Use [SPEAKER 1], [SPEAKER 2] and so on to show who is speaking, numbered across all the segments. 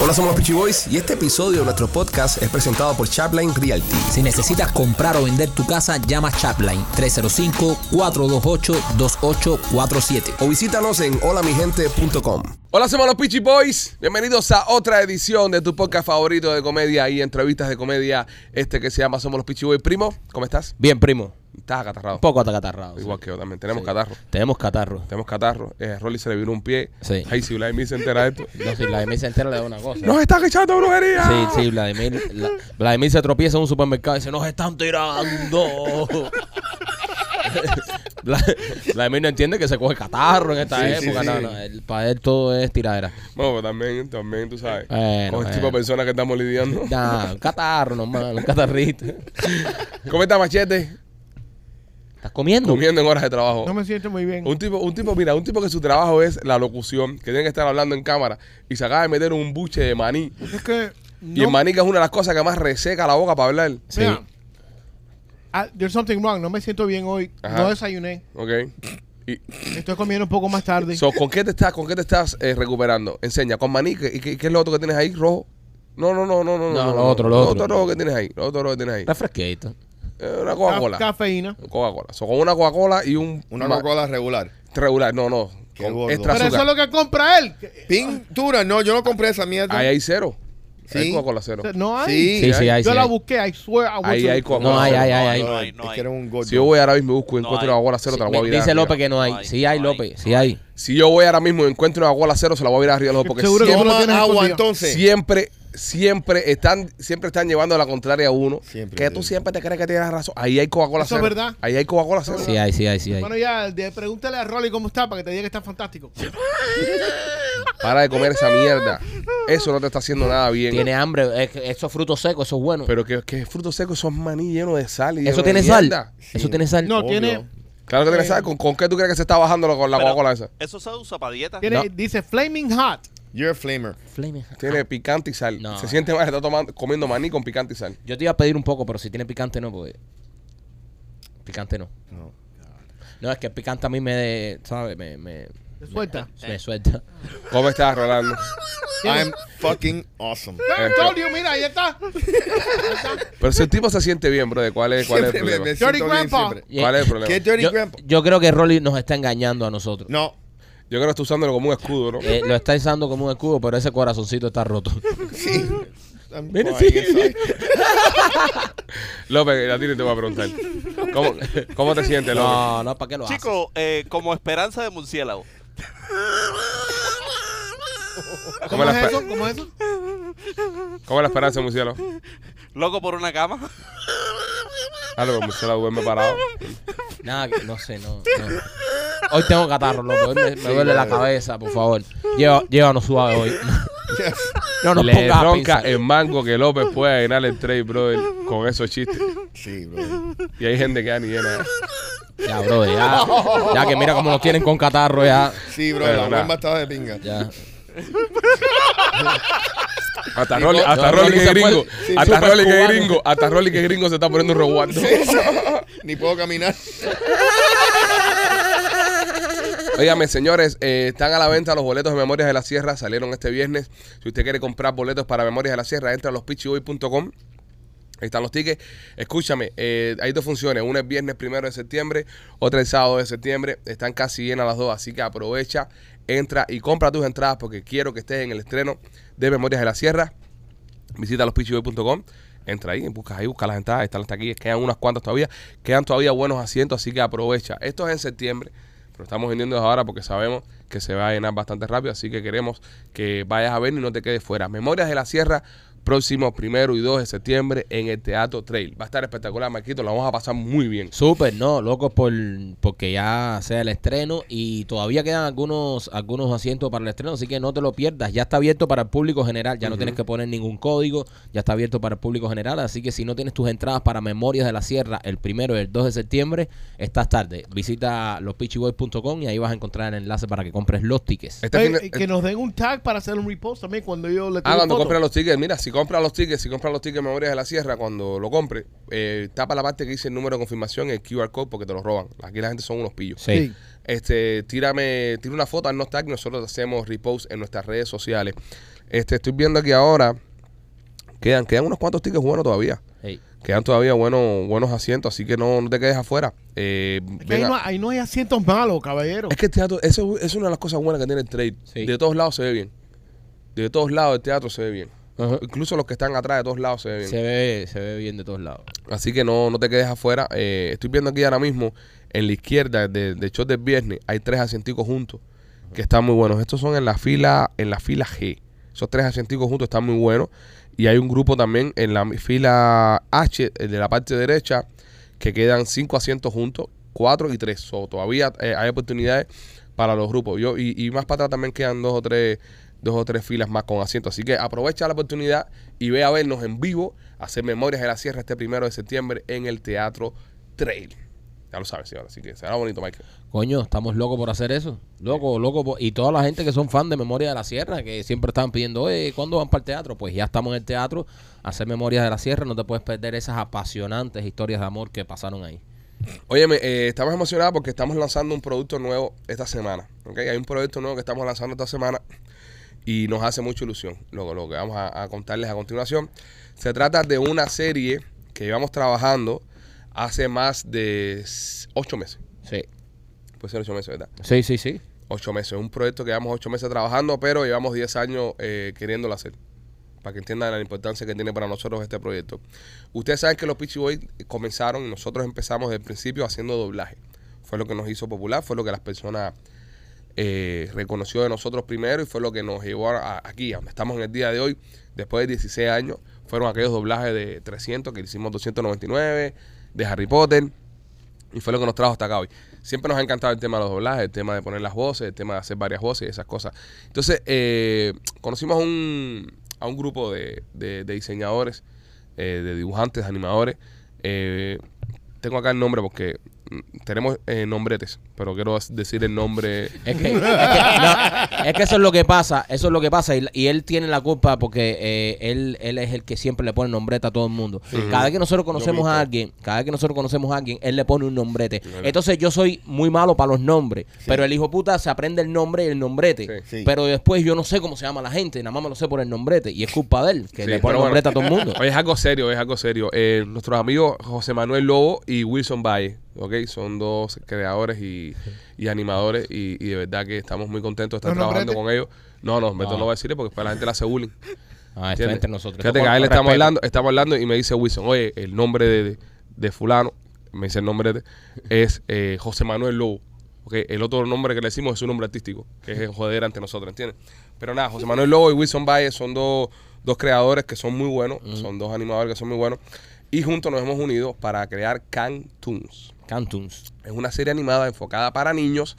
[SPEAKER 1] Hola, somos los Peachy Boys y este episodio de nuestro podcast es presentado por Chapline Realty.
[SPEAKER 2] Si necesitas comprar o vender tu casa, llama Chapline 305-428-2847.
[SPEAKER 1] O visítanos en holamigente.com. Hola, somos los Peachy Boys. Bienvenidos a otra edición de tu podcast favorito de comedia y entrevistas de comedia. Este que se llama Somos los Peachy Boys. Primo, ¿cómo estás?
[SPEAKER 3] Bien, primo.
[SPEAKER 1] Estás acatarrado.
[SPEAKER 3] Un poco atacatarrado.
[SPEAKER 1] Igual que yo también. Tenemos
[SPEAKER 3] Sí.
[SPEAKER 1] catarro.
[SPEAKER 3] Tenemos catarro.
[SPEAKER 1] Tenemos catarro. Eh, Rolly se le vino un pie.
[SPEAKER 3] Sí.
[SPEAKER 1] Ay, si Vladimir se entera de esto.
[SPEAKER 3] No, si Vladimir se entera le da una cosa.
[SPEAKER 1] ¡Nos estás echando brujería!
[SPEAKER 3] Sí, sí, Vladimir, la- Vladimir se tropieza en un supermercado y dice, nos están tirando. Vla- Vladimir no entiende que se coge catarro en esta
[SPEAKER 1] Sí, sí,
[SPEAKER 3] época.
[SPEAKER 1] sí.
[SPEAKER 3] No, no, él- para él todo es tiradera.
[SPEAKER 1] Bueno, pero también, también, tú sabes.
[SPEAKER 3] Bueno,
[SPEAKER 1] con el tipo de
[SPEAKER 3] bueno.
[SPEAKER 1] personas que estamos lidiando.
[SPEAKER 3] Nah, un catarro normal, un catarrito.
[SPEAKER 1] ¿Cómo está Machete?
[SPEAKER 3] ¿Estás comiendo?
[SPEAKER 1] Comiendo en horas de trabajo.
[SPEAKER 4] No me siento muy bien.
[SPEAKER 1] Un tipo, un tipo, mira, un tipo que su trabajo es la locución, que tiene que estar hablando en cámara y se acaba de meter un buche de maní.
[SPEAKER 4] Es que.
[SPEAKER 1] Y em, el
[SPEAKER 4] No,
[SPEAKER 1] maní que es una de las cosas que más reseca la boca para hablar.
[SPEAKER 3] Sí.
[SPEAKER 4] Mira, ah, there's something wrong. No me siento bien hoy.
[SPEAKER 1] Ajá.
[SPEAKER 4] No desayuné.
[SPEAKER 1] ¿Ok? Y,
[SPEAKER 4] Estoy comiendo un poco más tarde.
[SPEAKER 1] so, ¿Con qué te estás, con qué te estás eh, recuperando? Enseña, con maní. ¿Qué- ¿Y qué, qué es lo otro que tienes ahí? ¿Rojo? No, no, no, no, no.
[SPEAKER 3] No, lo otro, lo otro.
[SPEAKER 1] rojo que tienes ahí. Lo otro rojo que tienes ahí.
[SPEAKER 3] Refresquito.
[SPEAKER 1] Eh, una
[SPEAKER 4] Ca-
[SPEAKER 1] Coca-Cola.
[SPEAKER 4] Cafeína.
[SPEAKER 1] Coca-Cola. So, con una Coca-Cola y un.
[SPEAKER 5] Una
[SPEAKER 1] ma-
[SPEAKER 5] Coca-Cola regular.
[SPEAKER 1] Regular, no, no.
[SPEAKER 5] Qué
[SPEAKER 1] Con
[SPEAKER 5] gordo.
[SPEAKER 1] extra
[SPEAKER 4] Pero eso
[SPEAKER 1] azúcar.
[SPEAKER 4] es lo que compra él. Que- eh,
[SPEAKER 5] Pintura, no, yo no compré esa mierda.
[SPEAKER 1] Ahí hay cero.
[SPEAKER 5] Sí.
[SPEAKER 1] Hay Coca-Cola cero.
[SPEAKER 4] o sea, No hay.
[SPEAKER 5] Sí.
[SPEAKER 3] Sí, sí,
[SPEAKER 1] ahí.
[SPEAKER 3] hay.
[SPEAKER 4] Yo
[SPEAKER 3] sí
[SPEAKER 4] la
[SPEAKER 3] hay.
[SPEAKER 4] busqué. I swear I
[SPEAKER 1] Ahí
[SPEAKER 4] went
[SPEAKER 1] hay
[SPEAKER 4] to-
[SPEAKER 1] Coca-Cola.
[SPEAKER 3] No, hay,
[SPEAKER 1] cero.
[SPEAKER 3] hay, hay, hay.
[SPEAKER 5] No,
[SPEAKER 6] hay, no
[SPEAKER 5] es
[SPEAKER 6] hay.
[SPEAKER 5] que era un gordo.
[SPEAKER 1] Si yo voy ahora mismo y busco y encuentro
[SPEAKER 6] No hay.
[SPEAKER 1] una Coca-Cola cero, te la voy a
[SPEAKER 3] Sí,
[SPEAKER 1] virar.
[SPEAKER 3] Dice
[SPEAKER 1] arriba.
[SPEAKER 3] López que no hay.
[SPEAKER 6] No hay,
[SPEAKER 3] Sí hay,
[SPEAKER 6] no hay.
[SPEAKER 3] López. Sí hay.
[SPEAKER 1] Si yo voy ahora mismo y encuentro una Coca-Cola cero, se la voy a virar arriba, López, porque
[SPEAKER 4] Seguro que
[SPEAKER 1] siempre,
[SPEAKER 4] tú lo tienes
[SPEAKER 5] Toma agua
[SPEAKER 4] escondido.
[SPEAKER 5] entonces.
[SPEAKER 1] siempre, siempre están, siempre están llevando la contraria a uno.
[SPEAKER 5] Siempre,
[SPEAKER 1] que tú
[SPEAKER 5] sí.
[SPEAKER 1] siempre te crees que tienes razón. Ahí hay Coca-Cola
[SPEAKER 4] Eso
[SPEAKER 1] cero.
[SPEAKER 4] es verdad.
[SPEAKER 1] Ahí hay Coca-Cola cero.
[SPEAKER 3] Sí ah. hay, sí hay, sí hay.
[SPEAKER 4] Bueno, ya, de- pregúntale a Rolly cómo está para que te diga que está fantástico.
[SPEAKER 1] Para de comer esa mierda. Eso no te está haciendo nada bien.
[SPEAKER 3] Tiene hambre. Es que Esos frutos secos, eso es bueno.
[SPEAKER 1] Pero que, que frutos secos son maní lleno de sal. Y lleno
[SPEAKER 3] Eso
[SPEAKER 1] de
[SPEAKER 3] tiene sal.
[SPEAKER 1] mierda.
[SPEAKER 3] Eso tiene sal.
[SPEAKER 4] No,
[SPEAKER 5] Obvio.
[SPEAKER 4] tiene.
[SPEAKER 1] Claro que tiene sal. ¿Con, con qué tú crees que se está bajando la, la
[SPEAKER 6] Pero,
[SPEAKER 1] Coca-Cola esa?
[SPEAKER 6] Eso se usa para dieta.
[SPEAKER 4] tiene
[SPEAKER 3] No.
[SPEAKER 4] Dice Flaming Hot.
[SPEAKER 5] You're a flamer.
[SPEAKER 3] Flame.
[SPEAKER 1] Tiene picante y sal.
[SPEAKER 3] No.
[SPEAKER 1] Se siente mal, está tomando, comiendo maní con picante y sal.
[SPEAKER 3] Yo te iba a pedir un poco, pero si tiene picante no, pues. Picante no.
[SPEAKER 5] No.
[SPEAKER 3] No, es que el picante a mí me, ¿sabes? Me, me,
[SPEAKER 4] Te suelta.
[SPEAKER 3] me suelta.
[SPEAKER 1] ¿Cómo estás, Rolando?
[SPEAKER 5] I'm fucking awesome.
[SPEAKER 1] Eh.
[SPEAKER 4] I told you, mira, ahí está.
[SPEAKER 1] Pero si el tipo se siente bien, brother, ¿cuál es, cuál es el
[SPEAKER 5] Siempre me-
[SPEAKER 1] problema?
[SPEAKER 5] me siento
[SPEAKER 4] Dirty
[SPEAKER 5] bien
[SPEAKER 4] grandpa.
[SPEAKER 5] siempre.
[SPEAKER 3] me-
[SPEAKER 1] ¿Cuál es el problema?
[SPEAKER 5] ¿Qué dirty
[SPEAKER 3] Yo,
[SPEAKER 5] grandpa?
[SPEAKER 3] yo creo que Rolly nos está engañando a nosotros.
[SPEAKER 5] No.
[SPEAKER 1] Yo creo que está usándolo como un escudo, ¿no?
[SPEAKER 3] Eh, lo está usando como un escudo, pero ese corazoncito está roto.
[SPEAKER 5] Sí. I'm
[SPEAKER 3] Mira,
[SPEAKER 5] fine,
[SPEAKER 3] sí.
[SPEAKER 5] inside.
[SPEAKER 1] López, a ti te voy a preguntar. ¿Cómo, cómo te sientes, López?
[SPEAKER 3] No, no, ¿para qué lo haces?
[SPEAKER 6] Chico, eh, como esperanza de murciélago.
[SPEAKER 4] ¿Cómo
[SPEAKER 1] la
[SPEAKER 4] es
[SPEAKER 1] espe-
[SPEAKER 4] eso? ¿Cómo es eso?
[SPEAKER 1] ¿Cómo es la esperanza, Murciélago?
[SPEAKER 6] Loco por una cama.
[SPEAKER 1] Ah, no, pero Murciélago duerme parado.
[SPEAKER 3] Nada, que- no sé, no, no. Hoy tengo catarro, loco. Hoy me, me duele la cabeza, por favor. Lleva, llévanos suave hoy.
[SPEAKER 5] Yes.
[SPEAKER 3] No nos
[SPEAKER 1] Le
[SPEAKER 3] pongas a
[SPEAKER 1] ronca
[SPEAKER 3] pensar.
[SPEAKER 1] el mango que López pueda llenar el trade, brother, con esos chistes.
[SPEAKER 5] Sí, bro.
[SPEAKER 1] Y hay gente que ya ni llena.
[SPEAKER 3] Ya, bro, ya. Ya que mira cómo nos tienen con catarro ya.
[SPEAKER 5] Sí, bro.
[SPEAKER 1] Pero
[SPEAKER 5] la
[SPEAKER 1] nada.
[SPEAKER 5] bomba estaba de pinga.
[SPEAKER 3] Ya.
[SPEAKER 1] Hasta Rolly,
[SPEAKER 3] no,
[SPEAKER 1] hasta
[SPEAKER 3] no,
[SPEAKER 1] Rolly
[SPEAKER 3] no,
[SPEAKER 1] que
[SPEAKER 3] se
[SPEAKER 1] es gringo.
[SPEAKER 3] puede. Sí,
[SPEAKER 1] Hasta
[SPEAKER 3] súper
[SPEAKER 1] Rolly que es
[SPEAKER 3] cubano.
[SPEAKER 1] gringo. Hasta Rolly que es gringo se está poniendo un reguardo.
[SPEAKER 5] Ni puedo caminar.
[SPEAKER 1] Óigame, señores, eh, están a la venta los boletos de Memorias de la Sierra, salieron este viernes. Si usted quiere comprar boletos para Memorias de la Sierra, entra a lospitchyboy.com. Ahí están los tickets. Escúchame, eh, hay dos funciones. Una es viernes primero de septiembre, otra el sábado de septiembre. Están casi llenas las dos, así que aprovecha, entra y compra tus entradas porque quiero que estés en el estreno de Memorias de la Sierra. Visita lospitchyboy.com. Entra ahí, busca ahí, busca las entradas, están hasta aquí, quedan unas cuantas todavía, quedan todavía buenos asientos, así que aprovecha. Esto es en septiembre, pero estamos vendiendo ahora porque sabemos que se va a llenar bastante rápido, así que queremos que vayas a ver y no te quedes fuera. Memorias de la Sierra, próximo primero y 2 de septiembre en el Teatro Trail. Va a estar espectacular, Marquito, la vamos a pasar muy bien.
[SPEAKER 3] Súper, no, locos por porque ya sea el estreno y todavía quedan algunos algunos asientos para el estreno, así que no te lo pierdas. Ya está abierto para el público general, ya no tienes que poner ningún código, ya está abierto para el público general, así que si no tienes tus entradas para Memorias de la Sierra el primero y el 2 de septiembre, estás tarde. Visita lospitchyboys.com y ahí vas a encontrar el enlace para que compres los tickets.
[SPEAKER 1] Este
[SPEAKER 4] Oye,
[SPEAKER 1] fin de-
[SPEAKER 4] y que nos den un tag para hacer un repost también cuando yo le tire
[SPEAKER 1] Ah, cuando
[SPEAKER 4] foto.
[SPEAKER 1] compras los tickets, mira, si compras los tickets, si compras los tickets Memorias de la Sierra, cuando lo compres, eh, tapa la parte que dice el número de confirmación y el QR code porque te lo roban. Aquí la gente son unos pillos.
[SPEAKER 3] Sí.
[SPEAKER 1] Este, tírame, tira una foto al Nostag, nosotros hacemos repost en nuestras redes sociales. Este, estoy viendo aquí ahora. Quedan, quedan unos cuantos tickets buenos todavía.
[SPEAKER 3] Hey.
[SPEAKER 1] Quedan todavía buenos, buenos asientos, así que no, no te quedes afuera. Eh,
[SPEAKER 4] Es que ahí,
[SPEAKER 1] venga.
[SPEAKER 4] no, ahí no hay asientos malos, caballero.
[SPEAKER 1] Es que el teatro, eso es una de las cosas buenas que tiene el trade.
[SPEAKER 3] Sí.
[SPEAKER 1] De todos lados se ve bien. De todos lados el teatro se ve bien.
[SPEAKER 3] Ajá.
[SPEAKER 1] Incluso los que están atrás de todos lados se ve bien.
[SPEAKER 3] Se ve, se ve bien de todos lados.
[SPEAKER 1] Así que no, no te quedes afuera. Eh, estoy viendo aquí ahora mismo, en la izquierda de, de show del viernes, hay tres asienticos juntos que están muy buenos. Estos son en la fila, en la fila G. Esos tres asienticos juntos están muy buenos. Y hay un grupo también en la mi- fila H, el de la parte derecha, que quedan cinco asientos juntos, cuatro y tres. So, todavía eh, hay oportunidades para los grupos. Yo, y, y más para atrás también quedan dos o tres dos o tres filas más con asiento. Así que aprovecha la oportunidad y ve a vernos en vivo, a hacer Memorias de la Sierra este primero de septiembre en el Teatro Trail. Ya lo sabes, señor. Así que será bonito, Michael.
[SPEAKER 3] Coño, estamos locos por hacer eso. Loco, loco. por- Y toda la gente que son fan de Memoria de la Sierra, que siempre estaban pidiendo, oye, ¿cuándo van para el teatro? Pues ya estamos en el teatro. a Hacer Memoria de la Sierra, no te puedes perder esas apasionantes historias de amor que pasaron ahí.
[SPEAKER 1] Óyeme, eh, estamos emocionados porque estamos lanzando un producto nuevo esta semana. ¿ok? Hay un proyecto nuevo que estamos lanzando esta semana y nos hace mucha ilusión. Lo, lo que vamos a, a contarles a continuación. Se trata de una serie que llevamos trabajando hace más de s- ocho meses.
[SPEAKER 3] Sí.
[SPEAKER 1] Puede ser ocho meses, ¿verdad?
[SPEAKER 3] Sí, sí, sí.
[SPEAKER 1] Ocho meses, un proyecto que llevamos ocho meses trabajando, pero llevamos diez años eh, queriéndolo hacer. Para que entiendan la importancia que tiene para nosotros este proyecto. Ustedes saben que los Peachy Boys comenzaron y nosotros empezamos desde el principio haciendo doblaje. Fue lo que nos hizo popular, fue lo que las personas eh, reconoció de nosotros primero y fue lo que nos llevó a- a- aquí, a donde estamos en el día de hoy, después de 16 años. Fueron aquellos doblajes de 300 que hicimos 299, de Harry Potter. Y fue lo que nos trajo hasta acá hoy. Siempre nos ha encantado el tema de los doblajes, el tema de poner las voces, el tema de hacer varias voces y esas cosas. Entonces, eh, conocimos a un, a un grupo de, de- de diseñadores, eh, de dibujantes, de animadores. Eh, tengo acá el nombre porque mm, tenemos eh, nombretes, pero quiero decir el nombre.
[SPEAKER 3] Es que, es, que, no, es que eso es lo que pasa, eso es lo que pasa y, y él tiene la culpa porque eh, él, él es el que siempre le pone nombrete a todo el mundo. Cada vez que nosotros conocemos a alguien, cada vez que nosotros conocemos a alguien, él le pone un nombrete. Entonces yo soy muy malo para los nombres, pero el hijo puta se aprende el nombre y el nombrete,
[SPEAKER 5] Sí. Sí.
[SPEAKER 3] pero después yo no sé cómo se llama la gente, nada más me lo sé por el nombrete y es culpa de él que
[SPEAKER 1] Sí,
[SPEAKER 3] le pone
[SPEAKER 1] pero bueno.
[SPEAKER 3] nombrete a todo el mundo.
[SPEAKER 1] Oye, es algo serio, es algo serio. Eh, nuestros amigos José Manuel Lobo y Wilson Valle, ¿ok? Son dos creadores y, y animadores y, y de verdad que estamos muy contentos de estar
[SPEAKER 4] ¿Los
[SPEAKER 1] trabajando
[SPEAKER 4] nombres?
[SPEAKER 1] con ellos. No, no, Beto
[SPEAKER 3] No.
[SPEAKER 1] no va a decirle porque después la gente la hace bullying.
[SPEAKER 3] Ah, está
[SPEAKER 1] ¿entiendes?
[SPEAKER 3] entre nosotros.
[SPEAKER 1] Fíjate que a él estamos hablando, estamos hablando y me dice Wilson, oye, el nombre de, de- de fulano, me dice el nombre de, es eh, José Manuel Lobo. ¿ok? El otro nombre que le decimos es un nombre artístico, que es joder ante nosotros, ¿entiendes? Pero nada, José Manuel Lobo y Wilson Valle son dos, dos creadores que son muy buenos, son dos animadores que son muy buenos. Y juntos nos hemos unido para crear Can Toons.
[SPEAKER 3] Cantuns.
[SPEAKER 1] Es una serie animada enfocada para niños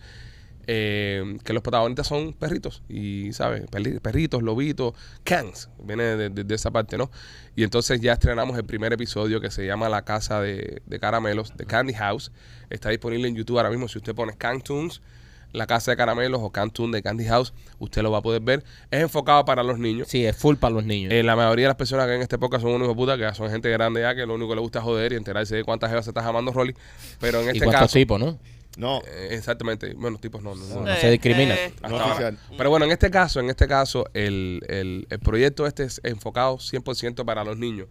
[SPEAKER 1] eh, que los protagonistas son perritos y, ¿sabes? Perli- Perritos, lobitos, cans. Viene de, de- de esa parte, ¿no? Y entonces ya estrenamos el primer episodio que se llama La Casa de, de Caramelos, de Candy House. Está disponible en YouTube ahora mismo. Si usted pone Cantoons, La Casa de Caramelos o Cantoon de Candy House, usted lo va a poder ver. Es enfocado para los niños.
[SPEAKER 3] Sí, es full para los niños.
[SPEAKER 1] Eh, la mayoría de las personas que en este podcast son unos de puta, que ya son gente grande ya, que lo único que le gusta es joder y enterarse de cuántas jevas se está jamando Rolly. Pero en
[SPEAKER 3] y
[SPEAKER 1] este
[SPEAKER 3] cuántos
[SPEAKER 1] caso.
[SPEAKER 3] tipos, ¿no?
[SPEAKER 5] No,
[SPEAKER 1] Eh, Exactamente. Bueno, tipos no. no, no.
[SPEAKER 3] No se discrimina.
[SPEAKER 6] Eh,
[SPEAKER 1] Hasta
[SPEAKER 5] no
[SPEAKER 1] ahora.
[SPEAKER 5] oficial.
[SPEAKER 1] Pero bueno, en este caso, en este caso, el, el- el proyecto este es enfocado 100% para los niños.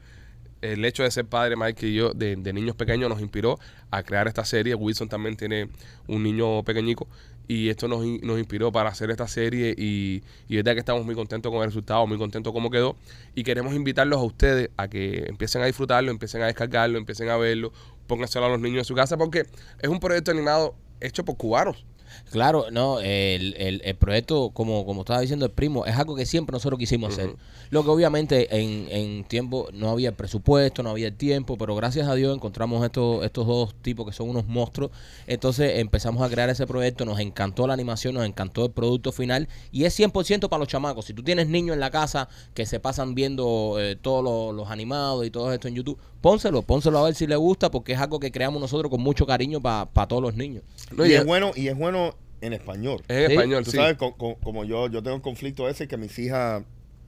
[SPEAKER 1] El hecho de ser padre, Mike y yo, de, de niños pequeños, nos inspiró a crear esta serie. Wilson también tiene un niño pequeñico y esto nos, in- nos inspiró para hacer esta serie y, y es verdad que estamos muy contentos con el resultado, muy contentos cómo quedó y queremos invitarlos a ustedes a que empiecen a disfrutarlo, empiecen a descargarlo, empiecen a verlo, pónganselo a los niños en su casa porque es un proyecto animado hecho por cubanos.
[SPEAKER 3] Claro, no, el, el- el proyecto, como, como estaba diciendo el primo, es algo que siempre nosotros quisimos hacer. Lo que obviamente en, en tiempo no había el presupuesto, no había el tiempo, pero gracias a Dios encontramos estos, estos dos tipos que son unos monstruos. Entonces empezamos a crear ese proyecto, nos encantó la animación, nos encantó el producto final y es 100% para los chamacos. Si tú tienes niños en la casa que se pasan viendo eh, todos los, los animados y todo esto en YouTube, pónselo, pónselo a ver si le gusta porque es algo que creamos nosotros con mucho cariño para todos los niños.
[SPEAKER 1] No,
[SPEAKER 5] y
[SPEAKER 1] y
[SPEAKER 5] es
[SPEAKER 1] es-
[SPEAKER 5] bueno, y es bueno en español.
[SPEAKER 1] Es en
[SPEAKER 3] Sí,
[SPEAKER 1] español,
[SPEAKER 5] Tú
[SPEAKER 1] sí.
[SPEAKER 5] sabes, co- co- como yo, yo tengo un conflicto ese que mis hijas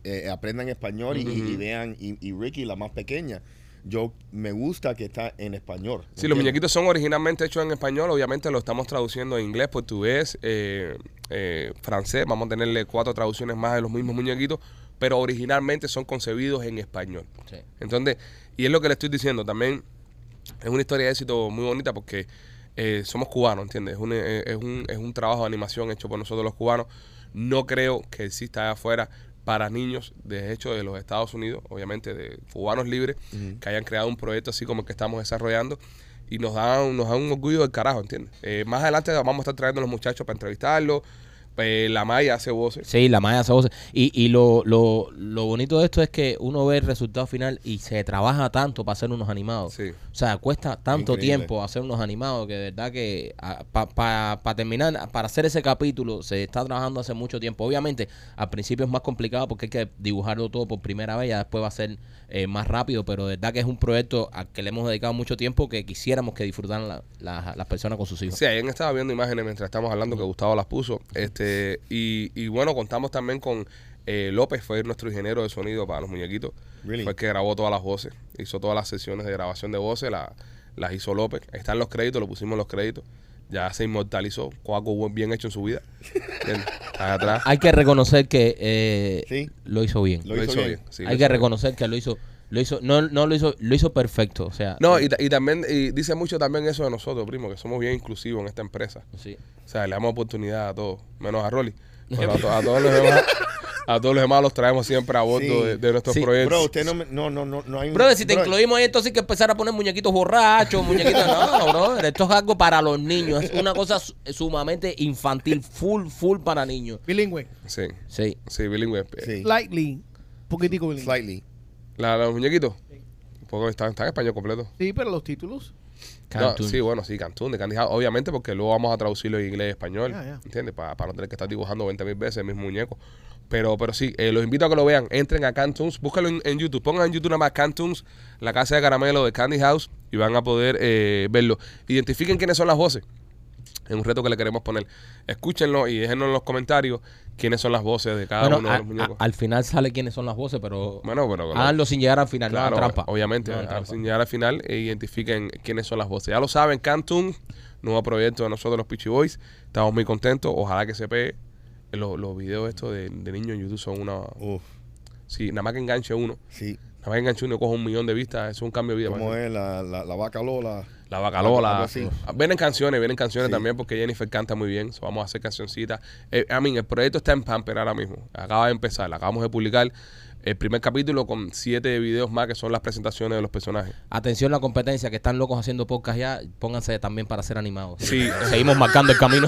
[SPEAKER 5] eh, aprendan español y, y- y vean, y, y Ricky, la más pequeña, yo me gusta que está en español.
[SPEAKER 1] Sí, los
[SPEAKER 5] ¿entiendes?
[SPEAKER 1] muñequitos son originalmente hechos en español, obviamente lo estamos traduciendo en inglés, portugués, eh, eh, francés, vamos a tenerle cuatro traducciones más de los mismos muñequitos, pero originalmente son concebidos en español.
[SPEAKER 3] Sí.
[SPEAKER 1] Entonces, y es lo que le estoy diciendo también, es una historia de éxito muy bonita porque eh, somos cubanos, ¿entiendes? Es un, eh, es, un, es un trabajo de animación hecho por nosotros los cubanos. No creo que exista allá afuera para niños, de hecho, de los Estados Unidos, obviamente, de cubanos libres, que hayan creado un proyecto así como el que estamos desarrollando. Y nos da, un- nos da un orgullo del carajo, ¿entiendes? Eh, más adelante vamos a estar trayendo a los muchachos para entrevistarlos. Eh, la Maya hace voces.
[SPEAKER 3] Sí, la malla se goza. Y, y lo, lo, lo bonito de esto es que uno ve el resultado final y se trabaja tanto para hacer unos animados.
[SPEAKER 1] Sí.
[SPEAKER 3] O sea, cuesta tanto
[SPEAKER 5] Increíble.
[SPEAKER 3] tiempo hacer unos animados que de verdad que para terminar, para hacer ese capítulo se está trabajando hace mucho tiempo. Obviamente, al principio es más complicado porque hay que dibujarlo todo por primera vez, ya después va a ser eh, más rápido, pero de verdad que es un proyecto al que le hemos dedicado mucho tiempo que quisiéramos que disfrutaran la- la- las personas con sus hijos.
[SPEAKER 1] Sí, ayer estaba viendo imágenes mientras estamos hablando que Gustavo las puso. Este, y, y bueno, contamos también con eh, López, fue nuestro ingeniero de sonido para los muñequitos.
[SPEAKER 5] Really?
[SPEAKER 1] Fue el que grabó todas las voces, hizo todas las sesiones de grabación de voces, la- las hizo López. Ahí Están los créditos, lo pusimos en los créditos. Ya se inmortalizó, con algo buen- bien hecho en su vida. Él, Ahí atrás.
[SPEAKER 3] Hay que reconocer que eh,
[SPEAKER 5] Sí.
[SPEAKER 3] lo hizo bien.
[SPEAKER 5] Lo hizo bien.
[SPEAKER 1] sí, lo
[SPEAKER 3] Hay
[SPEAKER 1] hizo
[SPEAKER 3] que
[SPEAKER 1] bien.
[SPEAKER 3] reconocer que lo hizo, lo hizo, no, no lo hizo, lo hizo perfecto. O sea,
[SPEAKER 1] No, y, ta- y también y dice mucho también eso de nosotros, primo, que somos bien inclusivos en esta empresa.
[SPEAKER 3] sí.
[SPEAKER 1] O sea, le damos oportunidad a todos, menos a Rolly. Pero a, to- a todos los demás, a todos los demás los traemos siempre a bordo
[SPEAKER 5] Sí.
[SPEAKER 1] de, de nuestros
[SPEAKER 3] Sí.
[SPEAKER 5] Bro,
[SPEAKER 1] proyectos.
[SPEAKER 5] usted no, me- no, no, no,
[SPEAKER 1] Mm,
[SPEAKER 5] no hay...
[SPEAKER 3] Pues
[SPEAKER 5] un-
[SPEAKER 3] Brother, si te
[SPEAKER 5] Bro,
[SPEAKER 3] incluimos ahí, entonces hay que empezar a poner muñequitos borrachos, muñequitos. No, brother, esto es algo para los niños. Es una cosa su- sumamente infantil, full, full para niños.
[SPEAKER 4] Bilingüe.
[SPEAKER 1] Sí,
[SPEAKER 3] Sí.
[SPEAKER 1] sí, bilingüe.
[SPEAKER 5] Sí,
[SPEAKER 4] Slightly. Poquitico bilingüe.
[SPEAKER 5] slightly.
[SPEAKER 1] La, los muñequitos, un poco están, están en español completo.
[SPEAKER 4] Sí, pero los títulos.
[SPEAKER 1] No,
[SPEAKER 3] Cartoon.
[SPEAKER 1] sí, bueno, sí, Cantún, de Candy House, obviamente, porque luego vamos a traducirlo en inglés y español,
[SPEAKER 4] Ya, ya.
[SPEAKER 1] ¿entiendes? Para, para no tener que estar dibujando 20 mil veces el mismo muñeco. Pero, pero sí, eh, los invito a que lo vean. Entren a Cantoons, búscalo en, en YouTube. Pongan en YouTube nada más Cantoons, la casa de caramelo de Candy House, y van a poder eh, verlo. Identifiquen quiénes son las voces. Es un reto que le queremos poner. Escúchenlo y déjenos en los comentarios quiénes son las voces de cada
[SPEAKER 3] Bueno,
[SPEAKER 1] uno de los
[SPEAKER 3] a- a-
[SPEAKER 1] muñecos.
[SPEAKER 3] al final sale quiénes son las voces, pero
[SPEAKER 1] Bueno, pero-
[SPEAKER 3] háganlo sin llegar al final, no
[SPEAKER 1] Claro,
[SPEAKER 3] hagan trampa.
[SPEAKER 1] obviamente.
[SPEAKER 3] No hagan
[SPEAKER 1] a-
[SPEAKER 3] trampa.
[SPEAKER 1] sin llegar al final, e identifiquen quiénes son las voces. Ya lo saben, Cantum, nuevo proyecto de nosotros los Peachy Boys. Estamos muy contentos. Ojalá que se pegue. Los, los videos estos de, de niños en YouTube son una...
[SPEAKER 5] Uf,
[SPEAKER 1] Sí, nada más que enganche uno.
[SPEAKER 5] sí.
[SPEAKER 1] Nada más que enganche uno y coja un millón de vistas. Eso es un cambio de vida.
[SPEAKER 5] ¿Cómo
[SPEAKER 1] parece.
[SPEAKER 5] es la, la, la vaca Lola?
[SPEAKER 1] La bacalola.
[SPEAKER 5] Algo así.
[SPEAKER 1] Vienen canciones, vienen canciones
[SPEAKER 5] Sí.
[SPEAKER 1] también porque Jennifer canta muy bien. so vamos a hacer cancioncitas. Eh, I mean, el proyecto está en Pamper ahora mismo. Acaba de empezar. Acabamos de publicar el primer capítulo con siete videos más que son las presentaciones de los personajes.
[SPEAKER 3] Atención la competencia, que están locos haciendo podcast ya, pónganse también para ser animados.
[SPEAKER 1] Sí.
[SPEAKER 3] Seguimos marcando el camino.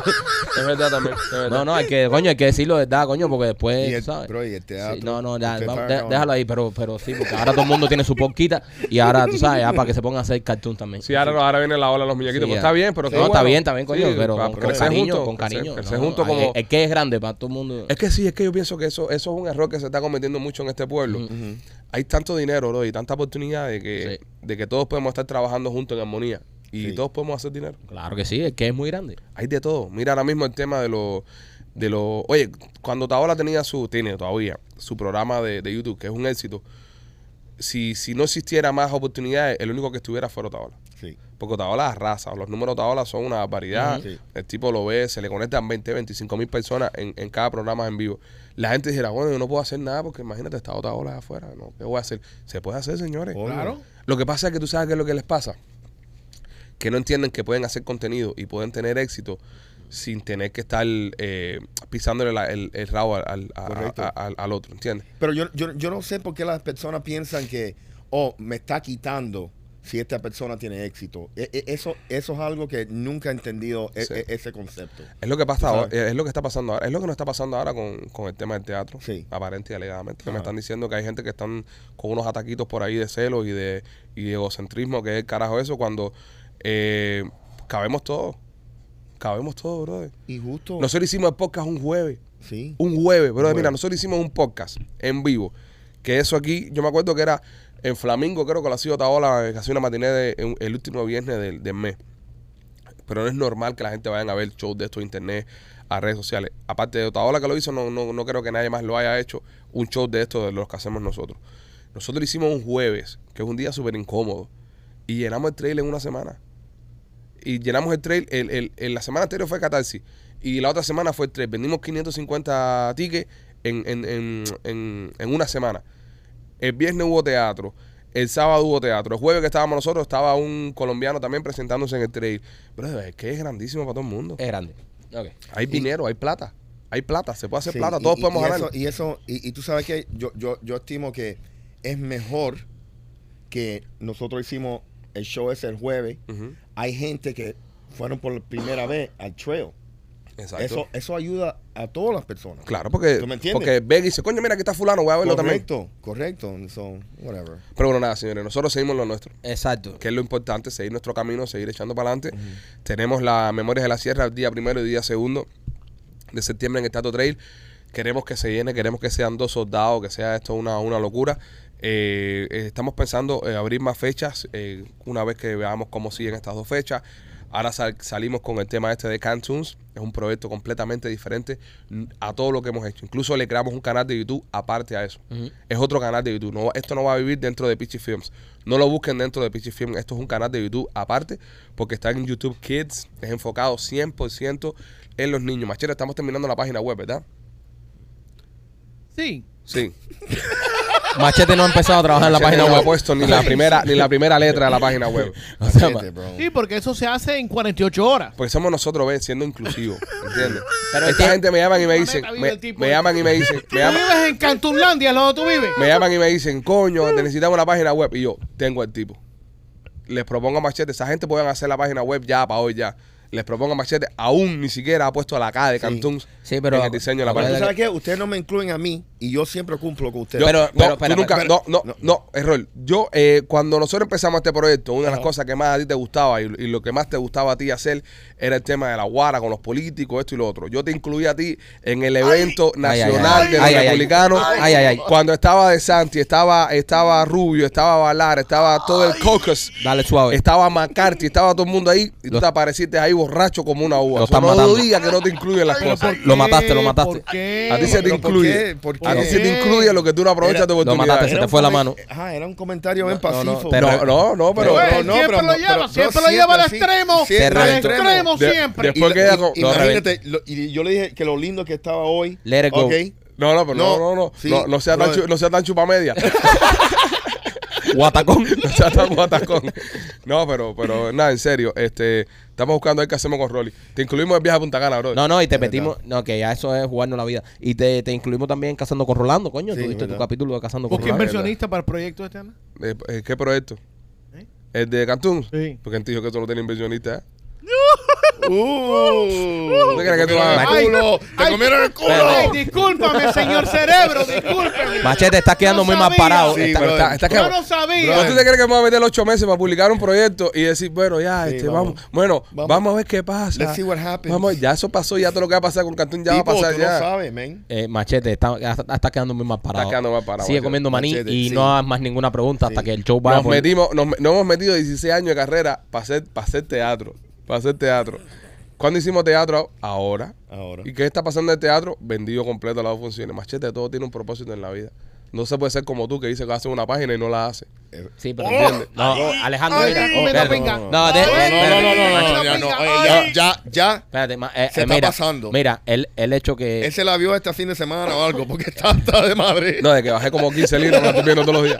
[SPEAKER 1] Es verdad también. es verdad.
[SPEAKER 3] No, no, hay que, coño, hay que decirlo de verdad, coño, porque después,
[SPEAKER 5] Y el-
[SPEAKER 3] ¿sabes?
[SPEAKER 5] bro, y el
[SPEAKER 3] Eh, Sí,
[SPEAKER 5] teatro,
[SPEAKER 3] no, no, ya,
[SPEAKER 5] usted
[SPEAKER 3] vamos,
[SPEAKER 5] está
[SPEAKER 3] de-
[SPEAKER 5] acabando.
[SPEAKER 3] déjalo ahí, pero, pero sí, porque ahora todo el mundo tiene su porquita y ahora, tú sabes, ya para que se pongan a hacer cartoon también.
[SPEAKER 1] Sí, ahora, no, ahora viene la ola de los muñequitos.
[SPEAKER 3] Sí,
[SPEAKER 1] pero
[SPEAKER 3] ya.
[SPEAKER 1] está bien, pero
[SPEAKER 3] No,
[SPEAKER 1] qué bueno.
[SPEAKER 3] está bien, está bien, coño,
[SPEAKER 1] Sí,
[SPEAKER 3] pero
[SPEAKER 1] pa-
[SPEAKER 3] con,
[SPEAKER 1] crecer
[SPEAKER 3] cariño,
[SPEAKER 1] juntos,
[SPEAKER 3] con cariño.
[SPEAKER 1] crecer- crecer
[SPEAKER 3] no,
[SPEAKER 1] juntos
[SPEAKER 3] no,
[SPEAKER 1] como-
[SPEAKER 3] el, el que es grande para todo el mundo.
[SPEAKER 1] Es que sí, es que yo pienso que eso, eso es un error que se está cometiendo mucho en este pueblo. Hay tanto dinero, bro, y tanta oportunidad de que,
[SPEAKER 3] Sí.
[SPEAKER 1] de que todos podemos estar trabajando juntos en armonía. Y
[SPEAKER 5] Sí.
[SPEAKER 1] todos podemos hacer dinero.
[SPEAKER 3] Claro que sí, el que es muy grande.
[SPEAKER 1] Hay de todo. Mira ahora mismo el tema de los... De los oye, cuando Taola tenía su... Tiene todavía su programa de, de YouTube, que es un éxito. Si, si no existiera más oportunidades, el único que estuviera fuera Taola.
[SPEAKER 5] Sí.
[SPEAKER 1] Porque Otaola arrasa. Los números de Otaola son una variedad.
[SPEAKER 5] Ujú. Sí.
[SPEAKER 1] El tipo lo ve, se le conectan 20, 25 mil personas en, en cada programa en vivo. La gente dijera, bueno, yo no puedo hacer nada porque imagínate, está Otaola afuera. ¿no? ¿Qué voy a hacer? Se puede hacer, señores.
[SPEAKER 5] Obvio.
[SPEAKER 4] Claro.
[SPEAKER 1] Lo que pasa es que tú sabes qué es lo que les pasa. Que no entienden que pueden hacer contenido y pueden tener éxito sin tener que estar eh, pisándole la- el, el rabo al, al- a-
[SPEAKER 5] Correcto.
[SPEAKER 1] a- al- al otro, ¿entiendes?
[SPEAKER 5] Pero yo, yo, yo no sé por qué las personas piensan que, oh, me está quitando si esta persona tiene éxito. E- e- eso, eso es algo que nunca he entendido e-
[SPEAKER 1] Sí.
[SPEAKER 5] e- ese concepto.
[SPEAKER 1] Es lo que pasa
[SPEAKER 5] Tú
[SPEAKER 1] ahora, eh,
[SPEAKER 5] sabes.
[SPEAKER 1] es lo que está pasando ahora, es lo que nos está pasando ahora con, con el tema del teatro,
[SPEAKER 5] Sí.
[SPEAKER 1] aparente y alegadamente. Que me
[SPEAKER 5] Ajá.
[SPEAKER 1] están diciendo que hay gente que están con unos ataquitos por ahí de celos y de, y de egocentrismo, que es el carajo eso, cuando eh, cabemos todo. Cabemos todo, brother.
[SPEAKER 5] Y justo.
[SPEAKER 1] Nosotros hicimos el podcast un jueves.
[SPEAKER 5] Sí.
[SPEAKER 1] Un jueves, brother. Mira,
[SPEAKER 5] jueves.
[SPEAKER 1] nosotros hicimos un podcast en vivo. Que eso aquí, yo me acuerdo que era en Flamingo, creo que lo ha sido Taola, eh, que hacía una matiné de- en- el último viernes del, del mes. Pero no es normal que la gente vayan a ver shows de esto internet, a redes sociales. Aparte de Otaola que lo hizo, no, no, no creo que nadie más lo haya hecho, un show de esto de los que hacemos nosotros. Nosotros lo hicimos un jueves, que es un día súper incómodo, y llenamos el trail en una semana. Y llenamos el trail, el, el- el- la semana anterior fue Catarsis, y la otra semana fue el trail. Vendimos 550 tickets en, en- en- en- en una semana. El viernes hubo teatro. El sábado hubo teatro. El jueves que estábamos nosotros estaba un colombiano también presentándose en el trail. Pero es que es grandísimo para todo el mundo.
[SPEAKER 5] Eh,
[SPEAKER 3] Es grande. Ok.
[SPEAKER 1] Hay dinero, hay plata. Hay plata, se puede hacer
[SPEAKER 5] Sí,
[SPEAKER 1] plata,
[SPEAKER 5] y-
[SPEAKER 1] todos
[SPEAKER 5] y-
[SPEAKER 1] podemos
[SPEAKER 5] y
[SPEAKER 1] ganar.
[SPEAKER 5] Eso, y eso, y, y tú sabes que yo, yo, yo estimo que es mejor que nosotros hicimos el show ese el jueves.
[SPEAKER 1] Ujú,
[SPEAKER 5] Hay gente que fueron por primera vez al trail.
[SPEAKER 1] Exacto.
[SPEAKER 5] Eso, eso ayuda a todas las personas.
[SPEAKER 1] Claro, porque,
[SPEAKER 5] ¿Tú me entiendes?
[SPEAKER 1] porque ven y dice, coño, mira, aquí está fulano, voy a verlo también.
[SPEAKER 5] Correcto, correcto. So, whatever.
[SPEAKER 1] Pero bueno, nada, señores, nosotros seguimos lo nuestro.
[SPEAKER 3] Exacto.
[SPEAKER 1] que es lo importante, seguir nuestro camino, seguir echando para adelante. Tenemos las Memorias de la Sierra el día primero y día segundo de septiembre en el Tato Trail. Queremos que se llene, queremos que sean dos soldados, que sea esto una, una locura. Eh, eh, estamos pensando eh, abrir más fechas eh, una vez que veamos cómo siguen estas dos fechas. Ahora sal- salimos con el tema este de Cantunes. Es un proyecto completamente diferente mm, a todo lo que hemos hecho. Incluso le creamos un canal de YouTube aparte a eso. Es otro canal de YouTube. No, va- esto no va a vivir dentro de Pichi Films. No lo busquen dentro de Pichi Films. Esto es un canal de YouTube aparte porque está en YouTube Kids. Es enfocado 100% en los niños. Machera, estamos terminando la página web, ¿verdad?
[SPEAKER 4] Sí.
[SPEAKER 1] Sí.
[SPEAKER 3] Machete no ha empezado a trabajar en la
[SPEAKER 1] Machete
[SPEAKER 3] página
[SPEAKER 1] no ha
[SPEAKER 3] web.
[SPEAKER 1] puesto ni la primera ni la primera letra de la página web.
[SPEAKER 3] O sea,
[SPEAKER 5] Machete,
[SPEAKER 3] ma-
[SPEAKER 5] bro.
[SPEAKER 4] Sí, porque eso se hace en 48 horas.
[SPEAKER 1] Porque somos nosotros, ven, siendo inclusivos, ¿entiendes?
[SPEAKER 3] Pero
[SPEAKER 1] Esta
[SPEAKER 3] es que-
[SPEAKER 1] gente me llaman y me dicen,
[SPEAKER 4] Planeta vive
[SPEAKER 1] me,
[SPEAKER 4] el tipo
[SPEAKER 1] me
[SPEAKER 4] este.
[SPEAKER 1] llaman y me dicen, me
[SPEAKER 4] Tú
[SPEAKER 1] llaman,
[SPEAKER 4] vives en Cantunlandia, ¿no? Tú vives.
[SPEAKER 1] me llaman y me dicen, coño, necesitamos una página web. Y yo, tengo el tipo. Les propongo a Machete, esa gente pueden hacer la página web ya para hoy ya. Les propongo a Machete, aún ni siquiera ha puesto la K de Cantuns
[SPEAKER 3] Sí, pero-
[SPEAKER 1] en el diseño de la
[SPEAKER 5] Pero
[SPEAKER 1] página.
[SPEAKER 5] tú sabes que ustedes no me incluyen a mí y yo siempre cumplo con ustedes.
[SPEAKER 1] Yo-
[SPEAKER 3] Pero-
[SPEAKER 1] no, tú
[SPEAKER 3] espera,
[SPEAKER 1] nunca,
[SPEAKER 3] espera.
[SPEAKER 1] no, no, no, error. Yo, eh, cuando nosotros empezamos este proyecto, una de las
[SPEAKER 5] Ajá.
[SPEAKER 1] cosas que más a ti te gustaba y, y lo que más te gustaba a ti hacer era el tema de la guara con los políticos, esto y lo otro. Yo te incluí a ti en el evento
[SPEAKER 3] Ay, ay,
[SPEAKER 1] nacional
[SPEAKER 3] ay.
[SPEAKER 1] de los
[SPEAKER 3] Ay, ay, ay.
[SPEAKER 1] republicanos.
[SPEAKER 3] Ay, ay, ay.
[SPEAKER 1] Cuando estaba De Santi, estaba, estaba Rubio, estaba Valar, estaba todo el caucus.
[SPEAKER 3] Dale suave.
[SPEAKER 1] Estaba McCarthy, estaba todo el mundo ahí y tú te apareciste ahí borracho como una uva. Eso
[SPEAKER 3] Lo están
[SPEAKER 1] no
[SPEAKER 3] matando.
[SPEAKER 1] diga que no te incluyen las cosas.
[SPEAKER 3] Lo mataste, lo
[SPEAKER 4] Eh, ¿Por
[SPEAKER 3] mataste.
[SPEAKER 4] qué?
[SPEAKER 1] A ti se te
[SPEAKER 5] Pero ¿por
[SPEAKER 1] incluye.
[SPEAKER 5] qué? ¿Por
[SPEAKER 1] A ti
[SPEAKER 5] qué?
[SPEAKER 1] se te incluye lo que tú no aprovechas
[SPEAKER 5] Era-
[SPEAKER 1] de
[SPEAKER 5] lo
[SPEAKER 1] oportunidad.
[SPEAKER 3] mataste, se
[SPEAKER 5] Era
[SPEAKER 3] te
[SPEAKER 5] un
[SPEAKER 3] fue la
[SPEAKER 5] comen-
[SPEAKER 3] mano.
[SPEAKER 5] Ajá, era un comentario bien
[SPEAKER 3] No, no, no,
[SPEAKER 5] pacífico.
[SPEAKER 3] te
[SPEAKER 1] No, no, no, pero.
[SPEAKER 4] Güey,
[SPEAKER 5] no, no,
[SPEAKER 4] eh, siempre
[SPEAKER 5] pero-
[SPEAKER 4] lo lleva,
[SPEAKER 5] pero-
[SPEAKER 4] siempre
[SPEAKER 5] no,
[SPEAKER 4] lo lleva al
[SPEAKER 5] siempre así,
[SPEAKER 4] extremo.
[SPEAKER 5] siempre
[SPEAKER 4] al
[SPEAKER 3] extremo.
[SPEAKER 4] extremo
[SPEAKER 1] De-
[SPEAKER 4] siempre.
[SPEAKER 1] después
[SPEAKER 5] Y-
[SPEAKER 1] queda
[SPEAKER 5] y-
[SPEAKER 1] con-
[SPEAKER 5] y-
[SPEAKER 1] lo
[SPEAKER 5] imagínate, lo- y yo le dije que lo lindo que estaba hoy.
[SPEAKER 3] Let it go.
[SPEAKER 5] Ok.
[SPEAKER 1] No, no, pero no, no,
[SPEAKER 5] No,
[SPEAKER 1] no.
[SPEAKER 5] sí,
[SPEAKER 1] no, no sea tan
[SPEAKER 5] brother.
[SPEAKER 1] chu- no sea tan chupamedia.
[SPEAKER 3] Guatacón.
[SPEAKER 1] no sea tan guatacón. No, pero, pero nada, en serio. Este, estamos buscando a ver qué hacemos con Rolly. Te incluimos el viaje a Punta Cana, bro.
[SPEAKER 3] No, no, y te
[SPEAKER 5] verdad.
[SPEAKER 3] metimos. No, que ya eso es jugarnos la vida. Y te, te incluimos también en Cazando con Rolando, coño.
[SPEAKER 5] Sí,
[SPEAKER 3] Tuviste tu
[SPEAKER 5] verdad.
[SPEAKER 3] capítulo de Cazando con
[SPEAKER 4] Busca
[SPEAKER 3] Rolando.
[SPEAKER 4] inversionista para el proyecto este, Ana.
[SPEAKER 1] Eh, eh, ¿Qué proyecto?
[SPEAKER 4] ¿Eh?
[SPEAKER 1] ¿El de Cantún?
[SPEAKER 4] Sí.
[SPEAKER 1] Porque él te dijo que solo tiene inversionista. ¿eh?
[SPEAKER 5] Uh,
[SPEAKER 1] ¿Tú crees que tú
[SPEAKER 5] te
[SPEAKER 1] vas a-
[SPEAKER 5] comieron el culo?
[SPEAKER 4] Ay,
[SPEAKER 5] ¡Te comieron el culo!
[SPEAKER 4] Ay, discúlpame, señor cerebro, discúlpeme.
[SPEAKER 3] Machete, estás quedando
[SPEAKER 4] No
[SPEAKER 3] muy mal
[SPEAKER 4] sabía.
[SPEAKER 3] parado.
[SPEAKER 5] Sí,
[SPEAKER 3] Está-
[SPEAKER 1] Está-
[SPEAKER 5] brother.
[SPEAKER 1] está- está
[SPEAKER 4] Yo
[SPEAKER 1] que-
[SPEAKER 4] no
[SPEAKER 1] ¿No
[SPEAKER 4] sabía.
[SPEAKER 1] tú te crees que me voy a meter ocho meses para publicar un proyecto y decir, bueno, ya,
[SPEAKER 5] Sí,
[SPEAKER 1] este, vamos,
[SPEAKER 5] vamos.
[SPEAKER 1] bueno, vamos.
[SPEAKER 5] Vamos.
[SPEAKER 1] a ver qué pasa.
[SPEAKER 5] Let's see what happens.
[SPEAKER 1] Vamos, ya eso pasó, ya todo lo que va a pasar con Cantún ya
[SPEAKER 5] Tipo,
[SPEAKER 1] va a pasar
[SPEAKER 5] tú
[SPEAKER 1] ya.
[SPEAKER 5] no sabes, man.
[SPEAKER 3] Eh, machete, está, está- está quedando muy mal parado.
[SPEAKER 1] Está quedando mal parado,
[SPEAKER 3] Sigue
[SPEAKER 1] Machete.
[SPEAKER 3] comiendo maní
[SPEAKER 5] Machete,
[SPEAKER 3] y
[SPEAKER 5] sí.
[SPEAKER 3] no hagas más ninguna pregunta hasta
[SPEAKER 5] Sí.
[SPEAKER 3] que el show vaya
[SPEAKER 1] Nos
[SPEAKER 3] por-
[SPEAKER 1] metimos, nos, nos hemos metido 16 años de carrera para hacer, para hacer teatro. Para hacer teatro. ¿Cuándo hicimos teatro? Ahora.
[SPEAKER 5] Ahora.
[SPEAKER 1] ¿Y qué está pasando en el teatro? Vendido completo las dos funciones. Machete, todo tiene un propósito en la vida. No se puede ser como tú que dices que hace una página y no la hace.
[SPEAKER 3] Sí, pero entiende. No, Alejandro,
[SPEAKER 4] Ay,
[SPEAKER 3] mira.
[SPEAKER 4] me
[SPEAKER 3] espérate.
[SPEAKER 4] pinga.
[SPEAKER 3] No, de-
[SPEAKER 4] Ay,
[SPEAKER 5] No, no, no, no, no, no, ya,
[SPEAKER 4] Ay.
[SPEAKER 5] no, eh, ya, ya, ya.
[SPEAKER 3] Espérate, ma- eh,
[SPEAKER 5] Se
[SPEAKER 3] eh,
[SPEAKER 5] está
[SPEAKER 3] mira,
[SPEAKER 5] pasando.
[SPEAKER 3] Mira, el, el hecho que.
[SPEAKER 5] Él se la vio este fin de semana o algo, porque está, está de madre.
[SPEAKER 1] No, de que bajé como 15 libras, me la estoy viendo todos los días.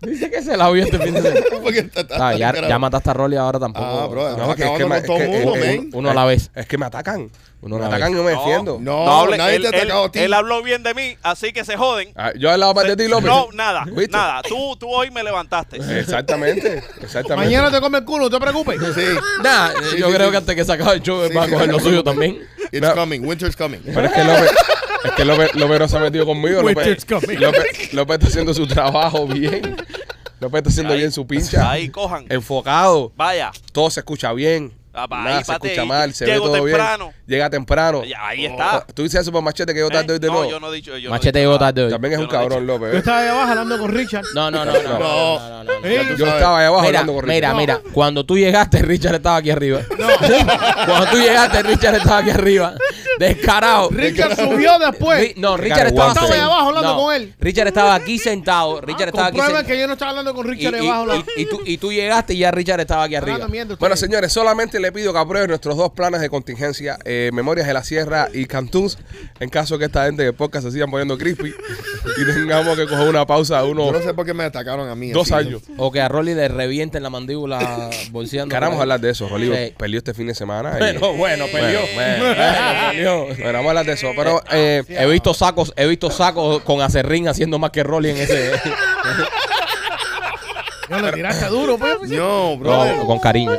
[SPEAKER 3] Dice que se la vio este fin de semana.
[SPEAKER 5] porque está, está-
[SPEAKER 3] Ah,
[SPEAKER 5] está
[SPEAKER 3] ya,
[SPEAKER 5] carajo.
[SPEAKER 3] ya mataste a Rolly ahora tampoco.
[SPEAKER 5] Ah, bro,
[SPEAKER 1] No,
[SPEAKER 5] no,
[SPEAKER 1] que es que
[SPEAKER 5] acabando
[SPEAKER 1] me-
[SPEAKER 5] con todo
[SPEAKER 1] es
[SPEAKER 5] el
[SPEAKER 1] que- es
[SPEAKER 5] mundo,
[SPEAKER 1] que-
[SPEAKER 5] man.
[SPEAKER 3] Uno a la vez.
[SPEAKER 1] Es que me atacan.
[SPEAKER 3] Uno
[SPEAKER 1] me
[SPEAKER 3] a la
[SPEAKER 1] atacan y yo me
[SPEAKER 6] No,
[SPEAKER 1] defiendo.
[SPEAKER 5] No,
[SPEAKER 6] hable-
[SPEAKER 5] nadie
[SPEAKER 6] él,
[SPEAKER 5] te ha
[SPEAKER 6] él-
[SPEAKER 5] atacado a ti.
[SPEAKER 6] él habló bien de mí, así que se joden.
[SPEAKER 1] Ah, yo hablaba parte de ti, López.
[SPEAKER 6] No, nada,
[SPEAKER 1] ¿Viste?
[SPEAKER 6] nada. Tú, tú hoy me levantaste.
[SPEAKER 1] Exactamente, exactamente.
[SPEAKER 4] Mañana te come el culo, no te preocupes.
[SPEAKER 5] Sí.
[SPEAKER 3] Nah,
[SPEAKER 5] Sí,
[SPEAKER 3] yo
[SPEAKER 5] sí,
[SPEAKER 3] creo
[SPEAKER 5] sí.
[SPEAKER 3] que antes que se acabe el show, él
[SPEAKER 5] Sí,
[SPEAKER 3] va a
[SPEAKER 5] sí,
[SPEAKER 3] coger
[SPEAKER 5] sí.
[SPEAKER 3] lo suyo también.
[SPEAKER 5] It's
[SPEAKER 1] No.
[SPEAKER 5] coming, winter's coming.
[SPEAKER 1] Pero es que López, es que López, López no se ha metido conmigo. López,
[SPEAKER 4] Winter's coming.
[SPEAKER 1] López, López está haciendo su trabajo bien. López está haciendo
[SPEAKER 6] Ahí,
[SPEAKER 1] bien su pincha. Eh,
[SPEAKER 6] ahí, cojan.
[SPEAKER 1] Enfocado.
[SPEAKER 6] Vaya.
[SPEAKER 1] Todo se escucha bien.
[SPEAKER 6] Ah, va,
[SPEAKER 1] Nada
[SPEAKER 6] ahí,
[SPEAKER 1] se
[SPEAKER 6] pate,
[SPEAKER 1] escucha
[SPEAKER 6] y-
[SPEAKER 1] mal. Se ve
[SPEAKER 6] llego
[SPEAKER 1] todo
[SPEAKER 6] temprano.
[SPEAKER 1] bien. Llega temprano. Oh,
[SPEAKER 6] Ya, Ahí está.
[SPEAKER 1] Tú dices eso por machete que yo tarde
[SPEAKER 6] ¿Eh?
[SPEAKER 1] hoy de
[SPEAKER 6] no,
[SPEAKER 1] nuevo.
[SPEAKER 6] yo no he dicho. Yo no he
[SPEAKER 3] Machete
[SPEAKER 6] dicho
[SPEAKER 3] llegó
[SPEAKER 6] nada.
[SPEAKER 3] tarde hoy.
[SPEAKER 1] También es
[SPEAKER 6] yo
[SPEAKER 1] un
[SPEAKER 6] no he
[SPEAKER 1] cabrón,
[SPEAKER 6] dicho.
[SPEAKER 1] López.
[SPEAKER 4] Yo
[SPEAKER 1] ¿eh?
[SPEAKER 4] estaba ahí abajo hablando con Richard.
[SPEAKER 3] No, no, no, no. no,
[SPEAKER 5] No.
[SPEAKER 3] no, no, no, no.
[SPEAKER 4] Sí.
[SPEAKER 1] Yo estaba ahí abajo
[SPEAKER 3] Mira,
[SPEAKER 1] hablando con Ricky.
[SPEAKER 3] mira,
[SPEAKER 4] No.
[SPEAKER 3] mira, cuando tú llegaste, Richard estaba aquí arriba. Cuando tú llegaste, Richard estaba aquí arriba. Descarado.
[SPEAKER 4] Richard subió después.
[SPEAKER 3] Ri- no, Richard
[SPEAKER 1] Guante.
[SPEAKER 3] estaba
[SPEAKER 1] Estaba
[SPEAKER 4] ahí pues. abajo hablando
[SPEAKER 3] no,
[SPEAKER 4] con él.
[SPEAKER 3] Richard estaba aquí sentado. Richard estaba aquí sentado.
[SPEAKER 4] Comprueben Ah, que yo no estaba hablando con
[SPEAKER 3] Y,
[SPEAKER 4] Richard
[SPEAKER 3] y-
[SPEAKER 4] abajo. la-
[SPEAKER 3] y- y tú, y tú llegaste y ya Richard estaba aquí
[SPEAKER 4] Ahora
[SPEAKER 3] arriba.
[SPEAKER 4] también de
[SPEAKER 1] Bueno,
[SPEAKER 4] ustedes.
[SPEAKER 1] señores, solamente le pido que aprueben nuestros dos planes de contingencia, eh, Memorias de la Sierra y Cantús, en caso que esta gente de podcast se sigan poniendo crispy y tengamos que coger una pausa de
[SPEAKER 5] Yo no
[SPEAKER 1] unos
[SPEAKER 5] sé por qué me atacaron a mí.
[SPEAKER 1] dos
[SPEAKER 5] así.
[SPEAKER 1] años.
[SPEAKER 3] O que a Rolly le revienten la mandíbula bolseando.
[SPEAKER 1] Queramos
[SPEAKER 3] por ahí.
[SPEAKER 1] hablar de eso, Rolly
[SPEAKER 3] Sí.
[SPEAKER 1] peleó este fin de semana. y-
[SPEAKER 3] Bueno, bueno, perdió.
[SPEAKER 1] bueno,
[SPEAKER 3] Perdió. Ah,
[SPEAKER 1] bueno, vamos a hablar de eso, pero... eh,
[SPEAKER 3] He visto sacos, he visto sacos con acerrín haciendo más que Rolly en ese.
[SPEAKER 4] No, le tiraste duro, pues.
[SPEAKER 5] No, bro.
[SPEAKER 3] con, con cariño.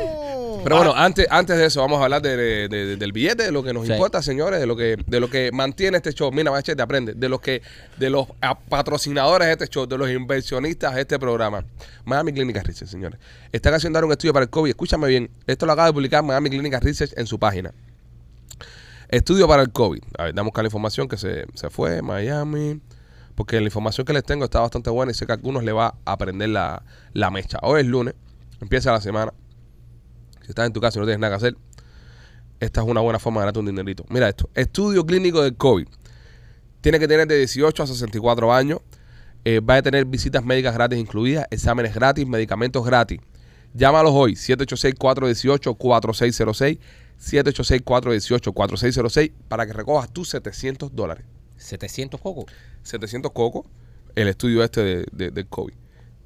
[SPEAKER 1] Pero bueno, antes, antes de eso, vamos a hablar de- de- de- del billete, de lo que nos
[SPEAKER 3] Sí.
[SPEAKER 1] importa, señores, de lo que, de lo que mantiene este show. Mira, Machete, aprende, de los que, de los ah, patrocinadores de este show, de los inversionistas de este programa. Miami Clinic Research, señores. Están haciendo ahora un estudio para el COVID. Escúchame bien, esto lo acaba de publicar Miami Clinic Research en su página. Estudio para el COVID. A ver, damos acá la información que se, se fue, Miami. Porque la información que les tengo está bastante buena y sé que a algunos le va a prender la, la mecha. Hoy es lunes, empieza la semana. Si estás en tu casa y no tienes nada que hacer, esta es una buena forma de ganarte un dinerito. Mira esto. Estudio clínico del COVID. Tiene que tener de 18 a 64 años. Eh, va a tener visitas médicas gratis incluidas, exámenes gratis, medicamentos gratis. Llámalos hoy, 786-418-4606, 786-418-4606, para que recojas tus 700 dólares.
[SPEAKER 3] 700 cocos.
[SPEAKER 1] 700 cocos, el estudio este de, de- del COVID.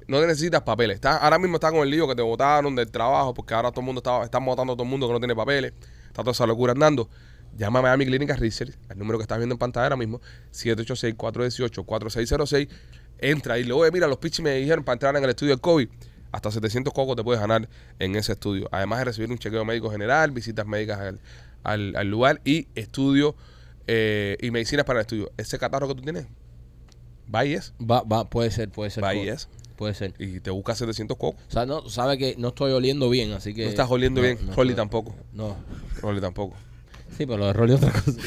[SPEAKER 1] No necesitas papeles. Está, ahora mismo está con el lío que te votaron del trabajo, porque ahora todo el mundo está, están votando a todo el mundo que no tiene papeles. Está toda esa locura andando. Llámame a mi clínica Research, el número que estás viendo en pantalla ahora mismo, 786-418-4606. Entra y luego, oye, mira, los pichis me dijeron para entrar en el estudio del COVID. Hasta 700 cocos te puedes ganar en ese estudio. Además de recibir un chequeo médico general, visitas médicas al, al- al lugar y estudio eh, y medicinas para el estudio. Ese catarro que tú tienes, va y es.
[SPEAKER 3] Va, va, puede ser, puede ser.
[SPEAKER 1] Va
[SPEAKER 3] coco.
[SPEAKER 1] y es.
[SPEAKER 3] Puede ser.
[SPEAKER 1] Y te busca 700 cocos.
[SPEAKER 3] O sea, no, sabe que no estoy oliendo bien, así que.
[SPEAKER 1] No estás oliendo bien. Rolly
[SPEAKER 3] estoy-
[SPEAKER 1] tampoco.
[SPEAKER 3] No.
[SPEAKER 1] Rolly tampoco.
[SPEAKER 3] Sí, pero lo de Rolly es otra cosa.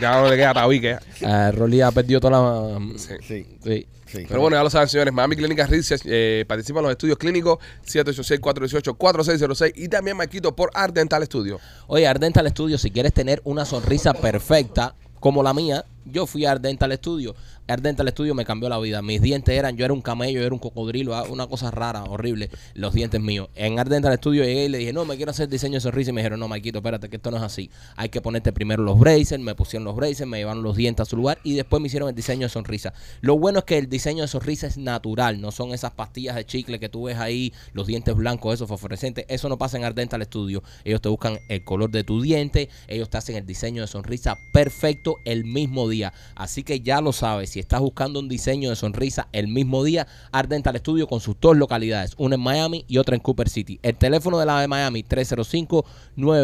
[SPEAKER 1] Ya no le queda tabique. ¿eh?
[SPEAKER 3] Ah, Rolly ha perdido toda la.
[SPEAKER 1] Sí.
[SPEAKER 5] Sí,
[SPEAKER 3] Sí.
[SPEAKER 5] sí.
[SPEAKER 1] Pero bueno, ya lo saben, señores. Miami Clínica Research eh, participa en los estudios clínicos 786-418-4606 y también Maquito por Art Dental Studio.
[SPEAKER 3] Oye, Ardental Studio, si quieres tener una sonrisa perfecta como la mía, yo fui a Ardental Studio. Ardental Studio me cambió la vida. Mis dientes eran, yo era un camello, yo era un cocodrilo, ah, una cosa rara, horrible, los dientes míos. En Ardental Studio llegué y le dije, no, me quiero hacer diseño de sonrisa. Y me dijeron, no, Maquito, espérate, que esto no es así. Hay que ponerte primero los braces. Me pusieron los braces, me llevaron los dientes a su lugar y después me hicieron el diseño de sonrisa. Lo bueno es que el diseño de sonrisa es natural, no son esas pastillas de chicle que tú ves ahí, los dientes blancos, esos fosforescentes. Eso no pasa en Ardental Studio. Ellos te buscan el color de tu diente, ellos te hacen el diseño de sonrisa perfecto el mismo día. Así que ya lo sabes, si estás buscando un diseño de sonrisa el mismo día, Ardental Studio con sus dos localidades, una en Miami y otra en Cooper City. El teléfono de la de Miami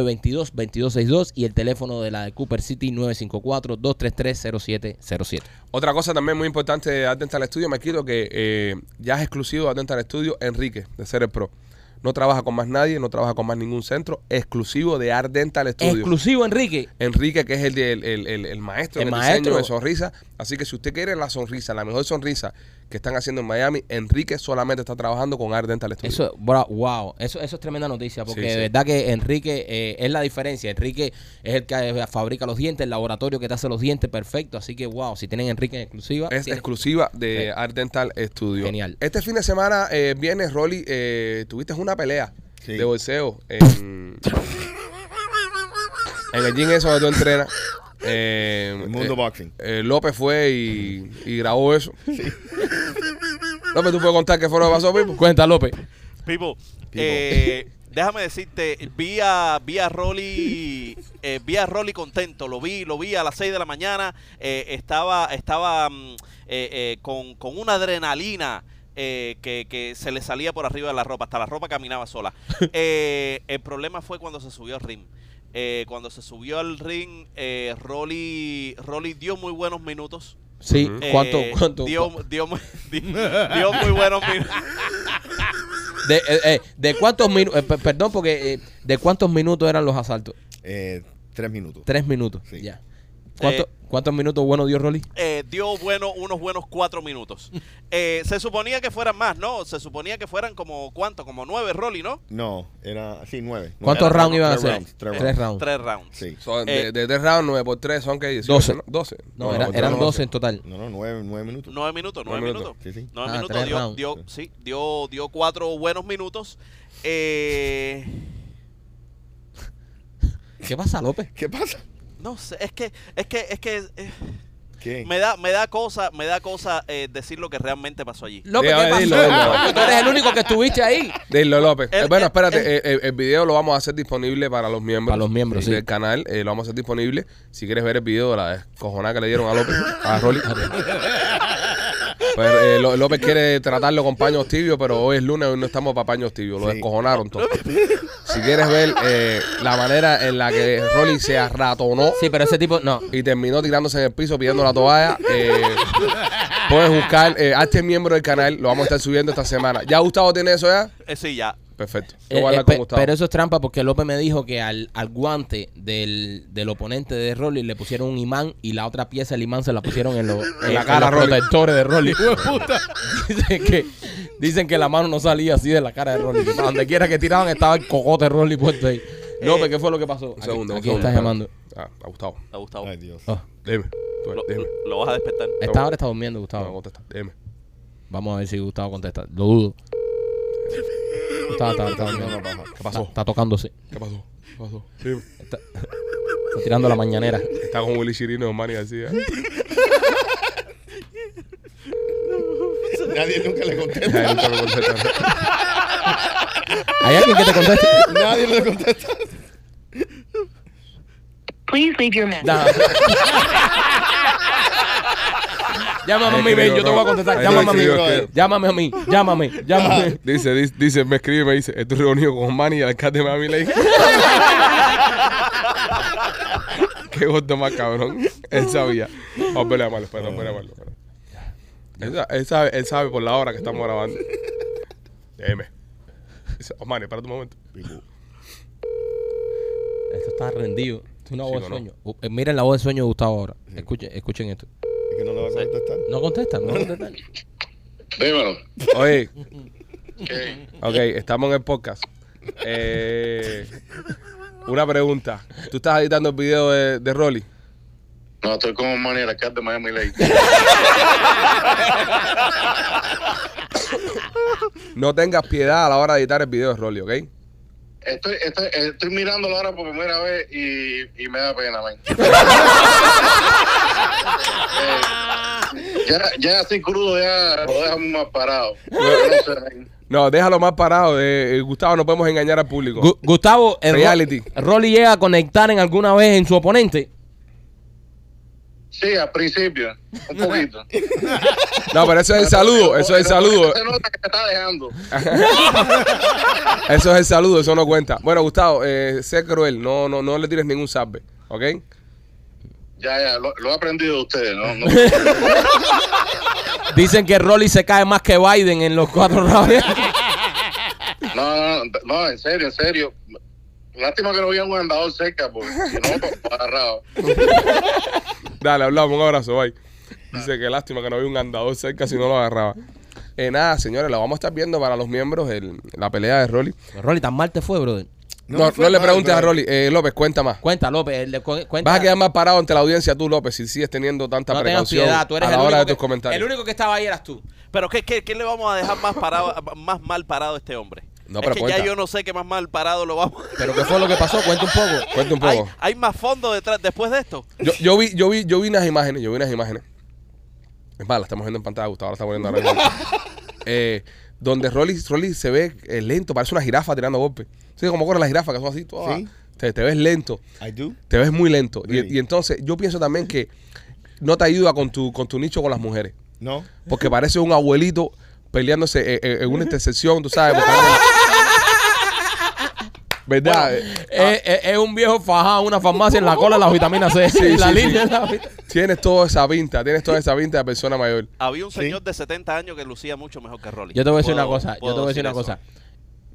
[SPEAKER 3] 305-922-2262 y el teléfono de la de Cooper City 954-233-0707.
[SPEAKER 1] Otra cosa también muy importante de Art Dental Studio, Maquito, que eh, ya es exclusivo de Art Dental Studio, Enrique, de Ceres Pro. No trabaja con más nadie, no trabaja con más ningún centro, exclusivo de Art Dental Studio.
[SPEAKER 3] Exclusivo, Enrique.
[SPEAKER 1] Enrique, que es el, de- el, el- el- el maestro
[SPEAKER 3] El
[SPEAKER 1] en el diseño
[SPEAKER 3] maestro.
[SPEAKER 1] de sonrisa. Así que si usted quiere la sonrisa, la mejor sonrisa que están haciendo en Miami, Enrique solamente está trabajando con Art Dental Studio.
[SPEAKER 3] Eso, bro, wow, eso, eso es tremenda noticia, porque
[SPEAKER 1] Sí, sí.
[SPEAKER 3] de verdad que Enrique eh, es la diferencia. Enrique es el que eh, fabrica los dientes, el laboratorio que te hace los dientes, perfecto. Así que, wow, si tienen Enrique en exclusiva,
[SPEAKER 1] Es
[SPEAKER 3] tienen-
[SPEAKER 1] exclusiva de
[SPEAKER 3] Sí.
[SPEAKER 1] Art Dental Studio.
[SPEAKER 3] Genial.
[SPEAKER 1] Este fin de semana eh, viene, Rolly, eh, tuviste una pelea
[SPEAKER 5] Sí.
[SPEAKER 1] de bolseo en, en el gym eso que tú entrenas. Eh,
[SPEAKER 5] El mundo
[SPEAKER 1] eh,
[SPEAKER 5] boxing.
[SPEAKER 1] eh, López fue y, y grabó eso. López, ¿tú puedes contar qué fue lo que pasó, Pipo?
[SPEAKER 3] Cuenta, López.
[SPEAKER 6] Pipo, eh, déjame decirte, vi a, vi a Rolly, eh, vi a Rolly contento, lo vi, lo vi a las 6 de la mañana, eh, estaba, estaba mm, eh, eh, con, con una adrenalina. eh, que, que se le salía por arriba de la ropa, hasta la ropa caminaba sola. Eh, el problema fue cuando se subió al ring. Eh, cuando se subió al ring, eh, Rolly, Rolly dio muy buenos minutos.
[SPEAKER 3] Sí,
[SPEAKER 1] Ujú.
[SPEAKER 6] Eh,
[SPEAKER 3] ¿cuánto? cuánto
[SPEAKER 6] Dio, dio muy- dio muy buenos minutos.
[SPEAKER 3] de, eh, eh, de cuántos minutos? perdón, porque eh, ¿de cuántos minutos eran los asaltos?
[SPEAKER 5] Eh, tres minutos.
[SPEAKER 3] Tres minutos.
[SPEAKER 5] Sí.
[SPEAKER 3] Ya. ¿Cuánto-
[SPEAKER 6] Eh,
[SPEAKER 3] ¿Cuántos minutos bueno dio Rolly?
[SPEAKER 6] eh, dio bueno unos buenos cuatro minutos. Eh, se suponía que fueran más, ¿no? Se suponía que fueran como cuánto, como nueve Rolly, ¿no?
[SPEAKER 5] No, era así, nueve.
[SPEAKER 3] ¿Cuántos
[SPEAKER 5] Nueve.
[SPEAKER 3] rounds iban a
[SPEAKER 5] Tres
[SPEAKER 3] hacer?
[SPEAKER 5] rounds, tres
[SPEAKER 3] Tres
[SPEAKER 5] rounds.
[SPEAKER 3] rounds.
[SPEAKER 6] Tres rounds.
[SPEAKER 5] Sí.
[SPEAKER 1] Son
[SPEAKER 6] Eh,
[SPEAKER 1] de, de 10 rounds, 9 por 3 son que 18.
[SPEAKER 3] Doce.
[SPEAKER 1] 12.
[SPEAKER 3] No, era- eran 12 en total.
[SPEAKER 5] No, no, nueve, nueve minutos.
[SPEAKER 6] Nueve minutos, nueve,
[SPEAKER 1] Nueve
[SPEAKER 6] minutos.
[SPEAKER 5] minutos, sí, sí.
[SPEAKER 6] Nueve
[SPEAKER 3] Ah,
[SPEAKER 6] minutos
[SPEAKER 3] tres
[SPEAKER 6] dio,
[SPEAKER 3] rounds.
[SPEAKER 6] dio, sí, dio, dio cuatro buenos minutos. Eh,
[SPEAKER 3] ¿Qué pasa, López?
[SPEAKER 5] ¿Qué pasa?
[SPEAKER 6] no sé, es que, es que, es que eh,
[SPEAKER 5] ¿Qué?
[SPEAKER 6] me da, me da cosa, me da cosa eh, decir lo que realmente pasó allí.
[SPEAKER 3] López,
[SPEAKER 1] Dile,
[SPEAKER 3] ¿qué pasó?
[SPEAKER 1] dilo, dilo.
[SPEAKER 3] López, Tú eres el único que estuviste ahí.
[SPEAKER 1] Dilo, López.
[SPEAKER 6] El-
[SPEAKER 1] Eh, bueno,
[SPEAKER 6] el-
[SPEAKER 1] espérate,
[SPEAKER 6] el-
[SPEAKER 1] eh, eh, el, video lo vamos a hacer disponible para los miembros.
[SPEAKER 3] Para los miembros, sí.
[SPEAKER 1] Del canal, eh, lo vamos a hacer disponible. Si quieres ver el video de la descojonada que le dieron a López, a Rolly. Pues, eh, Ló- López quiere tratarlo con paños tibios, pero hoy es lunes, hoy no estamos para paños tibios. Lo
[SPEAKER 5] Sí.
[SPEAKER 1] descojonaron todo. Si quieres ver eh, la manera en la que Rolly se arratonó
[SPEAKER 3] Sí, pero ese tipo, no.
[SPEAKER 1] y terminó tirándose en el piso pidiendo la toalla. eh, puedes buscar eh, a este miembro del canal, lo vamos a estar subiendo esta semana. ¿Ya Gustavo tiene eso ya?
[SPEAKER 6] Eh, sí, ya.
[SPEAKER 1] Perfecto. Yo
[SPEAKER 3] Eh,
[SPEAKER 1] voy a
[SPEAKER 3] eh,
[SPEAKER 1] hablar con
[SPEAKER 3] pe-
[SPEAKER 1] Gustavo.
[SPEAKER 3] pero eso es trampa porque López me dijo que al, al guante del, del oponente de Rolly le pusieron un imán y la otra pieza del imán se la pusieron en, los- en-
[SPEAKER 1] la
[SPEAKER 3] en
[SPEAKER 1] cara,
[SPEAKER 3] los
[SPEAKER 1] Rolly.
[SPEAKER 3] protectores de Rolly.
[SPEAKER 4] puta.
[SPEAKER 3] dicen, que, dicen que la mano no salía así de la cara de Rolly. que pa' Donde quiera que tiraban estaba el cocote de Rolly puesto ahí. López, ¿qué fue lo que pasó?
[SPEAKER 1] Un segundo,
[SPEAKER 3] aquí
[SPEAKER 1] un segundo.
[SPEAKER 3] aquí estás llamando.
[SPEAKER 1] Ah, a Gustavo.
[SPEAKER 6] A Gustavo.
[SPEAKER 5] Ay, Dios.
[SPEAKER 3] Oh,
[SPEAKER 1] Dime. Tú,
[SPEAKER 6] Lo,
[SPEAKER 1] dime.
[SPEAKER 6] lo vas a despertar.
[SPEAKER 3] esta hora está durmiendo,
[SPEAKER 1] No,
[SPEAKER 3] Gustavo.
[SPEAKER 1] contesta. Dime.
[SPEAKER 3] Vamos a ver si Gustavo contesta. Lo dudo. Está, está, está durmiendo.
[SPEAKER 1] ¿Qué pasó?
[SPEAKER 3] Está, está tocándose.
[SPEAKER 1] ¿Qué pasó? ¿Qué pasó? Dime.
[SPEAKER 3] Está, está tirando la mañanera.
[SPEAKER 1] Está con Willy Chirino, Manny García.
[SPEAKER 5] Nadie nunca le contesta.
[SPEAKER 1] Ay, nunca me contestan.
[SPEAKER 3] ¿Hay alguien que te conteste?
[SPEAKER 5] Nadie le contesta.
[SPEAKER 7] Please leave your message.
[SPEAKER 3] Nah. Llámame a mí,
[SPEAKER 1] Escribo,
[SPEAKER 3] ven, yo te
[SPEAKER 1] no.
[SPEAKER 3] voy a contestar.
[SPEAKER 1] Ahí
[SPEAKER 3] Llámame a mí.
[SPEAKER 1] escribo,
[SPEAKER 5] brother.
[SPEAKER 1] escribo.
[SPEAKER 3] Llámame a mí, llámame,
[SPEAKER 1] Ah.
[SPEAKER 3] llámame.
[SPEAKER 1] Dice, dice, dice, me escribe y me dice, estoy reunido con Manny y el alcalde de Miami Lake. Qué gordo más cabrón. Él sabía. Oh, Vamos a llamarlo, espera, vamos a llamarlo. espera. Él, sa- él sabe, él sabe por la hora que estamos grabando. Dime. Dice, oh, Manny, espérate un momento.
[SPEAKER 3] Esto está rendido. Es una voz
[SPEAKER 1] Sí,
[SPEAKER 3] de
[SPEAKER 1] ¿no?
[SPEAKER 3] sueño. Uh, eh, miren la voz de sueño de Gustavo ahora. Escuchen, escuchen esto.
[SPEAKER 5] Es que no le va a contestar.
[SPEAKER 3] No contestan, no contestan.
[SPEAKER 8] Dímelo.
[SPEAKER 1] Oye,
[SPEAKER 8] ¿Qué?
[SPEAKER 1] ok, estamos en el podcast. Eh, una pregunta. ¿Tú estás editando el video de, de Rolly?
[SPEAKER 8] No, estoy con un man y el alcalde de Miami Lake.
[SPEAKER 1] No tengas piedad a la hora de editar el video de Rolly, ¿ok?
[SPEAKER 8] Estoy, estoy, estoy mirándolo ahora por primera vez y, y me da pena, man. Eh, ya, ya así crudo ya lo dejamos más parado. Yo no sé, man.
[SPEAKER 1] No, déjalo más parado. eh, eh, Gustavo, no podemos engañar al público.
[SPEAKER 3] Gu- Gustavo, el Ro-
[SPEAKER 1] Reality.
[SPEAKER 3] Rolly llega a conectar en alguna vez en su oponente.
[SPEAKER 8] Sí, al principio, un poquito.
[SPEAKER 1] No, pero eso es el saludo. Eso es el saludo.
[SPEAKER 8] Se nota que te está dejando.
[SPEAKER 1] Eso es el saludo. Eso no cuenta. Bueno, Gustavo, eh, sé cruel. No, no, no le tires ningún salve. ¿Ok?
[SPEAKER 8] Ya, ya, lo, lo he aprendido de ustedes, ¿no? no
[SPEAKER 3] Dicen que Rolly se cae más que Biden en los cuatro rounds.
[SPEAKER 8] No, no, no, no, en serio, en serio. Lástima que no había un andador cerca, porque si no, pa- agarrado.
[SPEAKER 1] Dale, hablamos. Un abrazo. Bye. Dice que lástima que no había un andador cerca si no lo agarraba. Eh, nada, señores, la vamos a estar viendo para los miembros el- la pelea de Rolly.
[SPEAKER 3] Rolly, tan mal te fue, brother.
[SPEAKER 1] No,
[SPEAKER 5] No,
[SPEAKER 1] no,
[SPEAKER 5] me fue
[SPEAKER 1] le
[SPEAKER 5] mal,
[SPEAKER 1] preguntes a Rolly.
[SPEAKER 5] brother.
[SPEAKER 1] Eh, López, cuenta más.
[SPEAKER 3] Cuenta, López. el de- cu- cuenta.
[SPEAKER 1] Vas a quedar más parado ante la audiencia tú, López, si sigues teniendo tanta
[SPEAKER 3] no tengas
[SPEAKER 1] precaución
[SPEAKER 3] piedad, tú eres
[SPEAKER 1] a la
[SPEAKER 3] el
[SPEAKER 1] hora
[SPEAKER 3] único
[SPEAKER 1] de
[SPEAKER 3] que-
[SPEAKER 1] tus comentarios.
[SPEAKER 3] El único que estaba ahí eras tú.
[SPEAKER 6] Pero ¿qué, qué, qué le vamos a dejar más parado, más mal parado a este hombre?
[SPEAKER 1] No, pero
[SPEAKER 6] es que
[SPEAKER 1] cuenta.
[SPEAKER 6] ya yo no sé qué más mal parado lo vamos.
[SPEAKER 3] Pero ¿qué fue lo que pasó? Cuenta un poco.
[SPEAKER 1] Cuenta un
[SPEAKER 6] Hay,
[SPEAKER 1] poco.
[SPEAKER 6] hay más fondo detrás después de esto.
[SPEAKER 1] Yo, yo vi, yo vi, yo vi unas imágenes, yo vi unas imágenes. Es más, la estamos viendo en pantalla, Gustavo la está poniendo ahora mismo. Eh, donde Rolly, Rolly se ve eh, lento, parece una jirafa tirando golpes. Sí, como corren las jirafas, que son así, todas.
[SPEAKER 5] Sí.
[SPEAKER 1] Te, te ves lento,
[SPEAKER 5] I do.
[SPEAKER 1] te ves muy lento. Y-
[SPEAKER 5] Really?
[SPEAKER 1] Y, entonces, yo pienso también que no te ayuda con tu, con tu nicho con las mujeres.
[SPEAKER 5] No.
[SPEAKER 1] Porque parece un abuelito peleándose eh, eh, en una intersección, tú sabes. buscando- ¿Verdad? Eh,
[SPEAKER 3] Es, es- es un viejo fajado en una farmacia en la cola de la vitamina C.
[SPEAKER 1] Sí,
[SPEAKER 3] la
[SPEAKER 1] sí,
[SPEAKER 3] línea
[SPEAKER 1] sí.
[SPEAKER 3] de la vit-
[SPEAKER 1] Tienes toda esa pinta, tienes toda esa pinta de persona mayor.
[SPEAKER 6] Había un
[SPEAKER 5] Sí.
[SPEAKER 6] señor de 70 años que lucía mucho mejor que Rolly.
[SPEAKER 3] Yo te voy a decir
[SPEAKER 6] Puedo-
[SPEAKER 3] una cosa. Yo te
[SPEAKER 6] puedo
[SPEAKER 3] voy a decir una
[SPEAKER 6] eso.
[SPEAKER 3] cosa.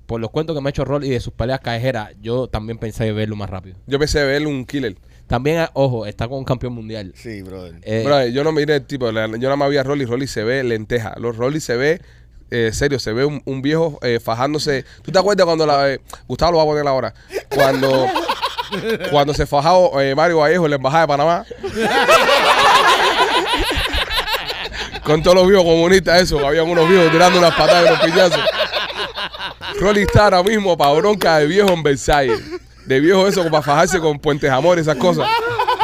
[SPEAKER 3] por los cuentos que me ha hecho Rolly y de sus peleas callejeras, yo también pensé verlo más rápido.
[SPEAKER 1] Yo pensé ver un killer.
[SPEAKER 3] También, ah, ojo, está con un campeón mundial.
[SPEAKER 5] Sí, brother.
[SPEAKER 3] Eh,
[SPEAKER 1] Brother, yo no miré el tipo, la- yo nada más vi a Rolly, Rolly se ve lenteja. Los Rolly se ve, eh, serio, se ve un, un viejo eh, fajándose. ¿Tú te acuerdas cuando la. eh, Gustavo lo va a poner ahora. Cuando. Cuando se fajaba eh, Mario Vallejo en la embajada de Panamá. Con todos los viejos comunistas, eso. que Habían unos viejos tirando unas patadas y unos piñazos. Rolly está ahora mismo pa' bronca de viejo en Versalles. De viejo eso, para fajarse con puentes amor y esas cosas.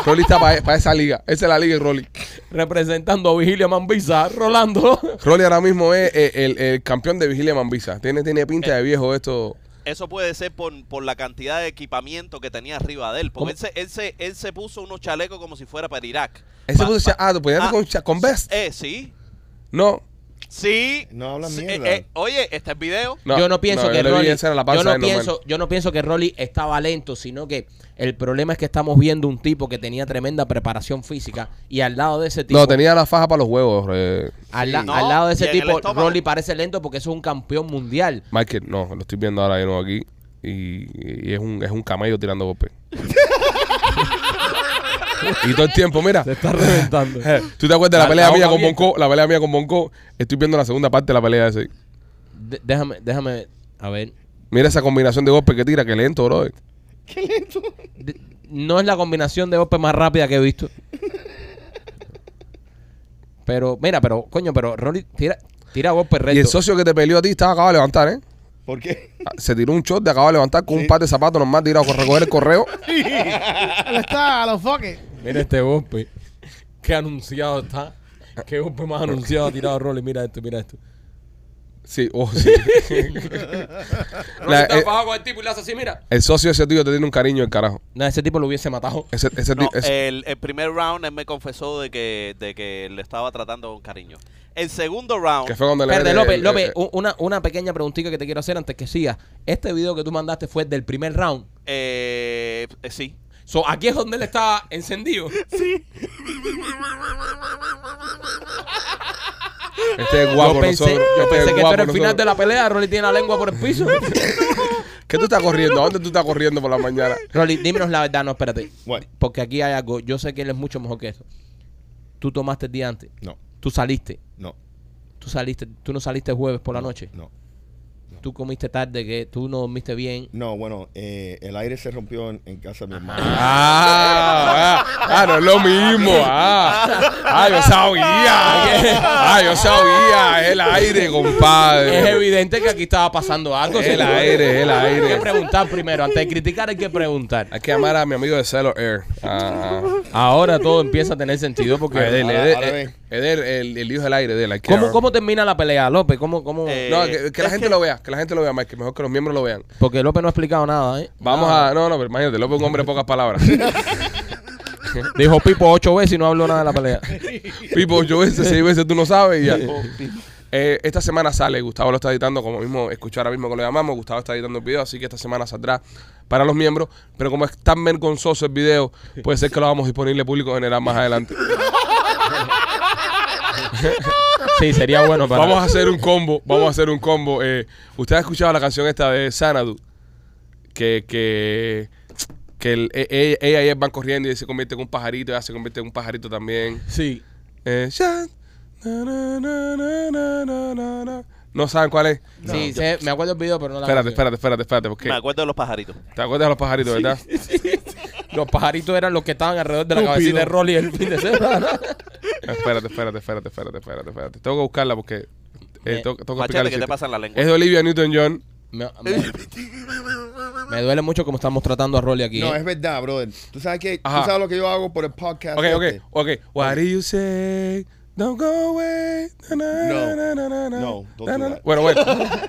[SPEAKER 1] Rolly está para esa liga. Esa es la liga de Rolly.
[SPEAKER 3] representando a Vigilia Mambisa, Rolando.
[SPEAKER 1] Rolly ahora mismo es eh, el, el campeón de Vigilia Mambisa. Tiene, tiene pinta de viejo esto.
[SPEAKER 6] Eso puede ser por, por la cantidad de equipamiento que tenía arriba de él.
[SPEAKER 3] ¿Cómo?
[SPEAKER 6] Porque él se, él, se, él se puso unos chalecos como si fuera para Irak.
[SPEAKER 1] Ese
[SPEAKER 6] Pa-
[SPEAKER 1] puso decía,
[SPEAKER 6] pa-
[SPEAKER 1] ah, tú podías
[SPEAKER 6] ah,
[SPEAKER 1] con, cha- con Best.
[SPEAKER 6] Eh, sí.
[SPEAKER 1] No.
[SPEAKER 6] Sí.
[SPEAKER 5] No hablan
[SPEAKER 6] Sí,
[SPEAKER 5] mierda.
[SPEAKER 6] eh, eh, oye, está el video.
[SPEAKER 3] yo no pienso que
[SPEAKER 1] yo le vi
[SPEAKER 3] Rolly,
[SPEAKER 1] esa en la panza
[SPEAKER 3] yo, no
[SPEAKER 1] de él, normal.
[SPEAKER 3] pienso, yo no pienso que Rolly estaba lento, sino que el problema es que estamos viendo un tipo que tenía tremenda preparación física y al lado de ese tipo,
[SPEAKER 1] No, tenía la faja para los huevos, eh,
[SPEAKER 3] al, la-
[SPEAKER 6] Sí.
[SPEAKER 3] al lado de
[SPEAKER 6] No,
[SPEAKER 3] ese
[SPEAKER 6] y en el
[SPEAKER 3] tipo,
[SPEAKER 6] estómago.
[SPEAKER 3] Rolly parece lento porque eso es un campeón mundial.
[SPEAKER 1] Michael. No, lo estoy viendo ahora de nuevo aquí. Y, y es, un, es un camello tirando golpes. y todo el tiempo, mira.
[SPEAKER 3] está reventando.
[SPEAKER 1] Eh, ¿Tú te acuerdas de la
[SPEAKER 3] La-
[SPEAKER 1] pelea
[SPEAKER 3] la
[SPEAKER 1] mía
[SPEAKER 3] boca
[SPEAKER 1] con
[SPEAKER 3] abierta.
[SPEAKER 1] Bonco? La pelea mía con Bonco. Estoy viendo la segunda parte de la pelea ese.
[SPEAKER 3] déjame, déjame, a ver.
[SPEAKER 1] Mira esa combinación de golpes que tira, que lento, bro.
[SPEAKER 3] De- no es la combinación de golpes más rápida que he visto. Pero, mira, pero, coño, pero Rolly tira, tira golpes
[SPEAKER 1] Y el
[SPEAKER 3] rectos.
[SPEAKER 1] socio que te peleó a ti estaba acabado de levantar, ¿eh?
[SPEAKER 5] ¿Por qué?
[SPEAKER 1] Ah, Se tiró un shot de acabado de levantar con un par de zapatos nomás tirado con recoger el correo.
[SPEAKER 4] Él está a los fucking.
[SPEAKER 3] Mira este golpe. Qué anunciado está. Qué golpe más anunciado ha tirado Rolly. Mira esto, mira esto.
[SPEAKER 1] Sí, oh, sí.
[SPEAKER 3] Rolly
[SPEAKER 1] La-
[SPEAKER 3] está
[SPEAKER 1] eh,
[SPEAKER 3] bajado con el tipo y le hace así, mira.
[SPEAKER 1] el socio ese tuyo te tiene un cariño el carajo.
[SPEAKER 3] No, ese tipo lo hubiese matado.
[SPEAKER 1] Ese, ese
[SPEAKER 6] No,
[SPEAKER 1] Este ti-
[SPEAKER 3] eh,
[SPEAKER 1] ese-
[SPEAKER 6] el, el primer round él me confesó de que, de que le estaba tratando con cariño. El segundo round.
[SPEAKER 1] que fue cuando le eh,
[SPEAKER 3] Espérate,
[SPEAKER 1] mete
[SPEAKER 3] López,
[SPEAKER 1] el-
[SPEAKER 3] López,
[SPEAKER 1] el-
[SPEAKER 3] u- una, una pequeña preguntita que te quiero hacer antes que sigas. Este video que tú mandaste fue del primer round.
[SPEAKER 6] eh, eh, sí.
[SPEAKER 3] So, aquí es donde él está encendido.
[SPEAKER 1] este es guapo
[SPEAKER 3] uh, yo pensé,
[SPEAKER 1] nosotros. este
[SPEAKER 3] yo
[SPEAKER 1] es
[SPEAKER 3] pensé que esto
[SPEAKER 1] guapo
[SPEAKER 3] era el final
[SPEAKER 1] nosotros.
[SPEAKER 3] de la pelea. Rolly tiene la lengua por el piso.
[SPEAKER 1] ¿Qué tú estás corriendo? ¿A dónde tú estás corriendo por la mañana?
[SPEAKER 3] Rolly, dímenos la verdad. No, espérate.
[SPEAKER 5] Bueno,
[SPEAKER 3] Porque aquí hay algo. Yo sé que él es mucho mejor que eso. Tú tomaste el día antes.
[SPEAKER 5] no,
[SPEAKER 3] Tú saliste.
[SPEAKER 5] no,
[SPEAKER 3] Tú saliste. Tú no saliste jueves por la noche.
[SPEAKER 5] no.
[SPEAKER 3] Tú comiste tarde, que tú no dormiste bien.
[SPEAKER 5] No, bueno, eh, el aire se rompió en, en casa de mi hermano.
[SPEAKER 1] Ah, ah, ah, no es lo mismo. Ah, ah, yo sabía. Ah, yo sabía. Es el aire, compadre.
[SPEAKER 3] Es evidente que aquí estaba pasando algo.
[SPEAKER 1] El
[SPEAKER 3] señor.
[SPEAKER 1] aire, el aire.
[SPEAKER 3] Hay que preguntar primero. Antes de criticar hay que preguntar.
[SPEAKER 1] Hay que llamar a mi amigo de Cello Air. Ah, ah.
[SPEAKER 3] Ahora todo empieza a tener sentido porque...
[SPEAKER 1] Ah, Edel,
[SPEAKER 5] Ahora-
[SPEAKER 1] Edel,
[SPEAKER 5] ahora
[SPEAKER 1] eh,
[SPEAKER 5] ve.
[SPEAKER 1] Edel, el, el hijo del aire, Edel. hay que
[SPEAKER 3] ¿Cómo,
[SPEAKER 1] llamar.
[SPEAKER 3] ¿Cómo termina la pelea, López? ¿Cómo, cómo?
[SPEAKER 6] Eh,
[SPEAKER 1] No, que, que la
[SPEAKER 6] es
[SPEAKER 1] gente
[SPEAKER 6] que-
[SPEAKER 1] lo vea, que la gente lo vea, Mike, que mejor que los miembros lo vean.
[SPEAKER 3] Porque López no ha explicado nada, ¿eh?
[SPEAKER 1] Vamos a. No, no, pero imagínate, López es un hombre de pocas palabras.
[SPEAKER 3] Dijo Pipo ocho veces y no habló nada de la pelea.
[SPEAKER 1] Pipo, yo veces, seis veces tú no sabes y ya. Eh, esta semana sale, Gustavo lo está editando, como mismo escuchó ahora mismo que lo llamamos, Gustavo está editando el video, así que esta semana saldrá para los miembros, pero como es tan vergonzoso el video, puede ser que lo hagamos disponible al público general más adelante.
[SPEAKER 3] Sí, sería bueno para...
[SPEAKER 1] Vamos a hacer un combo, vamos a hacer un combo. Eh, Usted ha escuchado la canción esta de Sanadu, que, que, que el- e- e- ella y él van corriendo y él se convierte en un pajarito, ella se convierte en un pajarito también.
[SPEAKER 3] Sí.
[SPEAKER 1] Eh, ya. Na, na, na, na, na, na, na, na. No saben cuál es.
[SPEAKER 3] sí, sé- me acuerdo el video, pero no la
[SPEAKER 1] Espérate,
[SPEAKER 3] canción.
[SPEAKER 1] espérate, espérate, espérate, porque
[SPEAKER 6] Me acuerdo de los pajaritos.
[SPEAKER 1] te acuerdas de los pajaritos, ¿verdad?
[SPEAKER 3] Los pajaritos eran los que estaban alrededor de la
[SPEAKER 4] Estúpido.
[SPEAKER 3] cabecita de Rolly el fin de semana.
[SPEAKER 1] espérate, espérate, espérate, espérate, espérate, espérate. Tengo que buscarla porque eh,
[SPEAKER 3] Me-
[SPEAKER 1] tengo, tengo que
[SPEAKER 6] Machete,
[SPEAKER 1] explicar el
[SPEAKER 6] ¿qué te
[SPEAKER 1] chiste.
[SPEAKER 6] pasa en la lengua?
[SPEAKER 1] Es de Olivia Newton-John.
[SPEAKER 3] me, me- me duele mucho como estamos tratando a Rolly aquí.
[SPEAKER 5] No,
[SPEAKER 3] ¿eh?
[SPEAKER 5] es verdad, brother. Tú sabes que tú
[SPEAKER 1] Ajá.
[SPEAKER 5] sabes lo que yo hago por el podcast.
[SPEAKER 1] Ok, ok,
[SPEAKER 5] este?
[SPEAKER 1] ok. What do you say? Don't go away. Na, na,
[SPEAKER 5] No.
[SPEAKER 1] na, na, na, na.
[SPEAKER 5] No, don't
[SPEAKER 1] Na,
[SPEAKER 5] do
[SPEAKER 1] na, na.
[SPEAKER 5] that.
[SPEAKER 1] Bueno, bueno.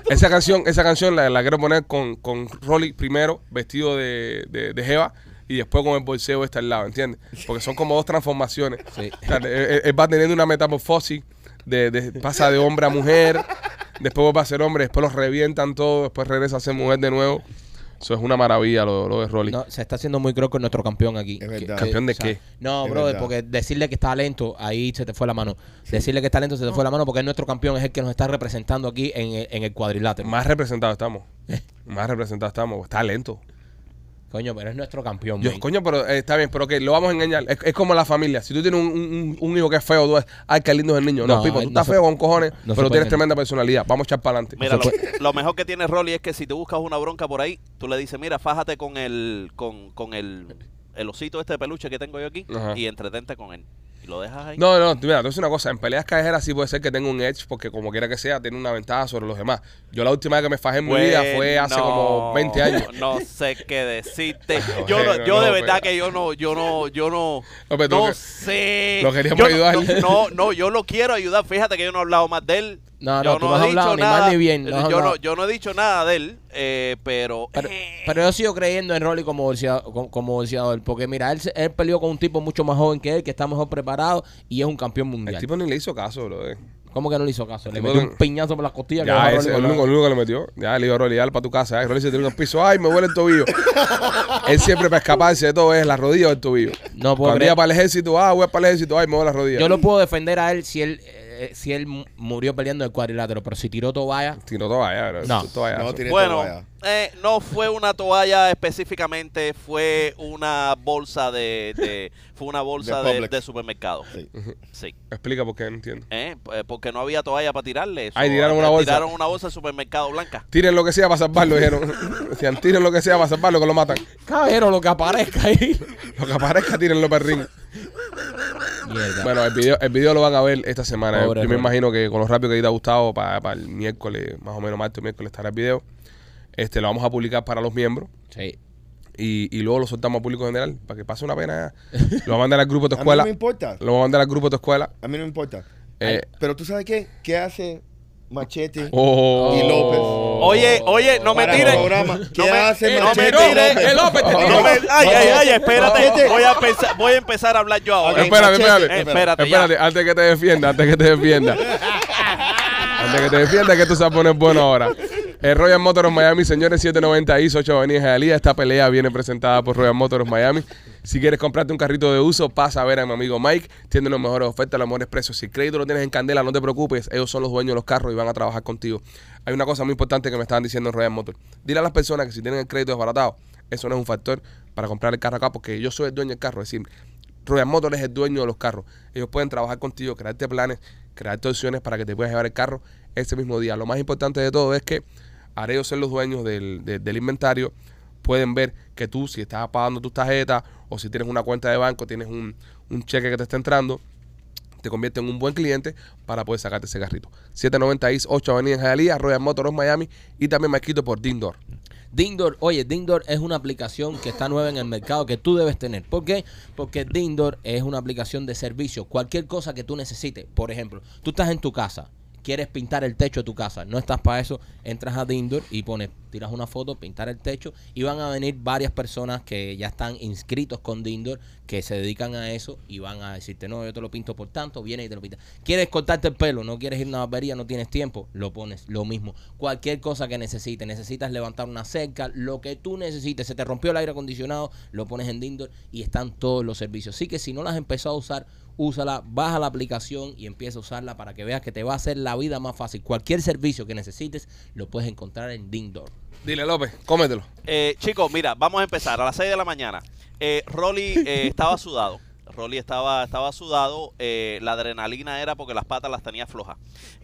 [SPEAKER 1] esa canción, esa canción la, la quiero poner con, con Rolly primero, vestido de, de, de Jeva. Y después con el bolseo este al lado, ¿entiendes? Porque son como dos transformaciones.
[SPEAKER 3] Sí.
[SPEAKER 1] O sea, él, él- él va teniendo una metamorfosis. De, de- pasa de hombre a mujer. Después va a ser hombre. Después los revientan todo. Después regresa a ser mujer de nuevo. Eso es una maravilla lo, lo de Rolly.
[SPEAKER 3] No, se está haciendo muy croco nuestro campeón aquí. Que-
[SPEAKER 5] Es verdad.
[SPEAKER 1] ¿Campeón de
[SPEAKER 3] o sea,
[SPEAKER 1] qué?
[SPEAKER 3] No,
[SPEAKER 5] Es
[SPEAKER 3] brother,
[SPEAKER 5] verdad.
[SPEAKER 3] porque decirle que está lento, ahí se te fue la mano. Decirle que está lento, se te fue la mano porque es nuestro campeón, es el que nos está representando aquí en el, en el cuadrilátero.
[SPEAKER 1] Más representados estamos.
[SPEAKER 3] Eh.
[SPEAKER 1] Más representados estamos. Está lento.
[SPEAKER 3] Coño, pero es nuestro campeón.
[SPEAKER 1] Yo,
[SPEAKER 3] man.
[SPEAKER 1] coño, pero eh, está bien, pero que lo vamos a engañar. Es, es como la familia. Si tú tienes un, un- un hijo que es feo, tú ves, ay, qué lindo es el niño. No,
[SPEAKER 3] No,
[SPEAKER 1] Pipo,
[SPEAKER 3] ay,
[SPEAKER 1] tú
[SPEAKER 3] no
[SPEAKER 1] estás
[SPEAKER 3] se-
[SPEAKER 1] feo con cojones,
[SPEAKER 3] no se
[SPEAKER 1] pero
[SPEAKER 3] puede
[SPEAKER 1] tienes
[SPEAKER 3] engañar.
[SPEAKER 1] tremenda personalidad. Vamos a echar para adelante.
[SPEAKER 6] Mira,
[SPEAKER 3] se
[SPEAKER 6] lo,
[SPEAKER 3] puede.
[SPEAKER 6] lo mejor que tiene Rolly es que si tú buscas una bronca por ahí, tú le dices, mira, fájate con el, con, con el, el osito este de peluche que tengo yo aquí
[SPEAKER 1] Ajá.
[SPEAKER 6] y entretente con él. Y lo dejas ahí.
[SPEAKER 1] No, no, tú- mira, tú es una cosa. En peleas callejeras sí puede ser que tenga un edge, porque como quiera que sea, tiene una ventaja sobre los demás. Yo la última vez que me fajé en mi vida fue hace
[SPEAKER 6] Bueno,
[SPEAKER 1] como 20 años.
[SPEAKER 6] No sé qué decirte.
[SPEAKER 1] No,
[SPEAKER 6] Yo, no-
[SPEAKER 1] no,
[SPEAKER 6] yo de
[SPEAKER 1] no,
[SPEAKER 6] verdad
[SPEAKER 1] pero-
[SPEAKER 6] que yo no, yo no, yo no,
[SPEAKER 1] No, pero tú
[SPEAKER 6] no
[SPEAKER 1] que-
[SPEAKER 6] sé.
[SPEAKER 1] lo queríamos
[SPEAKER 6] Yo no-
[SPEAKER 1] ayudar.
[SPEAKER 6] No, no, no, yo lo quiero ayudar. Fíjate que yo no he hablado más de él.
[SPEAKER 3] No, no,
[SPEAKER 6] Yo
[SPEAKER 3] tú no has
[SPEAKER 6] he dicho
[SPEAKER 3] hablado ni mal
[SPEAKER 6] nada.
[SPEAKER 3] ni bien, no has
[SPEAKER 6] yo, no,
[SPEAKER 3] hablado.
[SPEAKER 6] yo no he dicho nada de él, eh, pero...
[SPEAKER 3] Pero,
[SPEAKER 1] eh.
[SPEAKER 3] pero yo sigo creyendo en Rolly como boxeador, como, como boxeador, porque mira, él, se- él peleó con un tipo mucho más joven que él, que está mejor preparado y es un campeón
[SPEAKER 1] El
[SPEAKER 3] mundial.
[SPEAKER 1] tipo ni le hizo caso, bro. eh.
[SPEAKER 3] ¿Cómo que no le hizo caso? Le
[SPEAKER 1] tipo
[SPEAKER 3] metió
[SPEAKER 1] que-
[SPEAKER 3] un piñazo por las costillas. que
[SPEAKER 1] Ya,
[SPEAKER 3] dejó a
[SPEAKER 1] ese,
[SPEAKER 3] Rolly
[SPEAKER 1] el
[SPEAKER 3] con la-
[SPEAKER 1] único, el único que le metió. Ya, le dijo a Rolly, dale para tu casa. Ay, Rolly se tiró en el piso. Ay, me duele el tobillo. Él siempre para escaparse de todo es la rodilla o el tobillo.
[SPEAKER 3] No puedo
[SPEAKER 1] Cuando
[SPEAKER 3] creer.
[SPEAKER 1] iba para el ejército, ah, voy para el ejército, ay, me duele la rodilla.
[SPEAKER 3] Yo lo puedo defender a él si él eh, si él mu- murió peleando en el cuadrilátero, pero si tiró toalla,
[SPEAKER 1] Tiró toalla, bro.
[SPEAKER 3] No.
[SPEAKER 1] Toalla,
[SPEAKER 5] No,
[SPEAKER 1] eso.
[SPEAKER 5] tiene
[SPEAKER 6] Bueno,
[SPEAKER 5] toalla.
[SPEAKER 6] eh, no fue una toalla específicamente, fue una bolsa de, de- fue una bolsa
[SPEAKER 5] De
[SPEAKER 6] de,
[SPEAKER 5] Publix.
[SPEAKER 6] de supermercado.
[SPEAKER 5] Sí.
[SPEAKER 6] Sí.
[SPEAKER 1] Explica por qué, no entiendo.
[SPEAKER 6] Eh, eh, porque no había toalla para tirarle.
[SPEAKER 1] Ay,
[SPEAKER 6] So,
[SPEAKER 1] tiraron una
[SPEAKER 6] eh,
[SPEAKER 1] bolsa.
[SPEAKER 6] Tiraron una bolsa de supermercado blanca.
[SPEAKER 1] Tiren lo que sea para salvarlo, dijeron. Decían, tiren lo que sea para salvarlo, que lo matan.
[SPEAKER 3] cabero lo que aparezca ahí.
[SPEAKER 1] Lo que aparezca, tírenlo para el ring. Bueno, el video, el video lo van a ver esta semana.
[SPEAKER 3] Pobre
[SPEAKER 1] Yo me
[SPEAKER 3] Rolly.
[SPEAKER 1] imagino que con lo rápido que te ha gustado para, para el miércoles, más o menos martes o miércoles estará el video. Este, lo vamos a publicar para los miembros
[SPEAKER 3] Sí.
[SPEAKER 1] y, y luego lo soltamos al público general para que pase una pena. Lo va a mandar al grupo de tu
[SPEAKER 5] A mí
[SPEAKER 1] escuela.
[SPEAKER 5] no me importa.
[SPEAKER 1] Lo va a mandar al grupo de tu escuela.
[SPEAKER 5] A mí no me importa.
[SPEAKER 1] Eh,
[SPEAKER 5] Pero tú sabes qué? ¿Qué hace Machete?
[SPEAKER 1] oh.
[SPEAKER 5] Y López.
[SPEAKER 6] Oye, oye, no me
[SPEAKER 5] para el
[SPEAKER 6] tires.
[SPEAKER 5] programa. ¿Qué
[SPEAKER 6] me-
[SPEAKER 5] hace
[SPEAKER 6] eh, no
[SPEAKER 5] Machete?
[SPEAKER 6] me tires,
[SPEAKER 5] López?
[SPEAKER 6] eh,
[SPEAKER 1] López, te
[SPEAKER 5] No,
[SPEAKER 1] tiró.
[SPEAKER 6] No me- ay, ay, ay,
[SPEAKER 5] Machete.
[SPEAKER 6] espérate. Voy a, pensar- voy a empezar a hablar yo ahora.
[SPEAKER 5] Ok.
[SPEAKER 1] Espérate,
[SPEAKER 5] Machete.
[SPEAKER 1] espérate.
[SPEAKER 6] Eh, espérate,
[SPEAKER 1] Espérate,
[SPEAKER 6] ya.
[SPEAKER 1] antes que te defienda, antes que te defienda. antes que te defienda, que esto se va a poner bueno ahora. El Royal Motors Miami, señores, 790 ISO, 8 Avenida Jalía. Esta pelea viene presentada por Royal Motors Miami. Si quieres comprarte un carrito de uso, pasa a ver a mi amigo Mike. Tiene las mejores ofertas, los mejores precios. Si el crédito lo tienes en candela, no te preocupes. Ellos son los dueños de los carros y van a trabajar contigo. Hay una cosa muy importante que me estaban diciendo en Royal Motors. Dile a las personas que si tienen el crédito desbaratado, eso no es un factor para comprar el carro acá, porque yo soy el dueño del carro. Es decir, Royal Motors es el dueño de los carros. Ellos pueden trabajar contigo, crearte planes, crearte opciones para que te puedas llevar el carro ese mismo día. Lo más importante de todo es que haré ellos ser los dueños del, de- del inventario. Pueden ver que tú, si estás pagando tus tarjetas o si tienes una cuenta de banco, tienes un, un cheque que te está entrando, te convierte en un buen cliente para poder sacarte ese carrito. 790 East 8 Avenida en Hialeah, Royal Motors Miami y también me quito por Dindor.
[SPEAKER 3] Dindor, oye, Dindor es una aplicación que está nueva en el mercado que tú debes tener. ¿Por qué? Porque Dindor es una aplicación de servicio. Cualquier cosa que tú necesites, por ejemplo, tú estás en tu casa, quieres pintar el techo de tu casa, no estás para eso, entras a Dindor y pones, tiras una foto, pintar el techo y van a venir varias personas que ya están inscritos con Dindor que se dedican a eso y van a decirte, no, yo te lo pinto por tanto, viene y te lo pinta. ¿Quieres cortarte el pelo? ¿No quieres ir a una barbería? ¿No tienes tiempo? Lo pones, lo mismo. Cualquier cosa que necesites, necesitas levantar una cerca, lo que tú necesites, se te rompió el aire acondicionado, lo pones en Dindor y están todos los servicios. Así que si no las has empezado a usar, úsala, baja la aplicación y empieza a usarla para que veas que te va a hacer la vida más fácil. Cualquier servicio que necesites, lo puedes encontrar en Dindor.
[SPEAKER 1] Dile López, cómetelo.
[SPEAKER 6] Eh, chicos, mira, vamos a empezar a las 6 de la mañana. Eh, Rolly eh, estaba sudado. Rolly estaba, estaba sudado. eh, la adrenalina era porque las patas las tenía flojas.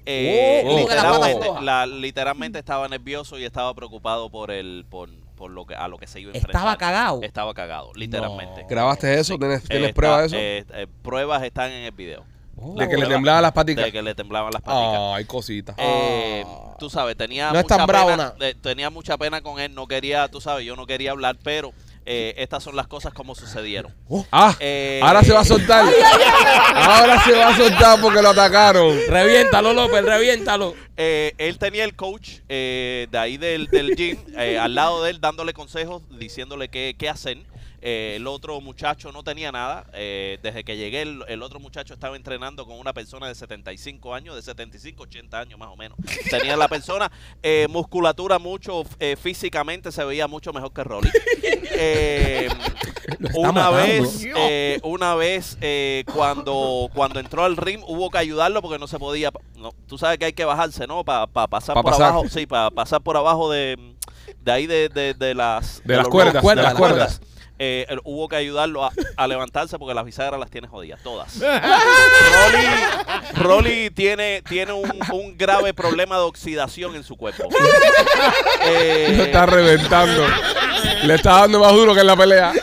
[SPEAKER 6] Eh,
[SPEAKER 1] Oh, oh. ¿Cómo que las patas
[SPEAKER 6] literalmente,
[SPEAKER 3] flojas?
[SPEAKER 6] la- literalmente estaba nervioso y estaba preocupado por el, por, por lo que, a lo que se iba a enfrentar.
[SPEAKER 3] Estaba cagao.
[SPEAKER 6] Estaba cagado, literalmente.
[SPEAKER 1] ¿Grabaste eso? ¿Tienes, tienes
[SPEAKER 6] Está-
[SPEAKER 1] prueba de eso?
[SPEAKER 6] eh, eh, pruebas están en el video.
[SPEAKER 1] de
[SPEAKER 3] Oh,
[SPEAKER 1] que le
[SPEAKER 6] Pruebas
[SPEAKER 1] temblaban las paticas.
[SPEAKER 6] De que le temblaban las paticas.
[SPEAKER 1] Ay, cosita.
[SPEAKER 6] Eh, tú sabes, tenía
[SPEAKER 3] Ah. No es
[SPEAKER 6] mucha
[SPEAKER 3] tan bravo,
[SPEAKER 6] pena,
[SPEAKER 3] na.
[SPEAKER 6] eh, tenía mucha pena con él, no quería, tú sabes, yo no quería hablar, pero eh, estas son las cosas como sucedieron.
[SPEAKER 1] Ah,
[SPEAKER 6] Eh,
[SPEAKER 1] ahora se va a soltar. Ahora se va a soltar porque lo atacaron.
[SPEAKER 3] Reviéntalo, López, reviéntalo.
[SPEAKER 6] Eh, él tenía el coach eh, de ahí del, del gym, eh, al lado de él, dándole consejos, diciéndole qué, qué hacer. Eh, el otro muchacho no tenía nada. Eh, desde que llegué, el, el otro muchacho estaba entrenando con una persona de 75 años, de 75, 80 años más o menos. Tenía la persona eh, musculatura mucho, eh, físicamente se veía mucho mejor que Rolly. Eh, una
[SPEAKER 3] matando.
[SPEAKER 6] vez, eh, una vez eh, cuando, cuando entró al ring hubo que ayudarlo porque no se podía. No, tú sabes que hay que bajarse, ¿no? Para pasar
[SPEAKER 1] Pa
[SPEAKER 6] por
[SPEAKER 1] pasar.
[SPEAKER 6] abajo, sí, para pasar por abajo de, de ahí de, de- de las
[SPEAKER 1] De las
[SPEAKER 6] los
[SPEAKER 1] cuerdas,
[SPEAKER 6] ropes,
[SPEAKER 1] de las cuerdas.
[SPEAKER 6] Eh, el- hubo que ayudarlo a, a levantarse porque las bisagras las tiene jodidas, todas. Rolly, Rolly tiene, tiene un, un grave problema de oxidación en su cuerpo. Eh,
[SPEAKER 1] Lo está reventando. Le está dando más duro que en la pelea.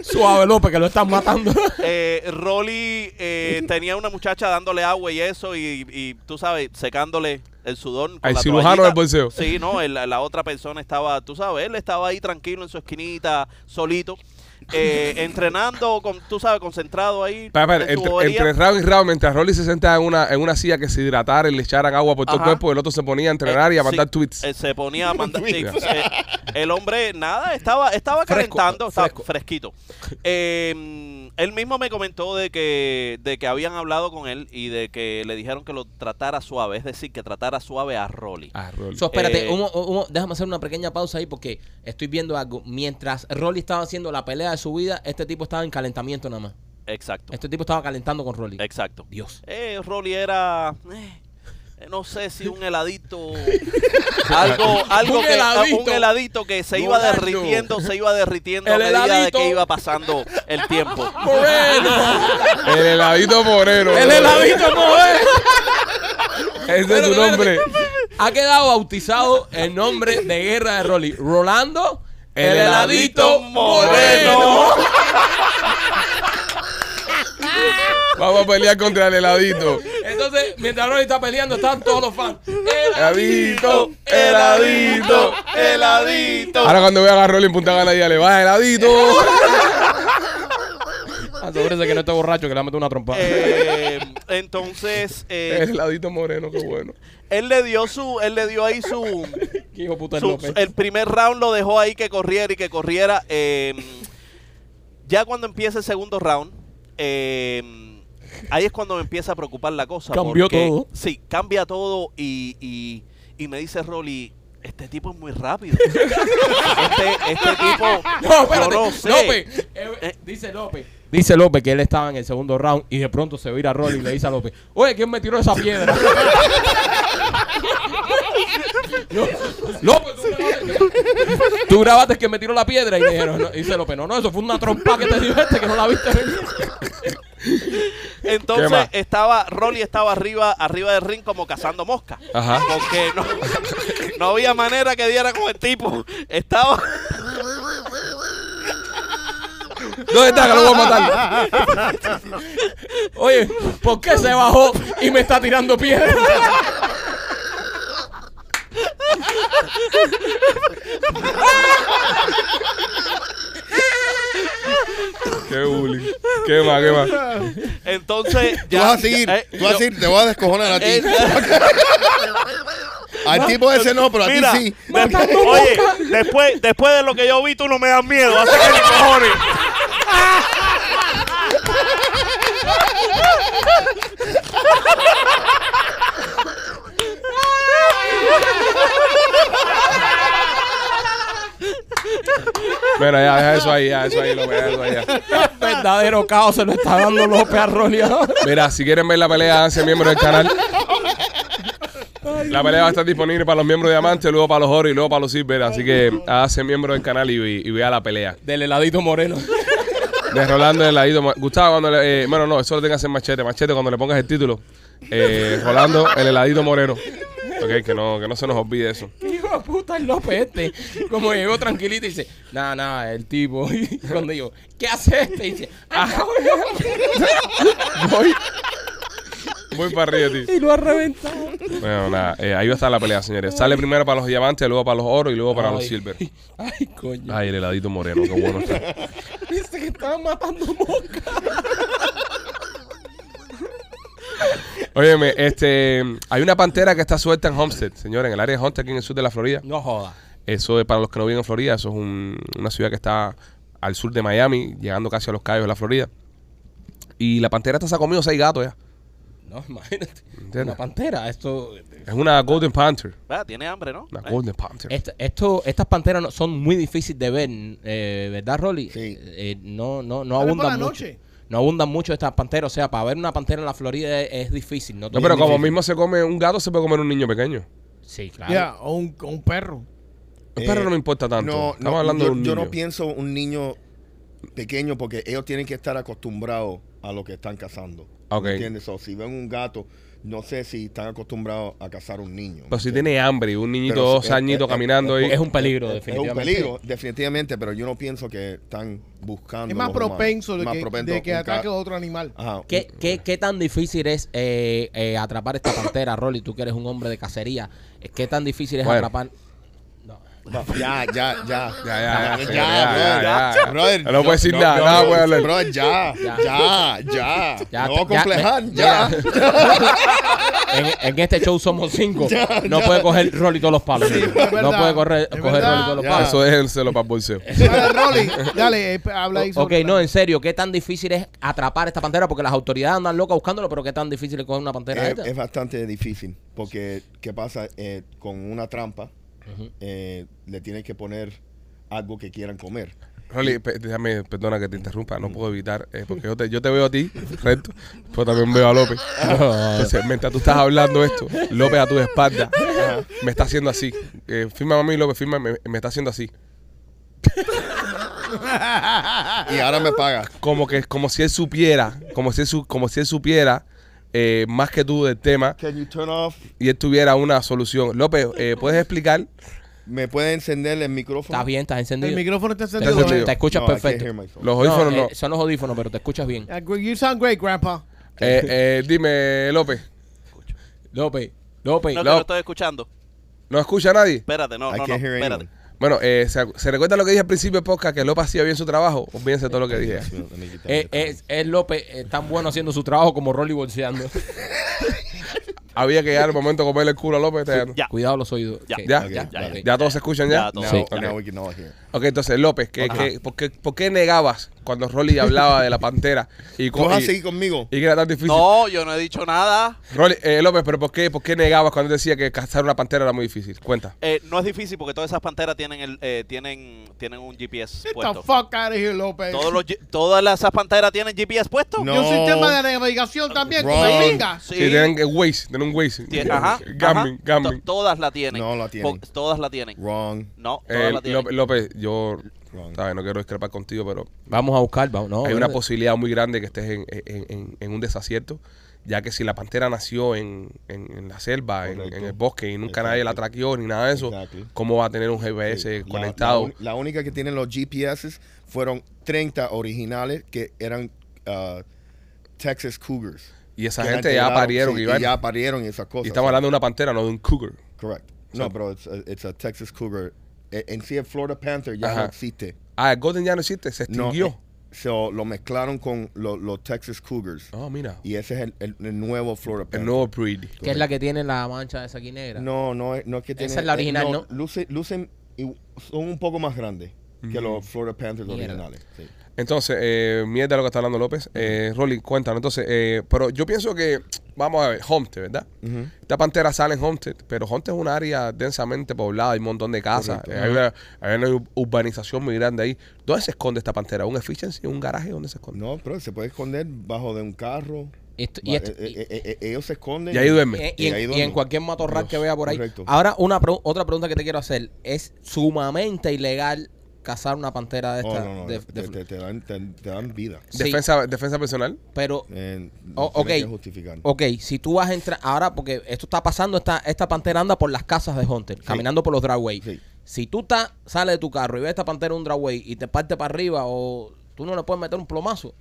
[SPEAKER 3] Suave López, que lo están matando.
[SPEAKER 6] eh, Rolly eh, tenía una muchacha dándole agua y eso, y, y tú sabes, secándole el sudor. con
[SPEAKER 1] Al
[SPEAKER 6] la
[SPEAKER 1] cirujano
[SPEAKER 6] toallita.
[SPEAKER 1] del bolseo.
[SPEAKER 6] Sí, no, el- la otra persona estaba, tú sabes, él estaba ahí tranquilo en su esquinita, solito, eh, entrenando, con, tú sabes, concentrado ahí.
[SPEAKER 1] Pero, a ver,
[SPEAKER 6] en su
[SPEAKER 1] entre,
[SPEAKER 6] bobería.
[SPEAKER 1] entre round y round, mientras Rolly se sentaba en una, en una silla que se hidratara y le echaran agua por todo
[SPEAKER 6] Ajá.
[SPEAKER 1] el cuerpo, el otro se ponía a entrenar y
[SPEAKER 6] Eh,
[SPEAKER 1] a mandar
[SPEAKER 6] sí,
[SPEAKER 1] tweets.
[SPEAKER 6] eh, se ponía a mandar tweets. eh, el hombre, nada, estaba, estaba
[SPEAKER 3] Fresco,
[SPEAKER 6] calentando, estaba
[SPEAKER 3] fresco.
[SPEAKER 6] fresquito. Eh, él mismo me comentó de que, de que habían hablado con él y de que le dijeron que lo tratara suave, es decir, que tratara suave a Rolly.
[SPEAKER 1] Ah, Rolly.
[SPEAKER 3] So, espérate,
[SPEAKER 6] Eh,
[SPEAKER 3] un mo- un mo- déjame hacer una pequeña pausa ahí porque estoy viendo algo. Mientras Rolly estaba haciendo la pelea de su vida, este tipo estaba en calentamiento nada más.
[SPEAKER 6] Exacto.
[SPEAKER 3] Este tipo estaba calentando con Rolly.
[SPEAKER 6] Exacto.
[SPEAKER 3] Dios.
[SPEAKER 6] Eh, Rolly era. eh, no sé si un heladito. algo algo
[SPEAKER 3] Un
[SPEAKER 6] que. eh,
[SPEAKER 3] heladito.
[SPEAKER 6] Un heladito que se iba
[SPEAKER 3] Volando.
[SPEAKER 6] derritiendo, se iba derritiendo a
[SPEAKER 3] El
[SPEAKER 6] medida
[SPEAKER 3] heladito.
[SPEAKER 6] de que iba pasando el tiempo.
[SPEAKER 1] El heladito moreno.
[SPEAKER 3] ¡El heladito moreno!
[SPEAKER 1] Ese es tu
[SPEAKER 3] Espérate,
[SPEAKER 1] nombre.
[SPEAKER 3] espérate. Ha quedado bautizado el nombre de guerra de Rolly. Rolando, el,
[SPEAKER 1] El
[SPEAKER 3] heladito
[SPEAKER 1] heladito
[SPEAKER 3] moreno.
[SPEAKER 1] Vamos a pelear contra el heladito.
[SPEAKER 3] Entonces, mientras Rolly está peleando, están todos los fans.
[SPEAKER 1] Heladito, heladito, heladito. Ahora cuando vean a Rolly en Punta Gana, ya le va heladito.
[SPEAKER 3] Asegúrese Ah, que no esté borracho, que le ha metido una trompada.
[SPEAKER 6] Eh, entonces, eh,
[SPEAKER 1] El heladito moreno, qué bueno.
[SPEAKER 6] él le dio su. Él le dio ahí su.
[SPEAKER 3] ¿Qué hijo puta es
[SPEAKER 6] su-
[SPEAKER 3] López?
[SPEAKER 6] su- el primer round lo dejó ahí que corriera y que corriera. eh, ya cuando empieza el segundo round, eh, ahí es cuando me empieza a preocupar la cosa.
[SPEAKER 3] Cambió
[SPEAKER 6] porque-
[SPEAKER 3] todo.
[SPEAKER 6] Sí, cambia todo y, y- y me dice Rolly. Este tipo es muy rápido. Este, este tipo.
[SPEAKER 3] No, espérate.
[SPEAKER 6] yo no sé.
[SPEAKER 3] López. eh,
[SPEAKER 6] Eh.
[SPEAKER 3] dice López. Dice López que él estaba en el segundo round y de pronto se vira Rolly y le dice a López, oye, ¿quién me tiró esa piedra? No, López, tú grabaste, tú grabaste que me tiró la piedra y le dijeron, no, dice López, no, no, eso fue una trompa que te dio este que no la viste venir.
[SPEAKER 1] ¿Qué
[SPEAKER 6] Entonces
[SPEAKER 1] más?
[SPEAKER 6] estaba, Rolly estaba arriba, arriba del ring como cazando mosca.
[SPEAKER 1] Ajá.
[SPEAKER 6] Porque no, no había manera que diera con el tipo. Estaba.
[SPEAKER 1] ¿Dónde
[SPEAKER 3] este
[SPEAKER 1] está? Que lo voy a matar.
[SPEAKER 3] Oye, ¿por qué se bajó y me está tirando piedra?
[SPEAKER 1] Qué bullying. Qué más, qué más.
[SPEAKER 6] Entonces,
[SPEAKER 5] Tú
[SPEAKER 6] ya.
[SPEAKER 5] vas a seguir,
[SPEAKER 6] ya- eh,
[SPEAKER 5] tú vas a
[SPEAKER 6] yo-
[SPEAKER 5] seguir, te voy a descojonar a ti.
[SPEAKER 6] eh,
[SPEAKER 5] Al tipo ese no, pero a
[SPEAKER 6] mira,
[SPEAKER 5] ti sí.
[SPEAKER 6] me- oye, después, después de lo que yo vi, tú no me das miedo. Así que ni cojones.
[SPEAKER 1] Bueno, ya, deja eso ahí, ya, eso ahí, lo deja eso ahí. ya.
[SPEAKER 3] Verdadero caos se lo está dando López a Rolly ahora.
[SPEAKER 1] Mira, si quieren ver la pelea, háganse miembros del canal. La pelea va a estar disponible para los miembros de Diamante, luego para los Oro y luego para los Silver. Así que háganse miembros del canal y, y vea la pelea.
[SPEAKER 3] Del heladito moreno.
[SPEAKER 1] De Rolando el heladito. Mo- Gustavo, cuando le. eh, bueno, no, eso lo tengas en machete. Machete, cuando le pongas el título. eh, Rolando el heladito moreno. Ok, que no, que no se nos olvide eso.
[SPEAKER 3] Hijo de puta el López este. Como llegó tranquilito y dice, nah, nah, el tipo. Y cuando digo, ¿qué hace este? Y dice, ah,
[SPEAKER 1] Voy. Voy para arriba, tío.
[SPEAKER 3] y lo ha reventado.
[SPEAKER 1] Bueno, nada, eh, ahí va a estar la pelea, señores. Sale primero para los diamantes, luego para los oros y luego para los
[SPEAKER 3] Ay.
[SPEAKER 1] silver.
[SPEAKER 3] Ay, coño.
[SPEAKER 1] Ay, el heladito moreno, qué bueno está.
[SPEAKER 3] Dice que estaban matando mosca.
[SPEAKER 1] Óyeme, este, hay una pantera que está suelta en Homestead, señores, en el área de Homestead, aquí en el sur de la Florida.
[SPEAKER 3] No jodas.
[SPEAKER 1] Eso es para los que no viven en Florida, eso es un- una ciudad que está al sur de Miami, llegando casi a los Cayos de la Florida. Y la pantera esta se ha comido seis gatos ya.
[SPEAKER 3] No, imagínate.
[SPEAKER 1] Entiendo.
[SPEAKER 3] Una pantera. Esto,
[SPEAKER 1] Es una Golden Panther.
[SPEAKER 6] ¿Verdad? Tiene hambre, ¿no?
[SPEAKER 1] Una
[SPEAKER 6] Eh,
[SPEAKER 1] Golden Panther.
[SPEAKER 3] esta- esto, estas panteras no- son muy difíciles de ver, eh, ¿verdad, Rolly?
[SPEAKER 5] Sí.
[SPEAKER 3] Eh, no, no, no
[SPEAKER 4] Salen
[SPEAKER 3] abundan
[SPEAKER 4] por la
[SPEAKER 3] mucho.
[SPEAKER 4] noche.
[SPEAKER 3] No abundan mucho estas panteras. O sea, para ver una pantera en la Florida es, es difícil. No,
[SPEAKER 1] no, pero
[SPEAKER 3] Bien
[SPEAKER 1] como
[SPEAKER 3] difícil.
[SPEAKER 1] mismo se come un gato, se puede comer un niño pequeño.
[SPEAKER 3] Sí,
[SPEAKER 4] Ya,
[SPEAKER 3] claro.
[SPEAKER 4] o, un, o un perro.
[SPEAKER 1] El perro
[SPEAKER 5] Eh,
[SPEAKER 1] no me importa tanto.
[SPEAKER 5] No,
[SPEAKER 1] Estamos
[SPEAKER 5] no,
[SPEAKER 1] hablando de
[SPEAKER 5] yo,
[SPEAKER 1] un
[SPEAKER 5] yo
[SPEAKER 1] niño.
[SPEAKER 5] no pienso un niño pequeño porque ellos tienen que estar acostumbrados a lo que están cazando. ¿Me
[SPEAKER 1] Ok.
[SPEAKER 5] ¿Entiendes? O si ven un gato, no sé si están acostumbrados a cazar un niño.
[SPEAKER 1] Pero si
[SPEAKER 5] ¿me entiendes?
[SPEAKER 1] tiene hambre y un niñito
[SPEAKER 5] Pero
[SPEAKER 1] dos
[SPEAKER 5] es-
[SPEAKER 1] añitos
[SPEAKER 5] es-
[SPEAKER 1] caminando ahí.
[SPEAKER 3] Es un peligro,
[SPEAKER 5] Es un
[SPEAKER 3] definitivamente.
[SPEAKER 5] peligro, definitivamente, pero yo no pienso que están buscando.
[SPEAKER 4] Es más
[SPEAKER 5] los humanos.
[SPEAKER 4] propenso de
[SPEAKER 5] Más
[SPEAKER 4] que,
[SPEAKER 5] propenso
[SPEAKER 4] de que
[SPEAKER 5] un
[SPEAKER 4] ataque a
[SPEAKER 5] gato.
[SPEAKER 4] otro animal.
[SPEAKER 5] Ajá, un-
[SPEAKER 3] ¿Qué, qué, qué tan difícil es eh, eh, atrapar esta pantera, Rolly? Tú que eres un hombre de cacería. eh, ¿Qué tan difícil es
[SPEAKER 1] Bueno.
[SPEAKER 3] atrapar?
[SPEAKER 1] Ya,
[SPEAKER 5] Ya, ya, ya.
[SPEAKER 1] ya, ya,
[SPEAKER 5] Ya,
[SPEAKER 1] ya, ya, ya, ya.
[SPEAKER 5] brother.
[SPEAKER 1] No puedo decir nada, nada puedo hablar.
[SPEAKER 5] Bro, ya,
[SPEAKER 3] Ya.
[SPEAKER 5] ya, ya.
[SPEAKER 3] Ya,
[SPEAKER 5] no
[SPEAKER 3] ya,
[SPEAKER 5] complejar,
[SPEAKER 3] me-
[SPEAKER 5] ya.
[SPEAKER 3] En, en este show somos cinco. no puede coger Rolly todos los palos. no
[SPEAKER 4] verdad,
[SPEAKER 3] puede correr,
[SPEAKER 4] es
[SPEAKER 3] coger Rolly
[SPEAKER 4] verdad.
[SPEAKER 3] todos los
[SPEAKER 5] Ya.
[SPEAKER 3] palos.
[SPEAKER 1] Eso déjenselo para el bolseo.
[SPEAKER 4] Dale, Rolly, dale, eh, habla ahí
[SPEAKER 3] O- Ok,
[SPEAKER 4] sobre
[SPEAKER 3] no, en serio, ¿qué tan difícil es atrapar esta pantera? Porque las autoridades andan locas buscándolo, pero ¿qué tan difícil es coger una pantera?
[SPEAKER 5] Eh, Es,
[SPEAKER 3] esta?
[SPEAKER 5] es bastante difícil porque, ¿qué pasa? Eh, con una trampa eh, le tienes que poner algo que quieran comer.
[SPEAKER 1] Rolly, pe- déjame, perdona que te interrumpa, no puedo evitar, eh, porque yo te, yo te veo a ti, recto, pero también veo a López. Entonces, mientras tú estás hablando esto, López a tu espalda me está haciendo así. Eh, firma a mí, López, firma, me, me está haciendo así.
[SPEAKER 5] Y ahora me paga.
[SPEAKER 1] Como que, como si él supiera, como si él, su- como si él supiera eh, más que tú del tema
[SPEAKER 5] Can you turn off?
[SPEAKER 1] y él tuviera una solución. López, eh, ¿puedes explicar?
[SPEAKER 5] ¿Me puede encender el micrófono?
[SPEAKER 3] Estás bien, estás encendido.
[SPEAKER 4] El micrófono está
[SPEAKER 3] te,
[SPEAKER 4] encendido.
[SPEAKER 3] escuchas-
[SPEAKER 1] encendido.
[SPEAKER 3] te escuchas
[SPEAKER 5] No, I can't
[SPEAKER 3] perfecto.
[SPEAKER 5] hear myself.
[SPEAKER 1] Los
[SPEAKER 3] No,
[SPEAKER 1] audífonos no.
[SPEAKER 3] eh, son los audífonos, pero te escuchas bien.
[SPEAKER 4] Yeah, gr- eh. You sound great, grandpa.
[SPEAKER 1] Eh, eh, dime, López,
[SPEAKER 3] López, López.
[SPEAKER 6] No, que
[SPEAKER 1] Lo-
[SPEAKER 6] no estoy escuchando.
[SPEAKER 1] ¿no escucha a nadie?
[SPEAKER 6] Espérate, no,
[SPEAKER 5] I
[SPEAKER 6] no, no,
[SPEAKER 5] can't hear
[SPEAKER 6] espérate.
[SPEAKER 5] anyone.
[SPEAKER 1] Bueno, eh, ¿se, se recuerda lo que dije al principio del podcast? Que López hacía bien su trabajo. Olvídense de todo lo que dije.
[SPEAKER 5] Let me quitar
[SPEAKER 3] Eh,
[SPEAKER 5] el micrófono.
[SPEAKER 3] es, es López eh, tan bueno haciendo su trabajo como Rolly bolseando.
[SPEAKER 1] Había que llegar el momento de comerle el culo a López. este año.
[SPEAKER 6] Ya.
[SPEAKER 3] Cuidado los oídos.
[SPEAKER 6] Ya.
[SPEAKER 3] Ok,
[SPEAKER 1] ¿Ya?
[SPEAKER 3] ok,
[SPEAKER 1] Ya,
[SPEAKER 6] ya,
[SPEAKER 3] ok.
[SPEAKER 1] ¿Ya todos se escuchan ya?
[SPEAKER 6] Ya, todos.
[SPEAKER 5] Now-
[SPEAKER 3] Sí.
[SPEAKER 5] now
[SPEAKER 1] Ok.
[SPEAKER 5] we can all hear.
[SPEAKER 1] Ok, entonces, López, ¿qué, qué- por, qué, por qué negabas cuando Rolly hablaba de la pantera? Y,
[SPEAKER 5] ¿Tú
[SPEAKER 1] co-
[SPEAKER 5] vas a
[SPEAKER 1] y-
[SPEAKER 5] seguir conmigo?
[SPEAKER 1] y que era tan difícil.
[SPEAKER 6] No, yo no he dicho nada.
[SPEAKER 1] Rolly, eh, López, ¿pero por qué, por qué negabas cuando él decía que cazar una pantera era muy difícil? Cuenta.
[SPEAKER 6] Eh, no es difícil porque todas esas panteras tienen el, eh, tienen, tienen un GPS
[SPEAKER 4] Get the
[SPEAKER 6] puesto.
[SPEAKER 4] fuck out of here, López.
[SPEAKER 6] Todos los G- todas las- esas panteras tienen GPS puesto.
[SPEAKER 5] No.
[SPEAKER 4] Y un sistema de navegación también, con
[SPEAKER 5] Wrong.
[SPEAKER 4] la pinga.
[SPEAKER 6] Sí.
[SPEAKER 1] Sí, tienen que Waze, tienen un Waze.
[SPEAKER 6] Tie- ajá,
[SPEAKER 1] Gambling,
[SPEAKER 6] ajá.
[SPEAKER 1] gambling.
[SPEAKER 6] To- todas la tienen.
[SPEAKER 5] No la tienen.
[SPEAKER 6] Po- todas la tienen.
[SPEAKER 5] Wrong.
[SPEAKER 6] No, todas
[SPEAKER 1] Eh,
[SPEAKER 6] la tienen.
[SPEAKER 1] López, López, yo
[SPEAKER 5] Wrong.
[SPEAKER 1] sabes, no quiero discrepar contigo, pero
[SPEAKER 3] Vamos a buscar, vamos. No,
[SPEAKER 5] Oh,
[SPEAKER 1] hay una
[SPEAKER 3] brother.
[SPEAKER 1] posibilidad muy grande que estés en, en- en- en un desacierto, ya que si la pantera nació en, en- en la selva, en,
[SPEAKER 5] Correcto.
[SPEAKER 1] en el bosque, y nunca nadie la
[SPEAKER 5] Exacto.
[SPEAKER 1] traqueó ni nada de eso,
[SPEAKER 5] Exactly.
[SPEAKER 1] ¿cómo va a tener un GPS
[SPEAKER 5] Sí, la- La,
[SPEAKER 1] conectado?
[SPEAKER 5] un- la única que tienen los GPS fueron 30 originales que eran ah, Texas Cougars.
[SPEAKER 1] y esa
[SPEAKER 5] Que
[SPEAKER 1] gente
[SPEAKER 5] eran
[SPEAKER 1] ya
[SPEAKER 5] quedados,
[SPEAKER 1] parieron,
[SPEAKER 5] sí,
[SPEAKER 1] Iván.
[SPEAKER 5] y ya parieron y esas cosas.
[SPEAKER 1] y estamos hablando de una pantera, no de un cougar.
[SPEAKER 5] Correct. No, pero it's a, it's a Texas Cougar. E- En sí, el Florida Panther ya
[SPEAKER 1] Ajá.
[SPEAKER 5] no existe.
[SPEAKER 1] Ah, el Golden ya no existe, se
[SPEAKER 5] No,
[SPEAKER 1] extinguió.
[SPEAKER 5] eh, so, lo mezclaron con lo- los Texas Cougars.
[SPEAKER 1] No, Ah, mira,
[SPEAKER 5] Y ese es el, el- el nuevo Florida Panther.
[SPEAKER 1] el nuevo breed.
[SPEAKER 3] Que es la que tiene la mancha de esa aquí negra.
[SPEAKER 5] No, no, es- no es que tiene-
[SPEAKER 3] es la
[SPEAKER 5] eh,
[SPEAKER 3] original, ¿no?
[SPEAKER 5] Lucen, lucen y son un poco más grandes que
[SPEAKER 1] Mm.
[SPEAKER 5] los Florida Panthers
[SPEAKER 3] Mierda.
[SPEAKER 5] originales. sí.
[SPEAKER 1] Entonces, eh, mierda lo que está hablando López. Eh, Rolly, cuéntanos. Entonces, eh, pero yo pienso que, vamos a ver, Homestead, ¿verdad? Esta pantera sale en Homestead, pero Homestead es un área densamente poblada, hay un montón de casas, eh, hay, una, hay una ur- urbanización muy grande ahí. ¿Dónde se esconde esta pantera? ¿Un efficiency? ¿Un garaje? ¿Dónde se esconde?
[SPEAKER 5] No, pero se puede esconder bajo de un carro.
[SPEAKER 3] Esto-
[SPEAKER 5] Va-
[SPEAKER 3] y, esto-
[SPEAKER 5] eh, eh, eh, eh, ellos se esconden.
[SPEAKER 1] Y ahí duerme.
[SPEAKER 3] Eh, y,
[SPEAKER 5] Y
[SPEAKER 3] en,
[SPEAKER 5] ahí
[SPEAKER 3] y en
[SPEAKER 5] duermen.
[SPEAKER 3] cualquier matorral que vea por ahí.
[SPEAKER 5] correcto.
[SPEAKER 3] Ahora, una pro- otra pregunta que te quiero hacer. Es sumamente ilegal cazar una pantera de
[SPEAKER 5] No,
[SPEAKER 3] esta.
[SPEAKER 5] Oh, no, no,
[SPEAKER 3] de-
[SPEAKER 5] te,
[SPEAKER 3] de-
[SPEAKER 5] te- te dan, te, te dan vida.
[SPEAKER 3] sí.
[SPEAKER 1] defensa, defensa personal.
[SPEAKER 3] pero,
[SPEAKER 5] Eh, no
[SPEAKER 3] Oh,
[SPEAKER 5] tienes
[SPEAKER 3] ok.
[SPEAKER 5] que justificar.
[SPEAKER 3] ok, si tú vas a entrar. Ahora, porque esto está pasando, esta, esta pantera anda por las casas de Hunter, caminando por los driveways.
[SPEAKER 5] Sí.
[SPEAKER 3] Si tú estás, sales de tu carro y ves esta pantera en un driveway y te parte para arriba o tú no le puedes meter un plomazo.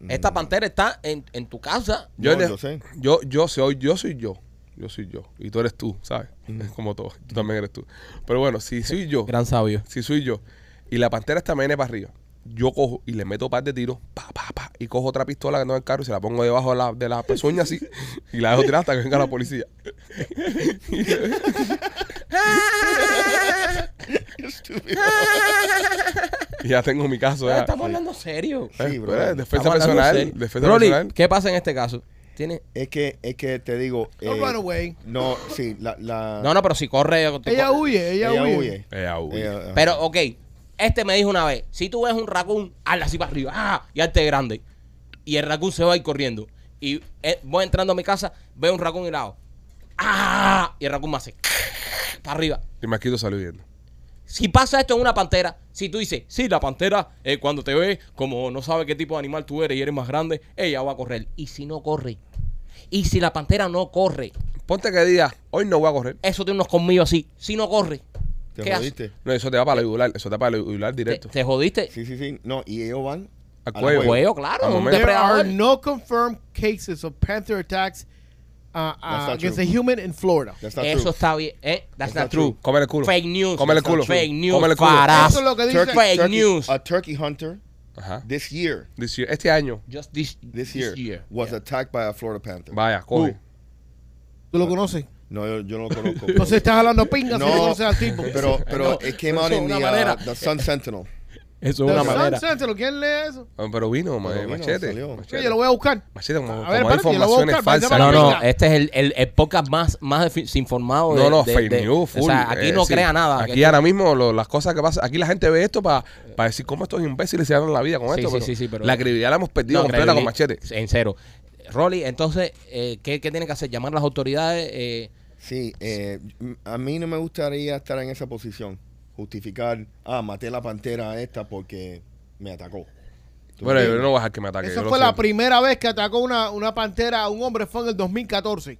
[SPEAKER 1] Mm.
[SPEAKER 3] Esta pantera está en, en tu casa.
[SPEAKER 1] Yo,
[SPEAKER 5] No,
[SPEAKER 1] le-
[SPEAKER 5] yo sé.
[SPEAKER 1] Yo, yo soy, yo soy yo. Yo soy yo. Y tú eres tú, ¿sabes? Es como todo. Tú también eres tú. Pero bueno, si soy yo,
[SPEAKER 3] Gran sabio.
[SPEAKER 1] si soy yo, y la pantera está viene para arriba, yo cojo y le meto un par de tiros, pa, pa, pa, y cojo otra pistola que no es el carro y se la pongo debajo de la, de la pezuña así, y la dejo tirar hasta que venga la policía. Ya tengo mi caso. Ya.
[SPEAKER 3] Estamos hablando serio.
[SPEAKER 5] Sí,
[SPEAKER 1] Eh,
[SPEAKER 5] bro.
[SPEAKER 1] eh, defensa
[SPEAKER 3] Estamos hablando
[SPEAKER 1] personal.
[SPEAKER 3] serio.
[SPEAKER 1] Defensa
[SPEAKER 3] Rolly,
[SPEAKER 1] personal.
[SPEAKER 3] ¿qué pasa en este caso? ¿Tiene?
[SPEAKER 5] Es que, es que te digo.
[SPEAKER 4] Don't
[SPEAKER 5] eh,
[SPEAKER 4] run away.
[SPEAKER 5] No, sí, la.
[SPEAKER 1] Ah.
[SPEAKER 5] la
[SPEAKER 3] No, no, pero si corre. te
[SPEAKER 4] Ella
[SPEAKER 3] corre.
[SPEAKER 4] huye, ella, huye.
[SPEAKER 1] Eh, ah, uy.
[SPEAKER 5] Ella-
[SPEAKER 3] Pero, ok, este me dijo una vez, si tú ves un raccoon, hazla así para arriba, ¡ah! y hazte grande. Y el raccoon se va a ir corriendo. Y eh, voy entrando a mi casa, veo un raccoon y le hago, ¡ah! Y el raccoon me hace, para arriba.
[SPEAKER 1] Y me quito saliendo.
[SPEAKER 3] Si pasa esto en una pantera, si tú dices, sí, la pantera, eh, cuando te ve, como no sabe qué tipo de animal tú eres y eres más grande, ella va a correr. Y si no corre, y si la pantera no corre,
[SPEAKER 1] Ponte que diga, hoy no voy a correr.
[SPEAKER 3] eso tiene unos colmillos así, si no corre,
[SPEAKER 5] Te
[SPEAKER 3] ¿qué hace?
[SPEAKER 5] jodiste.
[SPEAKER 1] No, eso te va para la yugular. Eso te va para la yugular
[SPEAKER 3] Te,
[SPEAKER 1] directo.
[SPEAKER 3] te jodiste.
[SPEAKER 5] Sí, sí, sí. No, y ellos van.
[SPEAKER 1] Al
[SPEAKER 5] al
[SPEAKER 1] cuello.
[SPEAKER 3] Cuello, claro,
[SPEAKER 1] Al
[SPEAKER 3] un
[SPEAKER 1] momento.
[SPEAKER 4] There are
[SPEAKER 3] depredador.
[SPEAKER 4] no confirmed cases of panther attacks uh, uh,
[SPEAKER 5] not
[SPEAKER 4] against
[SPEAKER 5] true.
[SPEAKER 4] a human in Florida.
[SPEAKER 5] That's not
[SPEAKER 3] Eso
[SPEAKER 5] true.
[SPEAKER 3] está bien. Eh, that's, not,
[SPEAKER 5] not
[SPEAKER 3] true.
[SPEAKER 5] true.
[SPEAKER 1] Cómele el culo.
[SPEAKER 3] Fake news.
[SPEAKER 1] Cómele el culo.
[SPEAKER 3] Fake news.
[SPEAKER 1] Cómele el culo.
[SPEAKER 3] Farás.
[SPEAKER 4] Eso es lo que dice.
[SPEAKER 5] Turkey-
[SPEAKER 3] Fake
[SPEAKER 5] turkey-
[SPEAKER 3] news.
[SPEAKER 5] A turkey hunter
[SPEAKER 1] Ajá.
[SPEAKER 5] this year,
[SPEAKER 1] This year- Este año.
[SPEAKER 3] Just this,
[SPEAKER 5] this year, was attacked by a Florida panther.
[SPEAKER 4] Uh.
[SPEAKER 1] Vaya, coge.
[SPEAKER 4] ¿Tú lo conoces?
[SPEAKER 5] No, yo, yo no lo conozco. pero-
[SPEAKER 4] Entonces estás hablando pingas si no
[SPEAKER 5] no,
[SPEAKER 4] conoces al tipo.
[SPEAKER 5] pero, pero it came out
[SPEAKER 3] eso
[SPEAKER 5] in
[SPEAKER 3] es
[SPEAKER 5] the,
[SPEAKER 3] una
[SPEAKER 5] uh,
[SPEAKER 3] manera.
[SPEAKER 5] the Sun Sentinel.
[SPEAKER 3] Eso
[SPEAKER 4] The
[SPEAKER 3] es una
[SPEAKER 4] Sun
[SPEAKER 3] manera.
[SPEAKER 4] Sentinel, ¿quién lee eso?
[SPEAKER 1] Ah, Pero vino, ma-
[SPEAKER 5] Pero vino,
[SPEAKER 1] machete.
[SPEAKER 5] salió.
[SPEAKER 4] Sí,
[SPEAKER 1] machete.
[SPEAKER 4] yo lo voy a buscar.
[SPEAKER 1] Machete, como,
[SPEAKER 4] A
[SPEAKER 1] como
[SPEAKER 4] ver,
[SPEAKER 1] hay
[SPEAKER 4] espérate, yo lo voy a
[SPEAKER 1] informaciones
[SPEAKER 4] buscar,
[SPEAKER 1] falsas.
[SPEAKER 4] parece
[SPEAKER 3] No, no,
[SPEAKER 4] Venga.
[SPEAKER 3] este es el, el, el podcast más, más defi- desinformado de,
[SPEAKER 1] No, no,
[SPEAKER 3] de-
[SPEAKER 1] fake
[SPEAKER 3] de-
[SPEAKER 1] news, full.
[SPEAKER 3] O sea, aquí
[SPEAKER 1] Eh,
[SPEAKER 3] no
[SPEAKER 1] sí.
[SPEAKER 3] crea nada.
[SPEAKER 1] Aquí ahora mismo lo- las cosas que pasan, aquí la gente ve esto para decir cómo estos imbéciles se ganan la vida con
[SPEAKER 3] Sí,
[SPEAKER 1] esto.
[SPEAKER 3] sí,
[SPEAKER 1] pero
[SPEAKER 3] sí, sí, pero-
[SPEAKER 1] la credibilidad la hemos perdido
[SPEAKER 3] No,
[SPEAKER 1] completa con
[SPEAKER 3] credibil-
[SPEAKER 1] machete.
[SPEAKER 3] En cero. Rolly, entonces, eh, ¿qué, ¿qué tiene que hacer? ¿Llamar a las autoridades? Eh,
[SPEAKER 5] Sí, eh, m- a mí no me gustaría estar en esa posición. Justificar, ah, maté la pantera a esta porque me atacó. ¿Tú
[SPEAKER 1] Bueno, yo
[SPEAKER 5] entiendes?
[SPEAKER 1] no voy a dejar que me ataque. yo
[SPEAKER 4] Esa
[SPEAKER 1] lo
[SPEAKER 4] fue la
[SPEAKER 1] siento.
[SPEAKER 4] primera vez que atacó una, una pantera a un hombre, fue en el 2014.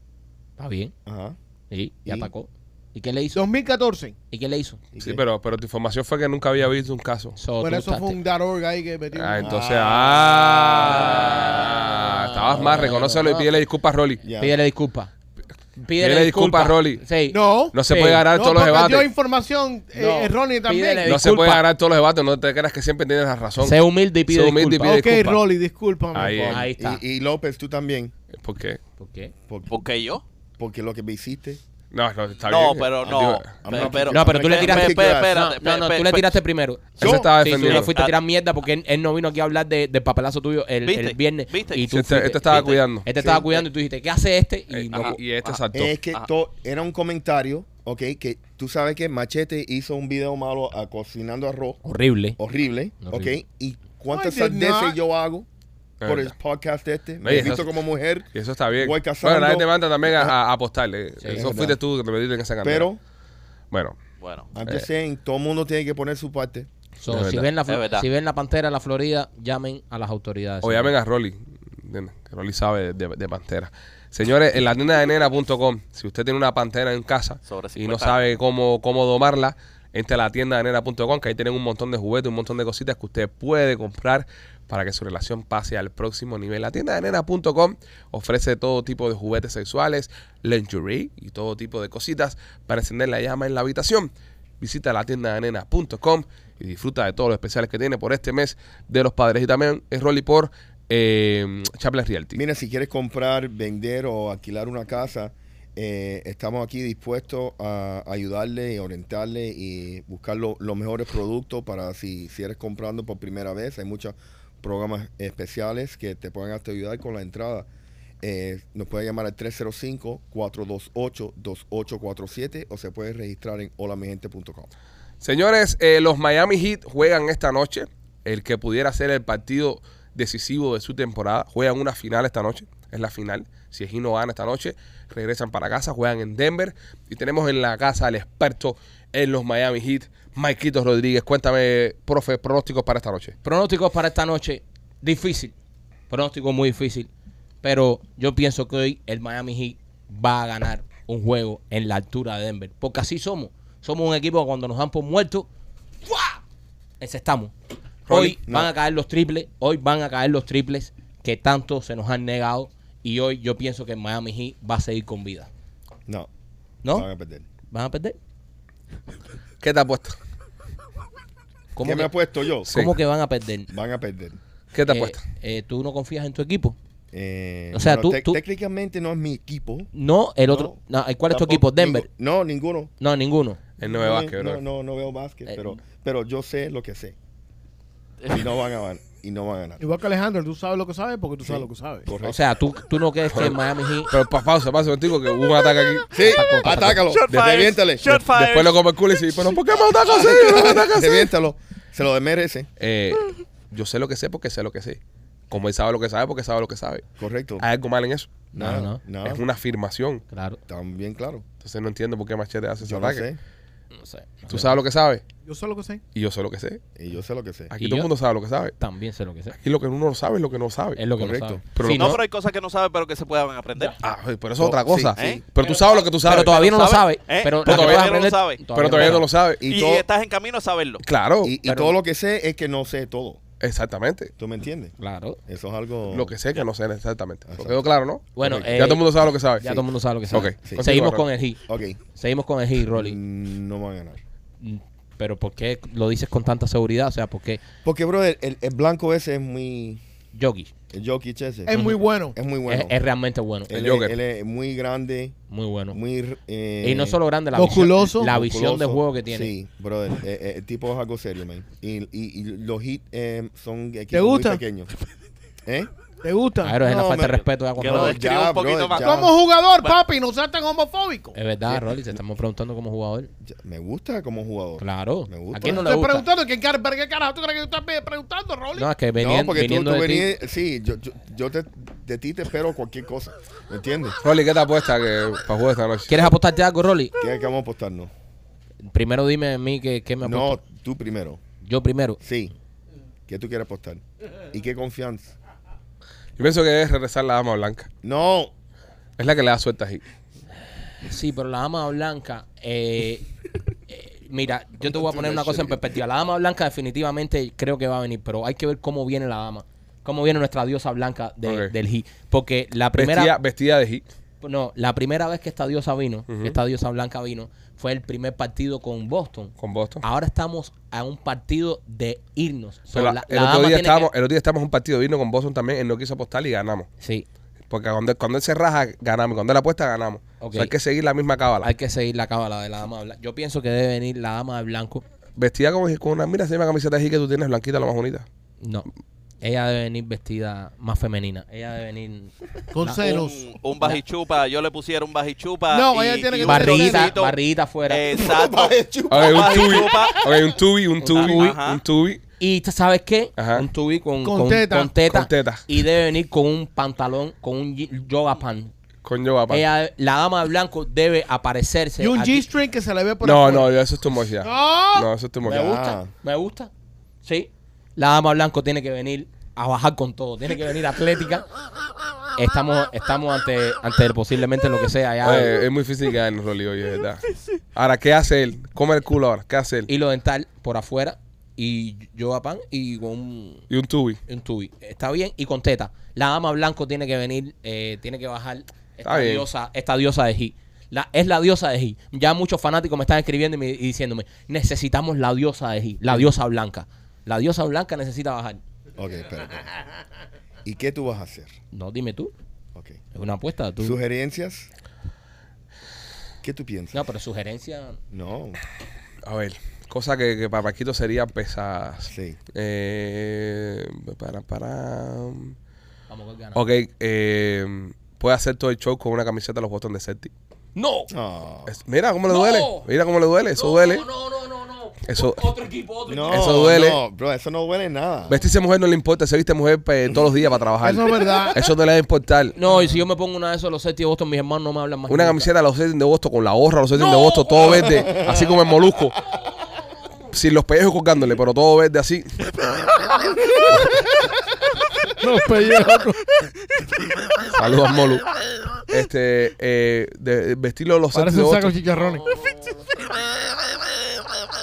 [SPEAKER 3] está bien.
[SPEAKER 5] Ajá.
[SPEAKER 3] Y, y
[SPEAKER 5] ¿Y?
[SPEAKER 3] atacó. ¿Y qué le hizo?
[SPEAKER 4] 2014.
[SPEAKER 1] Oh,
[SPEAKER 3] ¿Y qué le hizo?
[SPEAKER 5] ¿Y
[SPEAKER 1] Sí,
[SPEAKER 5] qué?
[SPEAKER 1] pero, pero tu información fue que nunca había visto un caso.
[SPEAKER 3] So,
[SPEAKER 4] bueno,
[SPEAKER 3] tú
[SPEAKER 4] eso fue
[SPEAKER 3] estás-
[SPEAKER 4] un .org ahí que metió.
[SPEAKER 1] Ah, entonces, ah,
[SPEAKER 3] Ah.
[SPEAKER 1] estabas más, reconócelo y
[SPEAKER 4] Ah.
[SPEAKER 1] pídele disculpas, Rolly.
[SPEAKER 5] Ya.
[SPEAKER 3] Pídele disculpas.
[SPEAKER 1] Pídele disculpas, Rolly.
[SPEAKER 3] Sí.
[SPEAKER 4] Ah. no.
[SPEAKER 1] No se
[SPEAKER 3] Sí.
[SPEAKER 1] puede ganar
[SPEAKER 4] no,
[SPEAKER 1] todos los
[SPEAKER 4] porque dio
[SPEAKER 1] debates.
[SPEAKER 4] información eh,
[SPEAKER 3] No, pídele
[SPEAKER 4] errónea también.
[SPEAKER 1] No se puede
[SPEAKER 3] Disculpa.
[SPEAKER 1] ganar todos los debates, no te creas que siempre tienes la razón.
[SPEAKER 3] Sé humilde y pide
[SPEAKER 1] Sé humilde y
[SPEAKER 3] disculpas.
[SPEAKER 1] pide-
[SPEAKER 4] ok,
[SPEAKER 1] disculpa.
[SPEAKER 4] Rolly, discúlpame.
[SPEAKER 1] Ahí es.
[SPEAKER 3] Ahí está.
[SPEAKER 5] Y, y López, tú también.
[SPEAKER 1] ¿Por qué?
[SPEAKER 3] ¿Por qué?
[SPEAKER 5] por-
[SPEAKER 6] ¿Por qué yo?
[SPEAKER 5] porque lo que me hiciste.
[SPEAKER 1] No, no, está
[SPEAKER 6] No,
[SPEAKER 1] bien. Ah,
[SPEAKER 6] pero
[SPEAKER 1] Digo,
[SPEAKER 6] no. Pero, pero-
[SPEAKER 3] No, pero tú le
[SPEAKER 6] pe-
[SPEAKER 3] tiraste-
[SPEAKER 6] pe- pe-
[SPEAKER 3] No,
[SPEAKER 6] Espérate,
[SPEAKER 3] no,
[SPEAKER 6] pe-
[SPEAKER 3] no,
[SPEAKER 6] pe-
[SPEAKER 3] tú le
[SPEAKER 6] pe-
[SPEAKER 3] tiraste primero.
[SPEAKER 1] Él se estaba
[SPEAKER 3] Sí, tú
[SPEAKER 1] defendiendo.
[SPEAKER 3] le fuiste a tirar mierda porque él, él no vino aquí a hablar de, del papelazo tuyo el,
[SPEAKER 6] ¿Viste?
[SPEAKER 3] el viernes.
[SPEAKER 6] ¿Viste?
[SPEAKER 3] Y tú
[SPEAKER 1] Sí, este-
[SPEAKER 3] fuiste-
[SPEAKER 1] este estaba
[SPEAKER 3] ¿viste?
[SPEAKER 1] cuidando.
[SPEAKER 3] Este estaba
[SPEAKER 5] Sí.
[SPEAKER 3] cuidando y tú dijiste, ¿qué hace este? Y
[SPEAKER 1] Eh,
[SPEAKER 3] no-
[SPEAKER 1] ajá, y este saltó.
[SPEAKER 5] Es que to- era un comentario, ok, que tú sabes que Machete hizo un video malo a cocinando arroz,
[SPEAKER 3] Horrible.
[SPEAKER 5] horrible,
[SPEAKER 3] Horrible.
[SPEAKER 5] ok, y cuántas
[SPEAKER 4] I did
[SPEAKER 5] sandeces
[SPEAKER 4] not.
[SPEAKER 5] yo hago por el
[SPEAKER 1] Verdad.
[SPEAKER 5] podcast este, me
[SPEAKER 1] Oye,
[SPEAKER 5] he visto
[SPEAKER 1] eso-
[SPEAKER 5] como mujer,
[SPEAKER 1] Y eso está bien.
[SPEAKER 5] Voy
[SPEAKER 1] Bueno, la
[SPEAKER 5] cazando.
[SPEAKER 1] gente manda también a, a apostarle.
[SPEAKER 5] es
[SPEAKER 1] eso
[SPEAKER 5] verdad.
[SPEAKER 1] fuiste tú que te metiste en esa cantidad.
[SPEAKER 5] pero
[SPEAKER 1] Bueno,
[SPEAKER 6] Bueno,
[SPEAKER 5] I'm
[SPEAKER 1] Eh.
[SPEAKER 5] just saying, todo el mundo tiene que poner su parte.
[SPEAKER 3] So,
[SPEAKER 1] Es
[SPEAKER 3] si,
[SPEAKER 1] verdad.
[SPEAKER 3] ven la,
[SPEAKER 6] Es verdad.
[SPEAKER 3] si ven la pantera en la Florida, llamen a las autoridades.
[SPEAKER 1] o llamen a Rolly. ¿entiendes? Que Rolly sabe de, de pantera. Señores, en la tienda de nena.com, si usted tiene una pantera en casa
[SPEAKER 6] Sobre
[SPEAKER 1] y no
[SPEAKER 6] 50.
[SPEAKER 1] sabe cómo, cómo domarla, entre a la tienda de nena.com, que ahí tienen un montón de juguetes, un montón de cositas que usted puede comprar para que su relación pase al próximo nivel. La tienda de nena.com ofrece todo tipo de juguetes sexuales, lingerie y todo tipo de cositas para encender la llama en la habitación. Visita la tienda de nena.com y disfruta de todos los especiales que tiene por este mes de los padres. Y también es Rolly por eh, Chaplin Realty.
[SPEAKER 5] Mira, si quieres comprar, vender o alquilar una casa, eh, estamos aquí dispuestos a ayudarle y orientarle y buscar lo- los mejores productos para si, si eres comprando por primera vez. Hay muchos programas especiales que te pueden hasta ayudar con la entrada. Eh, nos puede llamar al 305-428-2847 o se puede registrar en holamigente.com.
[SPEAKER 1] Señores, eh, los Miami Heat juegan esta noche. El que pudiera ser el partido decisivo de su temporada. Juegan una final esta noche. Es la final. Si es no gana esta noche, regresan para casa, juegan en Denver. Y tenemos en la casa al experto en los Miami Heat, Maikito Rodríguez. Cuéntame, profe, pronósticos para esta noche.
[SPEAKER 3] Pronósticos para esta noche. Difícil. Pronóstico muy difícil. Pero yo pienso que hoy el Miami Heat va a ganar un juego en la altura de Denver. Porque así somos. Somos un equipo que cuando nos dan por muertos, ¡fua! encestamos.
[SPEAKER 1] Rolly,
[SPEAKER 3] Hoy van a caer los triples. Hoy van a caer los triples que tanto se nos han negado. Y hoy yo pienso que el Miami Heat va a seguir con vida.
[SPEAKER 5] No,
[SPEAKER 3] ¿No?
[SPEAKER 1] Ah.
[SPEAKER 5] van a perder.
[SPEAKER 3] ¿Van a perder?
[SPEAKER 1] ¿Qué te ha puesto?
[SPEAKER 3] ¿Cómo,
[SPEAKER 5] ¿Qué me
[SPEAKER 3] que,
[SPEAKER 5] ha puesto yo?
[SPEAKER 1] Sí.
[SPEAKER 3] cómo que van a perder?
[SPEAKER 5] Van a perder.
[SPEAKER 1] ¿Qué te ha
[SPEAKER 3] Eh,
[SPEAKER 1] puesto?
[SPEAKER 3] eh, ¿Tú no confías en tu equipo?
[SPEAKER 5] Eh,
[SPEAKER 3] O sea,
[SPEAKER 5] bueno,
[SPEAKER 3] tú- tú-
[SPEAKER 5] técnicamente no es mi equipo.
[SPEAKER 3] No, el otro. No, ¿Cuál es tu
[SPEAKER 5] Tampoco-
[SPEAKER 3] equipo? Denver.
[SPEAKER 5] ningu- no, ninguno.
[SPEAKER 3] No, ninguno.
[SPEAKER 1] El 9
[SPEAKER 5] no,
[SPEAKER 1] básquet, bro.
[SPEAKER 5] no, no, no veo básquet,
[SPEAKER 3] Eh,
[SPEAKER 5] pero, pero yo sé lo que sé. y no van a ganar. Y no van a ganar.
[SPEAKER 4] Igual que Alejandro, tú sabes lo que sabes porque tú sabes lo que sabes.
[SPEAKER 5] Correcto.
[SPEAKER 3] O sea, tú, tú no crees que Miami Heat.
[SPEAKER 1] Pero pa, pausa, pausa un que hubo un ataque aquí.
[SPEAKER 5] sí, atácalo.
[SPEAKER 6] Shot
[SPEAKER 5] de-
[SPEAKER 6] fires,
[SPEAKER 5] Reviéntale.
[SPEAKER 6] shot fires.
[SPEAKER 1] Después lo come el culo y dice, pero ¿por qué me ataca así? ¿Por qué me ataca así?
[SPEAKER 5] Reviéntalo. Se lo merece.
[SPEAKER 1] Eh, yo sé lo que sé porque sé lo que sé. Como él sabe lo que sabe porque sabe lo que sabe.
[SPEAKER 5] Correcto.
[SPEAKER 1] Hay algo mal en eso.
[SPEAKER 5] Nada,
[SPEAKER 3] Ah, No, no.
[SPEAKER 5] nada.
[SPEAKER 1] Es una afirmación.
[SPEAKER 3] Claro,
[SPEAKER 5] Están bien claro.
[SPEAKER 1] Entonces no entiendo por qué Machete hace ese
[SPEAKER 5] Yo no
[SPEAKER 1] ataque.
[SPEAKER 5] sé.
[SPEAKER 3] no sé.
[SPEAKER 1] Tú sabes lo que sabes
[SPEAKER 4] Yo sé lo que sé.
[SPEAKER 1] y yo sé lo que sé.
[SPEAKER 5] Y yo sé lo que sé.
[SPEAKER 1] Aquí
[SPEAKER 3] ¿Y
[SPEAKER 1] todo el
[SPEAKER 3] yo?
[SPEAKER 1] mundo sabe lo que sabe.
[SPEAKER 3] También sé lo que sé.
[SPEAKER 1] Y lo que uno no sabe es lo que no sabe.
[SPEAKER 3] Es lo que
[SPEAKER 5] Correcto.
[SPEAKER 3] no sabe.
[SPEAKER 1] Pero
[SPEAKER 3] Si
[SPEAKER 1] lo-
[SPEAKER 6] No,
[SPEAKER 3] no,
[SPEAKER 6] pero hay cosas que no sabes, pero que se pueden aprender.
[SPEAKER 1] Ah, oye, pero eso es otra
[SPEAKER 5] Sí,
[SPEAKER 1] cosa.
[SPEAKER 6] sí.
[SPEAKER 1] Pero tú sabes lo que tú sabes.
[SPEAKER 3] pero todavía no lo sabe.
[SPEAKER 6] ¿eh? Pero
[SPEAKER 3] Pero
[SPEAKER 1] todavía
[SPEAKER 6] no lo sabe.
[SPEAKER 1] Pero todavía no lo sabe.
[SPEAKER 5] Y,
[SPEAKER 6] Y,
[SPEAKER 5] todo,
[SPEAKER 6] estás en camino a saberlo.
[SPEAKER 1] Claro.
[SPEAKER 5] y, y todo lo que sé es que no sé todo.
[SPEAKER 1] Exactamente.
[SPEAKER 5] ¿Tú me entiendes?
[SPEAKER 3] Claro.
[SPEAKER 5] Eso es algo.
[SPEAKER 1] Lo que sé que no sé exactamente.
[SPEAKER 5] Exacto.
[SPEAKER 1] ¿Lo quedó claro, no?
[SPEAKER 3] Bueno,
[SPEAKER 1] ya todo el mundo sabe lo que
[SPEAKER 3] sabe.
[SPEAKER 1] sabe.
[SPEAKER 3] Ya
[SPEAKER 1] Sí.
[SPEAKER 3] todo el mundo sabe lo que sabe.
[SPEAKER 1] Ok, sí.
[SPEAKER 3] Seguimos
[SPEAKER 1] Continúa,
[SPEAKER 3] con el Heat.
[SPEAKER 5] Ok.
[SPEAKER 3] Seguimos con el Heat, Rolly. Mm,
[SPEAKER 5] Mm, No van a ganar.
[SPEAKER 3] Pero ¿por qué lo dices con tanta seguridad? O sea, ¿por qué
[SPEAKER 5] Porque, bro, el, el- el blanco ese es muy.
[SPEAKER 3] Jokic
[SPEAKER 5] El Jokic ese.
[SPEAKER 4] Es muy bueno.
[SPEAKER 5] es muy bueno.
[SPEAKER 3] es, es realmente bueno?
[SPEAKER 5] él,
[SPEAKER 1] el
[SPEAKER 5] es-
[SPEAKER 1] Joker.
[SPEAKER 5] él es muy grande.
[SPEAKER 3] Muy bueno.
[SPEAKER 5] Muy. eh,
[SPEAKER 3] y no solo grande, la
[SPEAKER 4] musculoso.
[SPEAKER 3] visión, la visión
[SPEAKER 5] musculoso.
[SPEAKER 3] de juego que tiene.
[SPEAKER 5] Sí, brother. eh, eh, el tipo es algo serio, man. Y, y- y los hits eh, son equipos
[SPEAKER 4] gusta?
[SPEAKER 5] muy pequeños. ¿Eh?
[SPEAKER 4] ¿Te gusta.
[SPEAKER 3] Claro, es una
[SPEAKER 5] No,
[SPEAKER 3] falta de
[SPEAKER 5] me-
[SPEAKER 3] respeto. ya
[SPEAKER 6] Que
[SPEAKER 3] cuando-
[SPEAKER 6] lo
[SPEAKER 5] No,
[SPEAKER 6] describa
[SPEAKER 5] ya,
[SPEAKER 6] un poquito
[SPEAKER 5] brother,
[SPEAKER 6] más.
[SPEAKER 5] ya.
[SPEAKER 4] Como jugador, papi, no seas tan homofóbico.
[SPEAKER 3] Es verdad, Rolly, te estamos preguntando como jugador.
[SPEAKER 5] Ya, me gusta como jugador.
[SPEAKER 3] Claro.
[SPEAKER 5] Me gusta.
[SPEAKER 3] ¿A quién no le
[SPEAKER 4] Estoy
[SPEAKER 3] gusta?
[SPEAKER 4] preguntando, ¿qué, car- ¿qué carajo tú crees que tú estás preguntando, Rolly?
[SPEAKER 3] No, es que venían,
[SPEAKER 5] no, porque tú,
[SPEAKER 3] viniendo
[SPEAKER 5] tú
[SPEAKER 3] de ti-
[SPEAKER 5] venías, sí, yo, yo, yo te, de ti te espero cualquier cosa, ¿me entiendes?
[SPEAKER 1] Rolly, ¿qué te apuesta que para jugar esta noche?
[SPEAKER 3] ¿Quieres apostarte algo, Rolly?
[SPEAKER 5] ¿Qué es que vamos a apostarnos?
[SPEAKER 3] Primero dime a mí que, que me
[SPEAKER 5] No,
[SPEAKER 3] apuesto.
[SPEAKER 5] tú primero,
[SPEAKER 3] Yo primero.
[SPEAKER 5] sí. ¿Qué tú quieres apostar? ¿Y qué confianza?
[SPEAKER 1] Yo pienso que debes regresar la dama blanca.
[SPEAKER 5] No,
[SPEAKER 1] Es la que le da suerte a Heat.
[SPEAKER 3] Sí, pero la dama blanca. eh, eh, mira, yo te voy a poner una cosa en perspectiva. La dama blanca, definitivamente, creo que va a venir, pero hay que ver cómo viene la dama. Cómo viene nuestra diosa blanca de-
[SPEAKER 1] Ok.
[SPEAKER 3] del Heat. Porque la primera.
[SPEAKER 1] Vestida, vestida de Heat.
[SPEAKER 3] No, la primera vez que esta diosa vino, que
[SPEAKER 1] Ujú.
[SPEAKER 3] esta diosa blanca vino, fue el primer partido con Boston.
[SPEAKER 1] Con Boston.
[SPEAKER 3] Ahora estamos a un partido de irnos. So,
[SPEAKER 1] Pero la-
[SPEAKER 3] la-
[SPEAKER 1] el,
[SPEAKER 3] la
[SPEAKER 1] otro
[SPEAKER 3] dama
[SPEAKER 1] día
[SPEAKER 3] tiene que-
[SPEAKER 1] estábamos, el otro día estábamos en un partido, vino con Boston también, él no quiso apostar y ganamos.
[SPEAKER 3] Sí,
[SPEAKER 1] Porque cuando, él- cuando él se raja, ganamos. Cuando él apuesta, ganamos.
[SPEAKER 3] Ok.
[SPEAKER 1] O sea, hay que seguir la misma cábala.
[SPEAKER 3] hay que seguir la cábala de la dama blanca. Yo pienso que debe venir la dama de blanco.
[SPEAKER 1] Vestida como con una... Mira, esa misma camiseta de Heat que tú tienes, blanquita, la más bonita.
[SPEAKER 3] No, ella debe venir vestida más femenina. Ella debe venir
[SPEAKER 4] Con celos.
[SPEAKER 6] Un, un bajichupa, yo le pusiera un bajichupa.
[SPEAKER 4] No, ella tiene que tener
[SPEAKER 6] un
[SPEAKER 3] barriguita,
[SPEAKER 6] chorcito.
[SPEAKER 3] barriguita afuera.
[SPEAKER 6] Exacto.
[SPEAKER 1] Ok,
[SPEAKER 6] Un
[SPEAKER 1] un tubi.
[SPEAKER 6] bajichupa.
[SPEAKER 1] Ok, un tubi, un tubi,
[SPEAKER 6] tubi.
[SPEAKER 1] un tubi.
[SPEAKER 3] Y t- ¿sabes qué?
[SPEAKER 1] Ajá.
[SPEAKER 3] Un tubi con,
[SPEAKER 4] Con
[SPEAKER 3] con-
[SPEAKER 4] teta.
[SPEAKER 3] con teta.
[SPEAKER 1] Con teta.
[SPEAKER 3] Y debe venir con un pantalón, con un ye- yoga pan.
[SPEAKER 1] Coño, papá.
[SPEAKER 3] Ella, la dama de blanco debe aparecerse.
[SPEAKER 4] Y un
[SPEAKER 3] aquí.
[SPEAKER 4] G-string que se le ve por
[SPEAKER 1] No,
[SPEAKER 4] afuera.
[SPEAKER 1] no, yo- eso es tu mochila.
[SPEAKER 4] No.
[SPEAKER 1] No, eso es tu
[SPEAKER 5] me
[SPEAKER 1] mochila.
[SPEAKER 5] gusta.
[SPEAKER 3] Me gusta. Sí. La dama blanco tiene que venir a bajar con todo. Tiene que venir atlética. Estamos, estamos ante, ante el posiblemente lo que sea. ya.
[SPEAKER 1] Oye, es muy difícil ganarnos, Rolly, hoy, es verdad. Ahora, ¿qué hace él? Come el culo ahora, ¿qué hace él?
[SPEAKER 3] Hilo dental por afuera. Y yo a pan y con un,
[SPEAKER 1] Y un tubi.
[SPEAKER 3] un tubi. Está bien. Y con teta. La dama blanco tiene que venir, eh, tiene que bajar esta
[SPEAKER 1] bien.
[SPEAKER 3] diosa, esta diosa de G. La, es la diosa de G. Ya muchos fanáticos me están escribiendo y, me- y diciéndome, necesitamos la diosa de G, la diosa blanca. La diosa blanca necesita bajar.
[SPEAKER 5] Ok, espera, espera. ¿Y qué tú vas a hacer?
[SPEAKER 3] No, dime tú.
[SPEAKER 5] Ok.
[SPEAKER 3] Es una apuesta. Tú.
[SPEAKER 5] ¿Sugerencias? ¿Qué tú piensas?
[SPEAKER 3] No, pero sugerencia.
[SPEAKER 5] No,
[SPEAKER 1] A ver, cosa que, que para Paquito sería pesadas.
[SPEAKER 5] sí.
[SPEAKER 1] Eh, para, para.
[SPEAKER 3] Vamos con ganas.
[SPEAKER 1] Ok, eh, puede hacer todo el show con una camiseta de los Boston de Celtic.
[SPEAKER 3] ¡No!
[SPEAKER 5] No,
[SPEAKER 1] Es- mira cómo le duele. Mira cómo le duele. Eso duele.
[SPEAKER 3] No, no, no, no.
[SPEAKER 1] Eso.
[SPEAKER 3] Otro equipo, otro
[SPEAKER 5] no,
[SPEAKER 1] Eso duele.
[SPEAKER 5] no, bro, eso no duele nada.
[SPEAKER 1] Vestirse mujer no le importa. Se viste mujer eh, todos los días para trabajar.
[SPEAKER 4] Eso es verdad.
[SPEAKER 1] Eso no le va a importar.
[SPEAKER 3] No, y si yo me pongo una de esos los Celtics de Boston, mis hermanos no me hablan más.
[SPEAKER 1] Una
[SPEAKER 3] nunca.
[SPEAKER 1] camiseta de los Celtics de Boston con la gorra de los Celtics de Boston, todo verde, así como el molusco. Sin los pellejos colgándole, pero todo verde así.
[SPEAKER 4] Los pellejos.
[SPEAKER 1] Saludos, Molu. Este, eh, de, de vestirlo de los Celtics de
[SPEAKER 4] Parecen
[SPEAKER 1] Boston.
[SPEAKER 4] sacos chicharrones.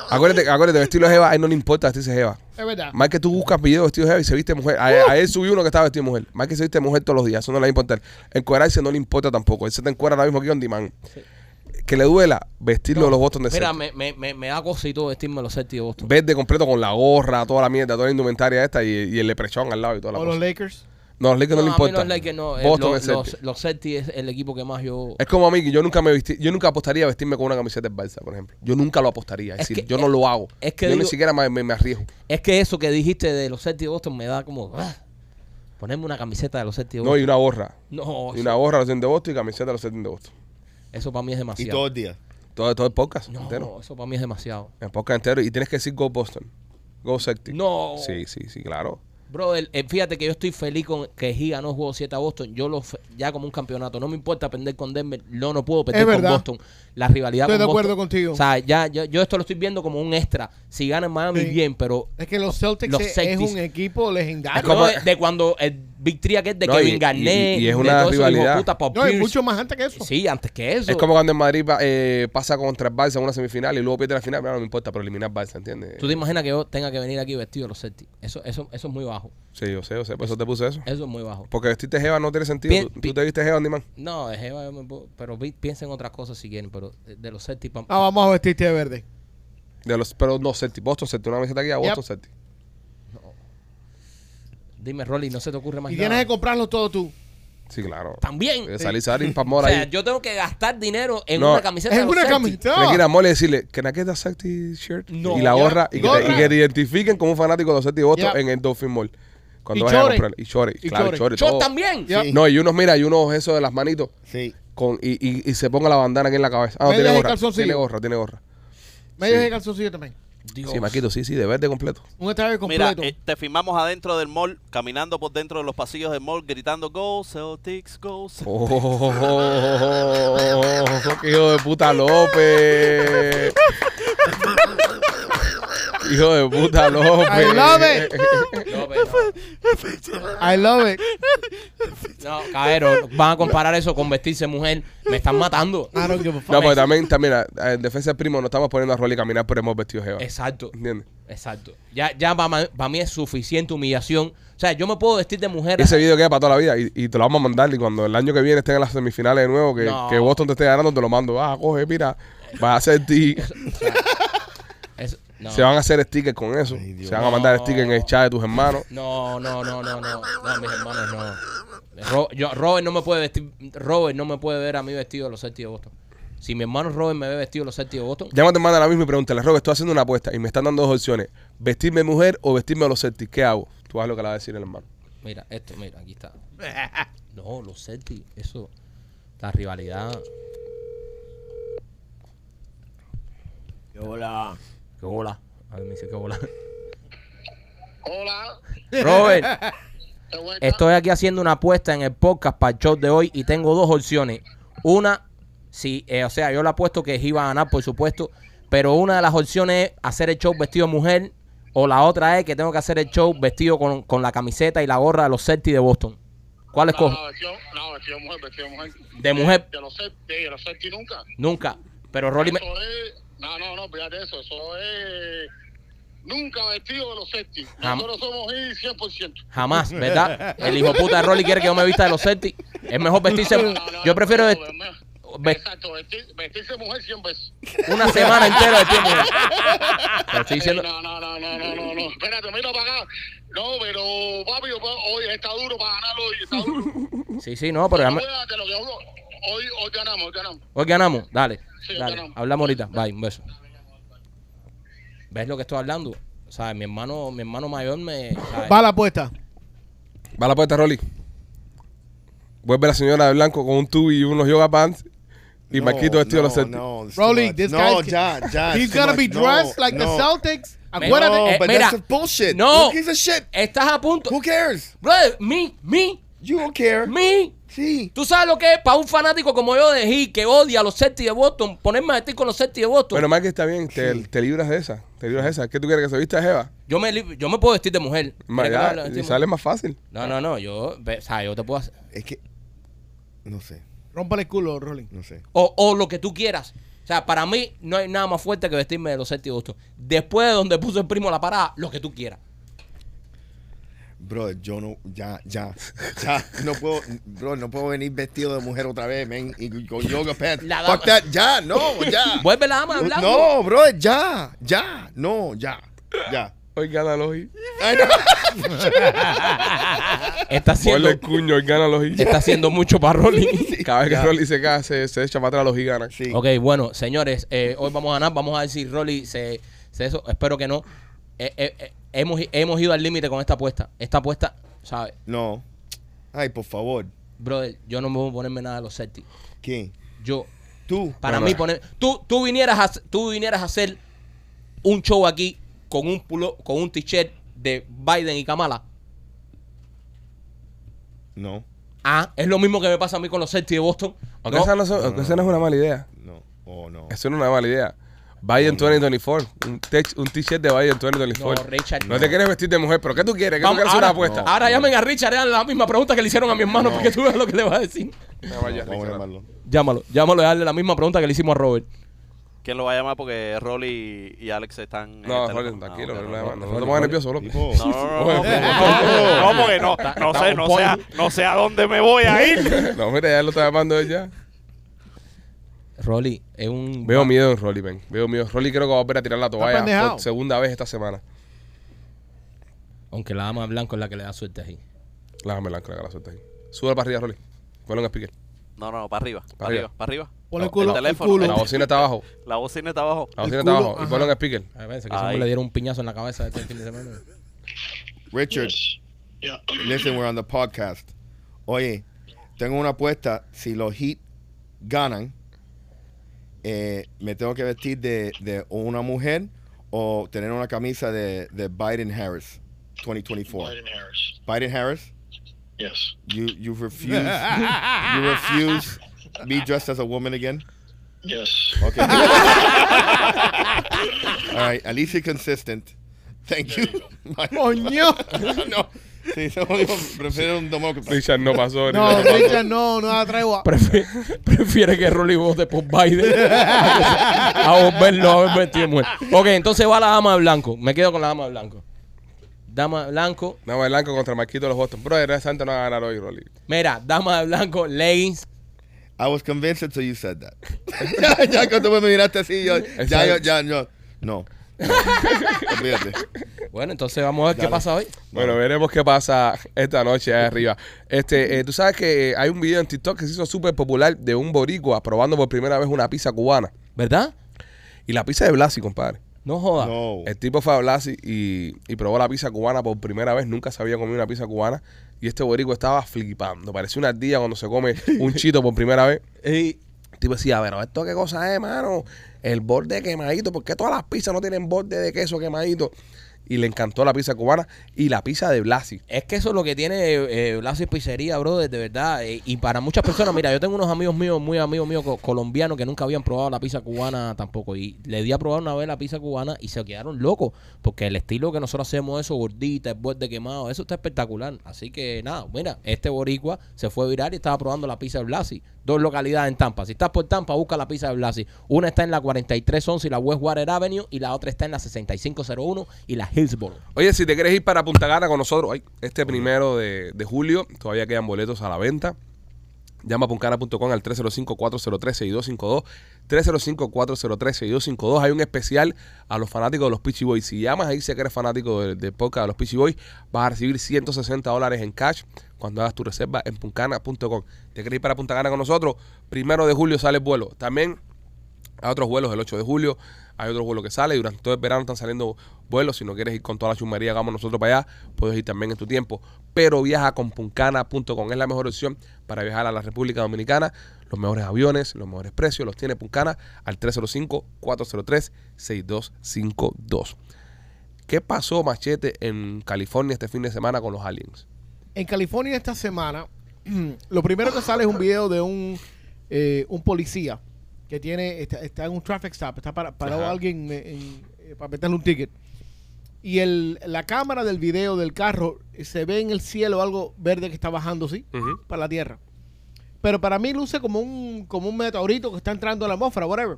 [SPEAKER 1] Acuérdate, acuérdate, vestirlo de Jeva, a él no le importa vestirse Jeva.
[SPEAKER 4] Es verdad.
[SPEAKER 1] Más que tú buscas videos vestidos de Jeva y se viste mujer. A,
[SPEAKER 3] Uh.
[SPEAKER 1] a él subió uno que estaba vestido de mujer. Más que se viste de mujer todos los días, eso no le va a importar. Encuerarse no le importa tampoco. Él se te encuera ahora mismo aquí on demand. Que le duela vestirlo de los Boston de
[SPEAKER 3] Mira,
[SPEAKER 1] Celtics.
[SPEAKER 3] me, me, me, me da cosito vestirme los Celtics de Boston.
[SPEAKER 1] Verde completo con la gorra, toda la mierda, toda la indumentaria esta y, y el leprechón al lado y toda la
[SPEAKER 4] O
[SPEAKER 1] cosa.
[SPEAKER 4] los Lakers.
[SPEAKER 1] No, los Lakers no,
[SPEAKER 3] a
[SPEAKER 1] le
[SPEAKER 3] mí
[SPEAKER 1] importa.
[SPEAKER 3] los Lakers no. Eh,
[SPEAKER 1] Boston
[SPEAKER 3] los,
[SPEAKER 1] es
[SPEAKER 3] los,
[SPEAKER 1] Celtics.
[SPEAKER 3] los Celtics es el equipo que más yo...
[SPEAKER 1] Es como a mí, que yo nunca me vestí, yo nunca apostaría a vestirme con una camiseta del Barça, por ejemplo. Yo nunca lo apostaría. Es,
[SPEAKER 3] Es
[SPEAKER 1] decir,
[SPEAKER 3] que-
[SPEAKER 1] yo no lo hago.
[SPEAKER 3] es que
[SPEAKER 1] yo ni
[SPEAKER 3] digo-
[SPEAKER 1] siquiera me, me- me arriesgo.
[SPEAKER 3] Es que eso que dijiste de los Celtics de Boston me da como... ah, ponerme una camiseta de los Celtics de
[SPEAKER 1] No, y
[SPEAKER 3] Boston.
[SPEAKER 1] una gorra.
[SPEAKER 3] No,
[SPEAKER 1] Y una gorra a los 100 de Boston y camiseta a los 100 de Boston.
[SPEAKER 3] eso para mí es
[SPEAKER 5] Y
[SPEAKER 3] demasiado.
[SPEAKER 5] todo el día.
[SPEAKER 1] Todo, todo el podcast
[SPEAKER 3] No,
[SPEAKER 1] entero.
[SPEAKER 3] eso para mí es demasiado.
[SPEAKER 1] El podcast entero. Y tienes que decir Go Boston. Go Celtic.
[SPEAKER 3] No.
[SPEAKER 1] Sí, sí, sí, claro.
[SPEAKER 3] Brother, eh, fíjate que yo estoy feliz con que Giga no jugó 7 a Boston. Yo lo fe- ya como un campeonato. No me importa perder con Denver. No, no puedo perder
[SPEAKER 4] Es
[SPEAKER 3] con
[SPEAKER 4] verdad.
[SPEAKER 3] Boston. La rivalidad
[SPEAKER 4] Estoy
[SPEAKER 3] con
[SPEAKER 4] de acuerdo
[SPEAKER 3] Boston.
[SPEAKER 4] contigo.
[SPEAKER 3] O sea, ya, ya- yo esto lo estoy viendo como un extra. Si gana en Miami,
[SPEAKER 4] Sí.
[SPEAKER 3] bien, pero.
[SPEAKER 4] Es que los Celtics,
[SPEAKER 3] Los
[SPEAKER 4] es-
[SPEAKER 3] Celtics.
[SPEAKER 4] es un equipo legendario.
[SPEAKER 1] Es como-
[SPEAKER 3] no, de, de cuando el Big Three aquel de
[SPEAKER 1] eh. No, y-
[SPEAKER 3] Kevin
[SPEAKER 1] y-
[SPEAKER 3] Garnett.
[SPEAKER 1] y es
[SPEAKER 3] de
[SPEAKER 1] una
[SPEAKER 3] todo eso, hijo de
[SPEAKER 1] rivalidad.
[SPEAKER 3] puta, Paul
[SPEAKER 4] no, es
[SPEAKER 3] Pierce.
[SPEAKER 4] mucho más antes que eso.
[SPEAKER 3] Sí, antes que eso.
[SPEAKER 1] Es como cuando en Madrid va- eh, pasa contra el Barça en una semifinal y luego pierde la final. Mira, no me importa, pero eliminar Barça, ¿entiendes?
[SPEAKER 3] Tú te imaginas que yo tenga que venir aquí vestido de los Celtics. Eso, eso, eso es muy bajo.
[SPEAKER 1] Sí, yo sé, yo sé. Por eso te puse eso.
[SPEAKER 3] Eso es muy bajo.
[SPEAKER 1] Porque vestirte Jeva no tiene sentido.
[SPEAKER 3] Pi-
[SPEAKER 1] tú,
[SPEAKER 3] pi-
[SPEAKER 1] tú te viste Jeva, Andy
[SPEAKER 3] No, de Jeva yo me puedo- pero pi- piensen otras cosas si quieren, pero de, de los Celtics. pa-
[SPEAKER 4] Ah, vamos a vestirte de verde.
[SPEAKER 1] De los, pero no Celtic. Boston Celtic. Una camiseta aquí a Boston
[SPEAKER 4] Yep.
[SPEAKER 1] Celtic.
[SPEAKER 3] Dime, Rolly, no se te ocurre más
[SPEAKER 4] Y
[SPEAKER 3] Pues nada.
[SPEAKER 4] tienes que comprarlo todo tú.
[SPEAKER 1] Sí, claro.
[SPEAKER 3] También.
[SPEAKER 1] Eh, Salir, salir para
[SPEAKER 3] O
[SPEAKER 1] mora
[SPEAKER 3] sea,
[SPEAKER 1] ahí.
[SPEAKER 3] yo tengo que gastar dinero en
[SPEAKER 1] No.
[SPEAKER 3] una camiseta. de
[SPEAKER 4] Es
[SPEAKER 3] los
[SPEAKER 4] una
[SPEAKER 3] Celtics.
[SPEAKER 4] camiseta.
[SPEAKER 1] Tienes que ir a Mole y decirle, ¿can I get a Celtic shirt?
[SPEAKER 4] No.
[SPEAKER 1] y la
[SPEAKER 4] Ya.
[SPEAKER 1] gorra. Y que, te,
[SPEAKER 4] Gorra.
[SPEAKER 1] y que te identifiquen como un fanático de los Celtic Boston
[SPEAKER 4] Ya.
[SPEAKER 1] en el Dolphin Mall. Cuando
[SPEAKER 4] Y
[SPEAKER 1] vayas a
[SPEAKER 4] chores.
[SPEAKER 1] comprarla. Y chores.
[SPEAKER 4] Y
[SPEAKER 1] claro, y
[SPEAKER 4] chores.
[SPEAKER 1] chores.
[SPEAKER 3] Yo
[SPEAKER 1] todo.
[SPEAKER 3] también.
[SPEAKER 5] Ya.
[SPEAKER 1] No, y unos, mira, y unos eso de las manitos.
[SPEAKER 5] Sí.
[SPEAKER 1] Con, y, y, y se ponga la bandana aquí en la cabeza. Ah, no,
[SPEAKER 4] Medias
[SPEAKER 1] tiene
[SPEAKER 4] y
[SPEAKER 1] gorra.
[SPEAKER 4] calzoncillo.
[SPEAKER 1] Tiene gorra, tiene gorra.
[SPEAKER 4] Medio
[SPEAKER 1] Sí.
[SPEAKER 4] de calzoncillo también.
[SPEAKER 3] Dios.
[SPEAKER 1] Sí, Maquito, sí, sí, de verde completo.
[SPEAKER 4] Un estadio
[SPEAKER 6] Mira,
[SPEAKER 4] completo.
[SPEAKER 6] eh, te filmamos adentro del mall, caminando por dentro de los pasillos del mall, gritando Go Celtics, Go Celtics.
[SPEAKER 1] Oh, qué hijo de puta López. hijo de puta López.
[SPEAKER 4] I
[SPEAKER 1] eh,
[SPEAKER 4] love it.
[SPEAKER 3] No, pero no.
[SPEAKER 4] I love it.
[SPEAKER 3] No, cabrero, van a comparar eso con vestirse mujer. Me están matando.
[SPEAKER 4] I don't give a fuck.
[SPEAKER 1] No, porque también, también, mira, en defensa del primo, nos estamos poniendo a Rolly a caminar por hemos vestido jeva.
[SPEAKER 3] Exacento.
[SPEAKER 1] ¿Entiendes?
[SPEAKER 3] Exacto. Ya, ya para, mí es suficiente humillación. O sea, yo me puedo vestir de mujer.
[SPEAKER 1] Ese video queda para toda la vida y, y te lo vamos a mandar. Y cuando el año que viene estén en las semifinales de nuevo, que,
[SPEAKER 3] No.
[SPEAKER 1] que Boston te esté ganando, te lo mando. Ah, coge, mira, va a hacer ti.
[SPEAKER 3] Eso- no.
[SPEAKER 1] Se van a hacer stickers con eso.
[SPEAKER 5] Dios.
[SPEAKER 1] Se van a mandar stickers en el chat de tus hermanos.
[SPEAKER 3] No, no, no, no, no. No, mis hermanos, no. Ro- yo- Robert no me puede vestir. Robert no me puede ver a mí vestido de los Celtics de Boston. Si mi hermano Robert me ve vestido de los Celtics de Boston,
[SPEAKER 1] Llámate, manda ahora mismo y pregúntale, Robert, estoy haciendo una apuesta y me están dando dos opciones. ¿Vestirme de mujer o vestirme de los Celtics? ¿Qué hago? Tú haz lo que le va a decir el hermano.
[SPEAKER 3] mira, esto, mira, aquí está. No, los Celtics, eso. La rivalidad.
[SPEAKER 9] ¿Qué hola?
[SPEAKER 3] Qué bola. A ver, me dice qué bola.
[SPEAKER 8] Hola.
[SPEAKER 3] Robert,
[SPEAKER 8] ¿te vuelta?
[SPEAKER 3] estoy aquí haciendo una apuesta en el podcast para el show de hoy y tengo dos opciones. Una, si, eh, o sea, yo le apuesto que iba a ganar, por supuesto, pero una de las opciones es hacer el show vestido de mujer o la otra es que tengo que hacer el show vestido con, con la camiseta y la gorra de los Celtics de Boston. ¿Cuál
[SPEAKER 8] No,
[SPEAKER 3] escojo?
[SPEAKER 8] no, vestido- no, vestido de mujer, vestido de mujer.
[SPEAKER 3] De mujer.
[SPEAKER 8] De los Celtics, de los Celtics nunca.
[SPEAKER 3] Nunca. Pero Rolly me...
[SPEAKER 8] Eso es, no, no, no, fíjate eso, eso es nunca vestido de los Celtics.
[SPEAKER 3] Jam-
[SPEAKER 8] Nosotros somos ahí 100%.
[SPEAKER 3] Jamás, ¿verdad? El hijo puta de Rolly quiere que yo me vista de los Celtics. Es mejor vestirse...
[SPEAKER 8] No, no, no,
[SPEAKER 3] Yo prefiero
[SPEAKER 8] no,
[SPEAKER 3] vest-
[SPEAKER 8] no,
[SPEAKER 3] ve-
[SPEAKER 8] Exacto, vestir- vestirse mujer 100 veces.
[SPEAKER 3] una semana entera de tiempo. Te estoy diciendo...
[SPEAKER 8] Eh, No, no, no, no, no, no, no. Espérate, mira para acá. No, pero papi, yo puedo- hoy está duro para ganar hoy. Está duro.
[SPEAKER 3] Sí, sí, no, pero... ya me-
[SPEAKER 8] Acuérdate lo que juro. Hoy, hoy ganamos, hoy ganamos.
[SPEAKER 3] Hoy ganamos, dale.
[SPEAKER 8] Sí,
[SPEAKER 3] dale.
[SPEAKER 8] ganamos.
[SPEAKER 3] Hablamos ahorita. Bye, un beso. ¿Ves lo que estoy hablando? O sea, mi hermano, mi hermano mayor me. ¿sabes?
[SPEAKER 4] Va la apuesta.
[SPEAKER 1] Va la apuesta, Rolly. Vuelve la señora de blanco con un tubo y unos yoga pants y
[SPEAKER 5] No,
[SPEAKER 1] Marquito vestido de los
[SPEAKER 5] no,
[SPEAKER 1] Celtics.
[SPEAKER 5] no, it's too
[SPEAKER 4] Rolly,
[SPEAKER 5] much.
[SPEAKER 4] this
[SPEAKER 5] no,
[SPEAKER 4] guy's-
[SPEAKER 5] ya, ya.
[SPEAKER 4] He's
[SPEAKER 5] it's too
[SPEAKER 4] gonna
[SPEAKER 5] much.
[SPEAKER 4] be
[SPEAKER 5] No,
[SPEAKER 4] dressed like
[SPEAKER 5] no.
[SPEAKER 4] the Celtics.
[SPEAKER 3] Me-
[SPEAKER 4] Acuérdate.
[SPEAKER 5] No,
[SPEAKER 3] Eh,
[SPEAKER 5] but
[SPEAKER 3] mira.
[SPEAKER 5] that's bullshit.
[SPEAKER 3] No.
[SPEAKER 5] Who gives a shit?
[SPEAKER 3] Estás a punto.
[SPEAKER 5] Who cares?
[SPEAKER 3] Brother, me, me,
[SPEAKER 5] You don't care.
[SPEAKER 3] me.
[SPEAKER 5] Sí.
[SPEAKER 3] ¿Tú sabes lo que es para un fanático como yo de Heat que odia a los Celtics de Boston? Ponerme a vestir con los Celtics de Boston.
[SPEAKER 1] Bueno, más que está bien, te, te libras de esa. Te libras de esa. ¿Qué tú quieres que se vista Jeva?
[SPEAKER 3] yo, me, li- yo me puedo vestir de mujer.
[SPEAKER 1] Ma-
[SPEAKER 3] ¿Quieres que me
[SPEAKER 1] ya,
[SPEAKER 3] hable de vestir
[SPEAKER 1] y
[SPEAKER 3] de
[SPEAKER 1] sale
[SPEAKER 3] mujer?
[SPEAKER 1] más fácil.
[SPEAKER 3] No, no, no. Yo, ve- o sea, yo te puedo hacer.
[SPEAKER 5] Es que. No sé,
[SPEAKER 4] Rómpale el culo, Rolling.
[SPEAKER 5] no sé.
[SPEAKER 3] O, o lo que tú quieras. O sea, para mí no hay nada más fuerte que vestirme de los Celtics de Boston. Después de donde puso el primo la parada, lo que tú quieras.
[SPEAKER 5] Bro, yo no, ya, ya, ya, no puedo, bro, no puedo venir vestido de mujer otra vez, men, y con yoga pants.
[SPEAKER 3] La dama.
[SPEAKER 5] Fuck that, ya, no, ya.
[SPEAKER 3] Vuelve la dama hablando.
[SPEAKER 5] No, bro, ya, ya, no, ya, ya.
[SPEAKER 1] Hoy gana Logi. Ponle
[SPEAKER 3] Está
[SPEAKER 1] el
[SPEAKER 3] haciendo,
[SPEAKER 1] cuño, hoy gana Logi.
[SPEAKER 3] está haciendo mucho para Rolly.
[SPEAKER 1] Cada vez que Rolly se cae, se, se echa para atrás Logi gana.
[SPEAKER 5] Sí.
[SPEAKER 3] Ok, bueno, señores, eh, hoy vamos a ganar. Vamos a ver si Rolly se, se eso. Espero que no. Eh, eh, eh, hemos, hemos ido al límite con esta apuesta. Esta apuesta, ¿sabes?
[SPEAKER 5] No. Ay, por favor.
[SPEAKER 3] Brother, yo no me voy a ponerme nada de los Celtics.
[SPEAKER 5] ¿Quién?
[SPEAKER 3] Yo,
[SPEAKER 5] Tú.
[SPEAKER 3] para
[SPEAKER 1] No,
[SPEAKER 3] mí,
[SPEAKER 1] no.
[SPEAKER 3] poner. Tú, tú, vinieras a, tú vinieras a hacer un show aquí con un pulo, con un t-shirt de Biden y Kamala.
[SPEAKER 5] No,
[SPEAKER 3] Ah, es lo mismo que me pasa a mí con los Celtics de Boston.
[SPEAKER 1] Aunque,
[SPEAKER 3] No,
[SPEAKER 1] esa, no, son- aunque esa no es una mala idea.
[SPEAKER 5] no. Oh, no.
[SPEAKER 1] Eso no es una mala idea. Biden 2024. Un tech- un t-shirt de Biden 2024.
[SPEAKER 3] No, Richard,
[SPEAKER 1] No,
[SPEAKER 3] no.
[SPEAKER 1] te quieres vestir de mujer, pero ¿qué tú quieres? ¿Qué tú
[SPEAKER 3] Vamos,
[SPEAKER 1] quieres hacer
[SPEAKER 3] ahora,
[SPEAKER 1] una apuesta? Ah,
[SPEAKER 3] ahora llamen a Richard, hagan la misma pregunta que le hicieron a mi hermano, porque tú ves lo que le vas a decir.
[SPEAKER 1] Me
[SPEAKER 5] No,
[SPEAKER 1] vaya a
[SPEAKER 5] vamos a
[SPEAKER 1] Richard.
[SPEAKER 5] llamarlo.
[SPEAKER 3] Llámalo, llámalo y darle la misma pregunta que le hicimos a Robert.
[SPEAKER 6] ¿Quién lo va a llamar? Porque Rolly y Alex están. en
[SPEAKER 1] No,
[SPEAKER 6] el teléfono.
[SPEAKER 1] Rolly, tranquilo,
[SPEAKER 6] Ah, ok,
[SPEAKER 1] no,
[SPEAKER 6] Rolly.
[SPEAKER 1] no, no, no te pongas nervioso, bro.
[SPEAKER 5] Tipo,
[SPEAKER 6] No, no, no, no,
[SPEAKER 1] Oye,
[SPEAKER 6] no, no, no, porque no, no sé, no sé, a- no sé a dónde me voy a ir.
[SPEAKER 1] No, mira, ya lo está llamando él ya.
[SPEAKER 3] Rolly, es un.
[SPEAKER 1] Veo miedo en Rolly, ven. Veo miedo. Rolly creo que va a volver a tirar la toalla
[SPEAKER 4] pendejado.
[SPEAKER 1] por segunda vez esta semana.
[SPEAKER 3] Aunque la dama blanco es la que le da suerte ahí.
[SPEAKER 1] Lájame la ancla, que la suelta ahí. Sube para arriba, Rolly. Ponlo en speaker.
[SPEAKER 6] No, no, para arriba, para
[SPEAKER 1] arriba.
[SPEAKER 6] arriba, para arriba.
[SPEAKER 4] Pon el
[SPEAKER 6] No,
[SPEAKER 4] culo,
[SPEAKER 6] el
[SPEAKER 4] el
[SPEAKER 6] teléfono,
[SPEAKER 4] culo.
[SPEAKER 1] La bocina está abajo.
[SPEAKER 6] La bocina está abajo.
[SPEAKER 1] La
[SPEAKER 4] El
[SPEAKER 1] bocina está
[SPEAKER 4] culo,
[SPEAKER 1] abajo. Y ponlo en speaker.
[SPEAKER 3] A ver, Ah, que
[SPEAKER 6] ese hombre
[SPEAKER 3] le
[SPEAKER 6] le
[SPEAKER 3] dieron un piñazo en la cabeza este fin de semana.
[SPEAKER 5] Richard,
[SPEAKER 8] Yeah.
[SPEAKER 5] listen, we're on the podcast. Oye, tengo una apuesta. Si los Heat ganan, eh, me tengo que vestir de, de una mujer o tener una camisa de, de Biden Harris 2024.
[SPEAKER 8] Biden Harris.
[SPEAKER 5] Biden Harris,
[SPEAKER 8] Yes.
[SPEAKER 5] you you refuse you refuse be dressed as a woman again.
[SPEAKER 8] Yes.
[SPEAKER 5] Okay. All right, at least you're consistent. Thank you.
[SPEAKER 4] Coño.
[SPEAKER 5] no. Sí, se lo digo, prefiero un demócrata.
[SPEAKER 1] Richard no pasó. ni
[SPEAKER 4] No,
[SPEAKER 1] nada pasó.
[SPEAKER 4] Richard, no, no la traigo. a-
[SPEAKER 3] prefiere que Rolly vote por Biden a volverlo a ver vestido de mujer. Ok, entonces va la dama de blanco. Me quedo con la dama de blanco. Dama de blanco.
[SPEAKER 1] Nada más blanco contra Marquito de los Boston. Bro, el Santo no va a ganar hoy, Rolly.
[SPEAKER 3] Mira, dama de blanco, leggings.
[SPEAKER 5] I was convinced until you said that. ya, ya cuando me miraste así, yo, ya, yo, ya, yo, no. No. Olvídate.
[SPEAKER 3] Bueno, entonces vamos a ver qué
[SPEAKER 5] Dale.
[SPEAKER 3] pasa hoy.
[SPEAKER 1] Bueno, veremos qué pasa esta noche ahí arriba. Este, eh, tú sabes que eh, hay un video en TikTok que se hizo súper popular de un boricua probando por primera vez una pizza cubana.
[SPEAKER 3] ¿Verdad?
[SPEAKER 1] Y la pizza de Blasi, compadre.
[SPEAKER 3] No joda.
[SPEAKER 5] No. Eh,
[SPEAKER 1] El tipo fue a Blasi y, y probó la pizza cubana por primera vez. Nunca se había comido una pizza cubana. Y este boricua estaba flipando. Parecía una ardilla cuando se come un chito por primera vez.
[SPEAKER 3] Ey,
[SPEAKER 1] El tipo decía, pero ¿esto qué cosa es, mano? El borde quemadito. ¿Por qué todas las pizzas no tienen borde de queso quemadito? Y le encantó la pizza cubana y la pizza de Blasi.
[SPEAKER 3] Es que eso es lo que tiene eh, Blasio y Pizzería, bro, de verdad. eh, y para muchas personas, mira, yo tengo unos amigos míos, muy amigos míos co- colombianos que nunca habían probado la pizza cubana tampoco. Y le di a probar una vez la pizza cubana y se quedaron locos. Porque el estilo que nosotros hacemos, eso, gordita, el borde quemado, eso está espectacular. Así que nada, mira, este boricua se fue viral y estaba probando la pizza de Blasi. Dos localidades en Tampa. Si estás por Tampa, busca la pizza de Blasi. Una está en la 4311 y la Westwater Avenue y la otra está en la 6501 y la Hillsborough.
[SPEAKER 1] Oye, si te quieres ir para Punta Gana con nosotros, ay, este primero de, de julio, todavía quedan boletos a la venta. Llama a puncana.com al 305-403-6252. 305-403-6252. Hay un especial a los fanáticos de los Peachy Boys. Si llamas ahí, si que eres fanático del de podcast de los Peachy Boys, vas a recibir 160 dólares en cash cuando hagas tu reserva en puncana.com. ¿Te quieres ir para Punta Gana con nosotros? Primero de julio sale el vuelo. También hay otros vuelos el 8 de julio, hay otros vuelos que sale durante todo el verano están saliendo vuelos. Si no quieres ir con toda la chumería que vamos nosotros para allá, puedes ir también en tu tiempo. Pero viaja con puncana.com, es la mejor opción para viajar a la República Dominicana. Los mejores aviones, los mejores precios los tiene Puncana al 305-403-6252. ¿Qué pasó, Machete, en California este fin de semana con los aliens?
[SPEAKER 4] En California esta semana, lo primero que sale es un video de un, eh, un policía que tiene está, está en un traffic stop, está para, parado
[SPEAKER 1] Ajá.
[SPEAKER 4] alguien eh, en- eh, para meterle un ticket. Y el, la cámara del video del carro eh, se ve en el cielo algo verde que está bajando, ¿sí?
[SPEAKER 1] Ujú.
[SPEAKER 4] Para la tierra. Pero para mí luce como un, como un meteorito que está entrando a la atmósfera, whatever.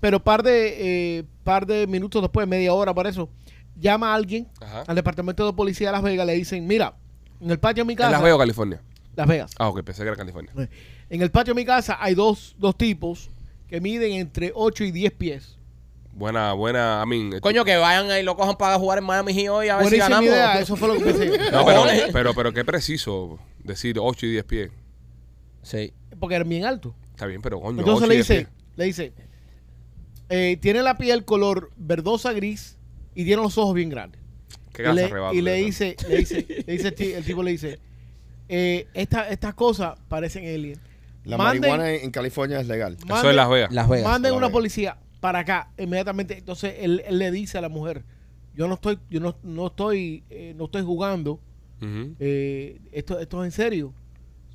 [SPEAKER 4] Pero par de, eh, par de minutos después, media hora para eso, llama a alguien
[SPEAKER 1] Ajá.
[SPEAKER 4] al departamento de policía de Las Vegas, le dicen, mira, en el patio de mi
[SPEAKER 1] En
[SPEAKER 4] casa,
[SPEAKER 1] Las Vegas, California.
[SPEAKER 4] Las Vegas.
[SPEAKER 1] Ah, ok, pensé que era California.
[SPEAKER 4] en el patio de mi casa hay dos, dos tipos que miden entre 8 y 10 pies.
[SPEAKER 1] Buena, buena, a mí.
[SPEAKER 3] Coño, que vayan ahí, lo cojan para jugar en Miami Heat hoy a ver si
[SPEAKER 4] Buenísima
[SPEAKER 3] ganamos.
[SPEAKER 4] idea, eso fue lo que pensé.
[SPEAKER 1] No, pero,
[SPEAKER 3] cojones.
[SPEAKER 1] pero, pero qué preciso decir 8 y 10 pies.
[SPEAKER 3] Sí.
[SPEAKER 4] Porque era bien alto.
[SPEAKER 1] Está bien, pero coño.
[SPEAKER 4] Entonces
[SPEAKER 1] 8 y
[SPEAKER 4] le
[SPEAKER 1] 10
[SPEAKER 4] dice,
[SPEAKER 1] pies.
[SPEAKER 4] le dice, eh, tiene la piel color verdosa gris y tiene los ojos bien grandes.
[SPEAKER 1] Qué
[SPEAKER 4] y
[SPEAKER 1] grasa
[SPEAKER 4] le,
[SPEAKER 1] arrebato,
[SPEAKER 4] y le
[SPEAKER 1] ¿verdad?
[SPEAKER 4] dice, le dice, le dice el, ti- el tipo le dice, eh, esta- estas cosas parecen alien.
[SPEAKER 5] La
[SPEAKER 4] Manden-
[SPEAKER 5] marihuana en, en California es legal.
[SPEAKER 1] Eso es Las Vegas.
[SPEAKER 3] Las Vegas.
[SPEAKER 4] Manden
[SPEAKER 5] A la
[SPEAKER 4] una
[SPEAKER 5] vez.
[SPEAKER 4] policía para acá inmediatamente. Entonces él, él le dice a la mujer, yo no estoy, yo no, no estoy, eh, no estoy jugando.
[SPEAKER 1] Ujú.
[SPEAKER 4] eh, esto, esto es en serio.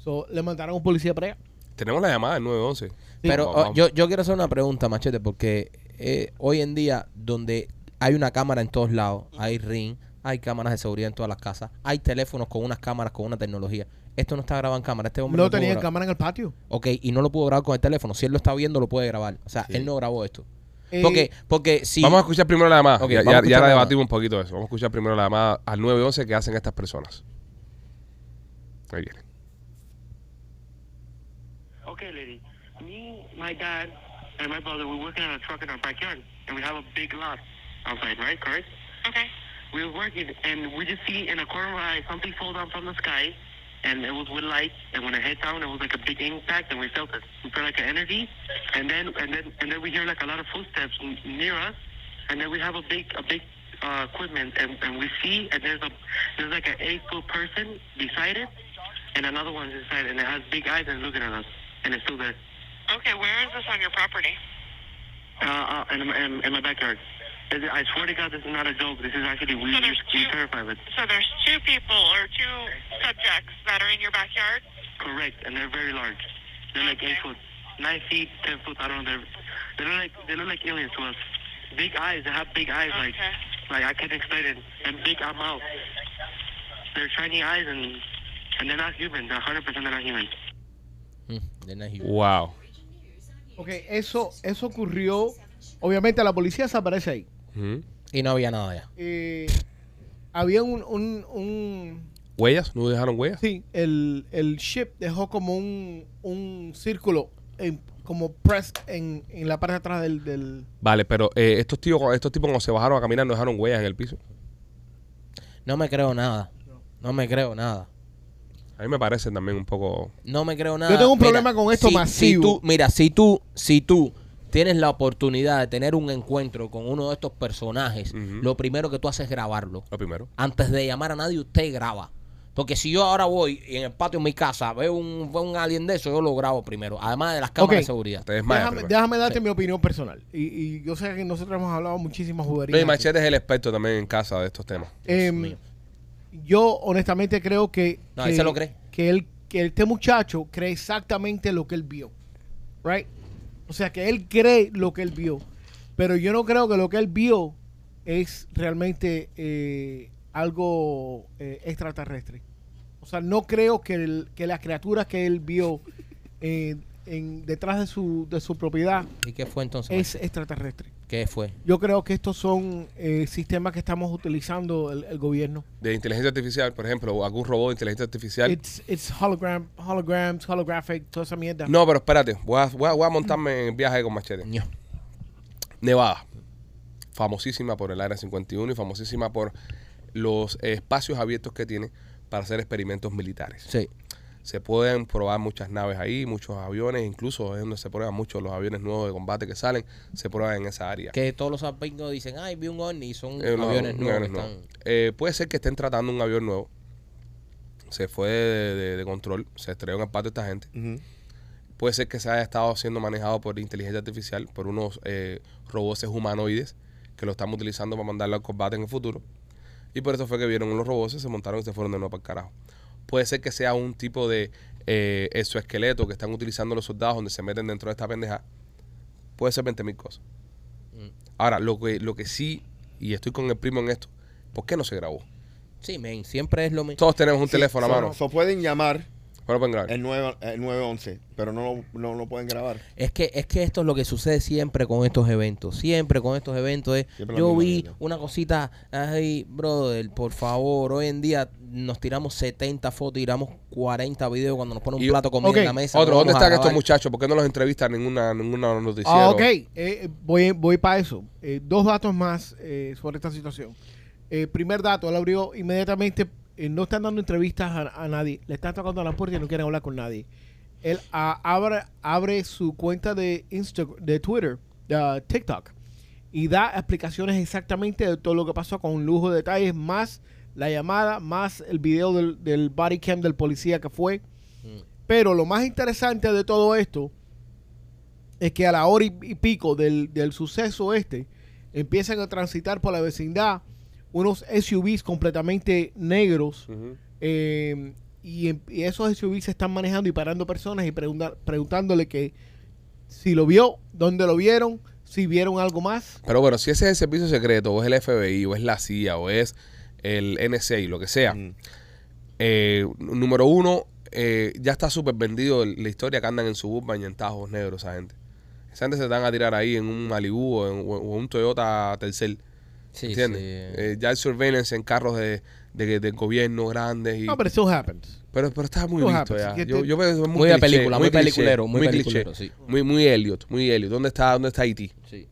[SPEAKER 4] So, le mandaron un policía para allá.
[SPEAKER 1] Tenemos la llamada del 911.
[SPEAKER 3] Pero
[SPEAKER 1] Vamos,
[SPEAKER 3] oh,
[SPEAKER 1] vamos.
[SPEAKER 3] yo, yo quiero hacer una pregunta, Machete, porque eh, hoy en día, donde hay una cámara en todos lados, hay ring, hay cámaras de seguridad en todas las casas, hay teléfonos con unas cámaras, con una tecnología. Esto no está grabado en cámara, este hombre
[SPEAKER 4] No
[SPEAKER 3] pudo
[SPEAKER 4] tenía
[SPEAKER 3] grabar.
[SPEAKER 4] cámara en el patio.
[SPEAKER 3] Ok, y no lo pudo grabar con el teléfono. Si él lo está viendo, lo puede grabar. O sea,
[SPEAKER 5] Sí.
[SPEAKER 3] él no grabó esto.
[SPEAKER 4] Eh,
[SPEAKER 3] Porque, porque si.
[SPEAKER 1] Vamos a escuchar primero la llamada.
[SPEAKER 3] Ok,
[SPEAKER 1] ya
[SPEAKER 3] vamos a
[SPEAKER 1] ya,
[SPEAKER 3] escuchar
[SPEAKER 1] ya
[SPEAKER 3] la llamada.
[SPEAKER 1] debatimos un poquito de eso. Vamos a escuchar primero la llamada al 911 que hacen estas personas. Ahí viene.
[SPEAKER 7] Okay, lady. Me, my dad, and my brother, we're working on a truck in our backyard, and we have a big lot outside, right? Correct? Okay. We were working, and we just see in a corner of our eye something fall down from the sky, and it was with light, and when it hit down, it was like a big impact, and we felt it. We felt like an energy, and then and then and then we hear like a lot of footsteps n- near us, and then we have a big a big uh, equipment, and, and we see, and there's a there's like an eight foot person beside it, and another one's inside, and it has big eyes and looking at us, and it's still there. Okay, where is this on your property? Uh, uh in, in, in my backyard. Is it- I swear to God, this is not a joke. This is actually we
[SPEAKER 10] So
[SPEAKER 7] we
[SPEAKER 10] there's
[SPEAKER 7] we
[SPEAKER 10] two-
[SPEAKER 7] terrified with.
[SPEAKER 10] So there's two people or two subjects that are in your backyard.
[SPEAKER 7] Correct, and they're very large. They're like eight
[SPEAKER 10] Okay.
[SPEAKER 7] foot, nine feet, ten foot. I don't know. They're, they look like they look like aliens to us. Big eyes. They have big eyes. Like
[SPEAKER 10] Okay.
[SPEAKER 7] like I can't explain it. And big uh, mouth. They're shiny eyes, and and they're not human. They're hundred percent they're not human.
[SPEAKER 3] Mm, then he-
[SPEAKER 1] Wow.
[SPEAKER 4] ok, eso, eso ocurrió. Obviamente la policía desaparece ahí.
[SPEAKER 1] Ujú.
[SPEAKER 3] Y no había nada ya.
[SPEAKER 4] Eh, había un, un, un-
[SPEAKER 1] ¿Huellas? ¿No dejaron huellas?
[SPEAKER 4] sí, el, el ship dejó como un, un círculo en- como press en, en la parte de atrás del, del-
[SPEAKER 1] Vale, pero eh, estos tíos, estos tipos cuando se bajaron a caminar no dejaron huellas en el piso.
[SPEAKER 3] No me creo nada. No me creo nada.
[SPEAKER 1] A mí me parece también un poco...
[SPEAKER 3] No me creo nada.
[SPEAKER 4] Yo tengo un problema con esto
[SPEAKER 3] si- si
[SPEAKER 4] masivo.
[SPEAKER 3] tú- mira, si tú, si tú tienes la oportunidad de tener un encuentro con uno de estos personajes,
[SPEAKER 1] Ujú.
[SPEAKER 3] lo primero que tú haces es grabarlo.
[SPEAKER 1] Lo primero.
[SPEAKER 3] Antes de llamar a nadie, usted graba. Porque si yo ahora voy y en el patio de mi casa veo un, veo un alien de eso, yo lo grabo primero. Además de las cámaras
[SPEAKER 4] Ok.
[SPEAKER 3] de seguridad.
[SPEAKER 1] Te desmayas
[SPEAKER 4] Déjame,
[SPEAKER 1] primero.
[SPEAKER 4] déjame darte mi opinión personal. Y, y yo sé que nosotros hemos hablado muchísimas
[SPEAKER 1] No,
[SPEAKER 4] jugarías.
[SPEAKER 1] y
[SPEAKER 4] aquí.
[SPEAKER 1] Machete es el experto también en casa de estos temas.
[SPEAKER 4] Em,
[SPEAKER 3] mío.
[SPEAKER 4] yo honestamente creo que
[SPEAKER 3] No,
[SPEAKER 4] que,
[SPEAKER 3] él se lo cree.
[SPEAKER 4] que él que este muchacho cree exactamente lo que él vio, right? O sea que él cree lo que él vio, pero yo no creo que lo que él vio es realmente eh, algo eh, extraterrestre. O sea, no creo que, el- que las criaturas que él vio eh, en, detrás de su, de su propiedad
[SPEAKER 3] ¿Y qué fue entonces?
[SPEAKER 4] es extraterrestre.
[SPEAKER 3] ¿Qué fue?
[SPEAKER 4] Yo creo que estos son eh, sistemas que estamos utilizando el- el gobierno.
[SPEAKER 1] De inteligencia artificial, por ejemplo, o algún robot de inteligencia artificial.
[SPEAKER 4] It's, it's hologram, holograms, holographic, toda esa mierda.
[SPEAKER 1] No, pero espérate, voy a, voy a- voy a montarme en el viaje con Machete.
[SPEAKER 3] Ño.
[SPEAKER 1] Nevada, famosísima por el Área 51 y famosísima por los eh, espacios abiertos que tiene para hacer experimentos militares.
[SPEAKER 3] Sí.
[SPEAKER 1] Se pueden probar muchas naves ahí, muchos aviones, incluso es donde se prueban muchos los aviones nuevos de combate que salen, se prueban en esa área.
[SPEAKER 3] Que todos los amigos dicen, ay, vi un ovni y son
[SPEAKER 1] Eh, los
[SPEAKER 3] aviones
[SPEAKER 1] aviones
[SPEAKER 3] nuevos que
[SPEAKER 1] nuevos.
[SPEAKER 3] están...
[SPEAKER 1] Eh, puede ser que estén tratando un avión nuevo. Se fue de, de- de control, se estrelló en el patio esta gente.
[SPEAKER 5] Ujú.
[SPEAKER 1] Puede ser que se haya estado siendo manejado por inteligencia artificial, por unos eh, robots humanoides que lo estamos utilizando para mandarlo al combate en el futuro. Y por eso fue que vieron unos robots, se montaron y se fueron de nuevo para el carajo. Puede ser que sea un tipo de eh, exoesqueleto que están utilizando los soldados donde se meten dentro de esta pendeja. Puede ser 20.000 mil cosas. Ahora, lo que, lo que sí, y estoy con el primo en esto, ¿por qué no se grabó?
[SPEAKER 3] Sí, men, siempre es lo mismo.
[SPEAKER 1] Todos tenemos un
[SPEAKER 5] Sí,
[SPEAKER 1] teléfono a
[SPEAKER 5] so-
[SPEAKER 1] mano.
[SPEAKER 5] So pueden llamar
[SPEAKER 1] No lo pueden grabar.
[SPEAKER 5] El, 9, el 911, pero no lo, no lo pueden grabar.
[SPEAKER 3] Es que, es que esto es lo que sucede siempre con estos eventos. Siempre con estos eventos es.
[SPEAKER 5] Siempre la
[SPEAKER 3] yo
[SPEAKER 5] misma
[SPEAKER 3] vi
[SPEAKER 5] mierda.
[SPEAKER 3] una cosita. Ay, brother, por favor. Hoy en día nos tiramos 70 fotos, tiramos 40 videos cuando nos ponen un
[SPEAKER 1] Y-
[SPEAKER 3] plato de comida
[SPEAKER 4] Ok.
[SPEAKER 3] en la mesa.
[SPEAKER 1] Otro,
[SPEAKER 3] no
[SPEAKER 1] ¿dónde
[SPEAKER 3] vamos a
[SPEAKER 1] están estos
[SPEAKER 3] grabar.
[SPEAKER 1] muchachos? ¿Por qué no los entrevistan ninguna, ninguna noticiero?
[SPEAKER 4] Ah, ok, Eh, eh, voy, voy para eso. Eh, dos datos más eh, sobre esta situación. Eh, primer dato, él abrió inmediatamente, eh, no están dando entrevistas a, a nadie, le están tocando a la puerta y no quieren hablar con nadie. Él ah, abre, abre su cuenta de, Insta- de Twitter, de ah, TikTok, y da explicaciones exactamente de todo lo que pasó con lujo de detalles, más la llamada, más el video del, del body cam del policía que fue. Pero lo más interesante de todo esto es que a la hora y y pico del, del suceso este, empiezan a transitar por la vecindad unos SUVs completamente negros
[SPEAKER 1] Ujú.
[SPEAKER 4] eh, y, em- y esos SUVs se están manejando y parando personas y pregunta- preguntándole que si lo vio, dónde lo vieron, si vieron algo más.
[SPEAKER 1] Pero bueno, si ese es el servicio secreto, o es el FBI, o es la CIA, o es el NSA, lo que sea.
[SPEAKER 5] Mm.
[SPEAKER 1] eh, número uno, eh, ya está súper vendido el- la historia que andan en Suburban y en Tajos Negros, esa gente. Esa gente se están a tirar ahí en un Malibu o en o en un Toyota Tercel.
[SPEAKER 3] Sí,
[SPEAKER 1] ¿Entiendes?
[SPEAKER 3] sí.
[SPEAKER 1] Eh, ya el surveillance en carros de, de, de gobierno grandes. Y,
[SPEAKER 4] No,
[SPEAKER 1] pero,
[SPEAKER 4] pero eso happens.
[SPEAKER 1] pero, está muy
[SPEAKER 4] No,
[SPEAKER 1] visto
[SPEAKER 4] pero
[SPEAKER 1] ya.
[SPEAKER 4] sí que
[SPEAKER 1] Yo,
[SPEAKER 4] te-
[SPEAKER 1] yo veo eso es
[SPEAKER 3] Muy de
[SPEAKER 1] cliché,
[SPEAKER 3] película, muy
[SPEAKER 1] cliché,
[SPEAKER 3] peliculero, muy
[SPEAKER 1] cliché.
[SPEAKER 3] peliculero, sí.
[SPEAKER 1] Muy, muy Elliot, muy Elliot. ¿Dónde está, dónde está E.T.?
[SPEAKER 3] Sí.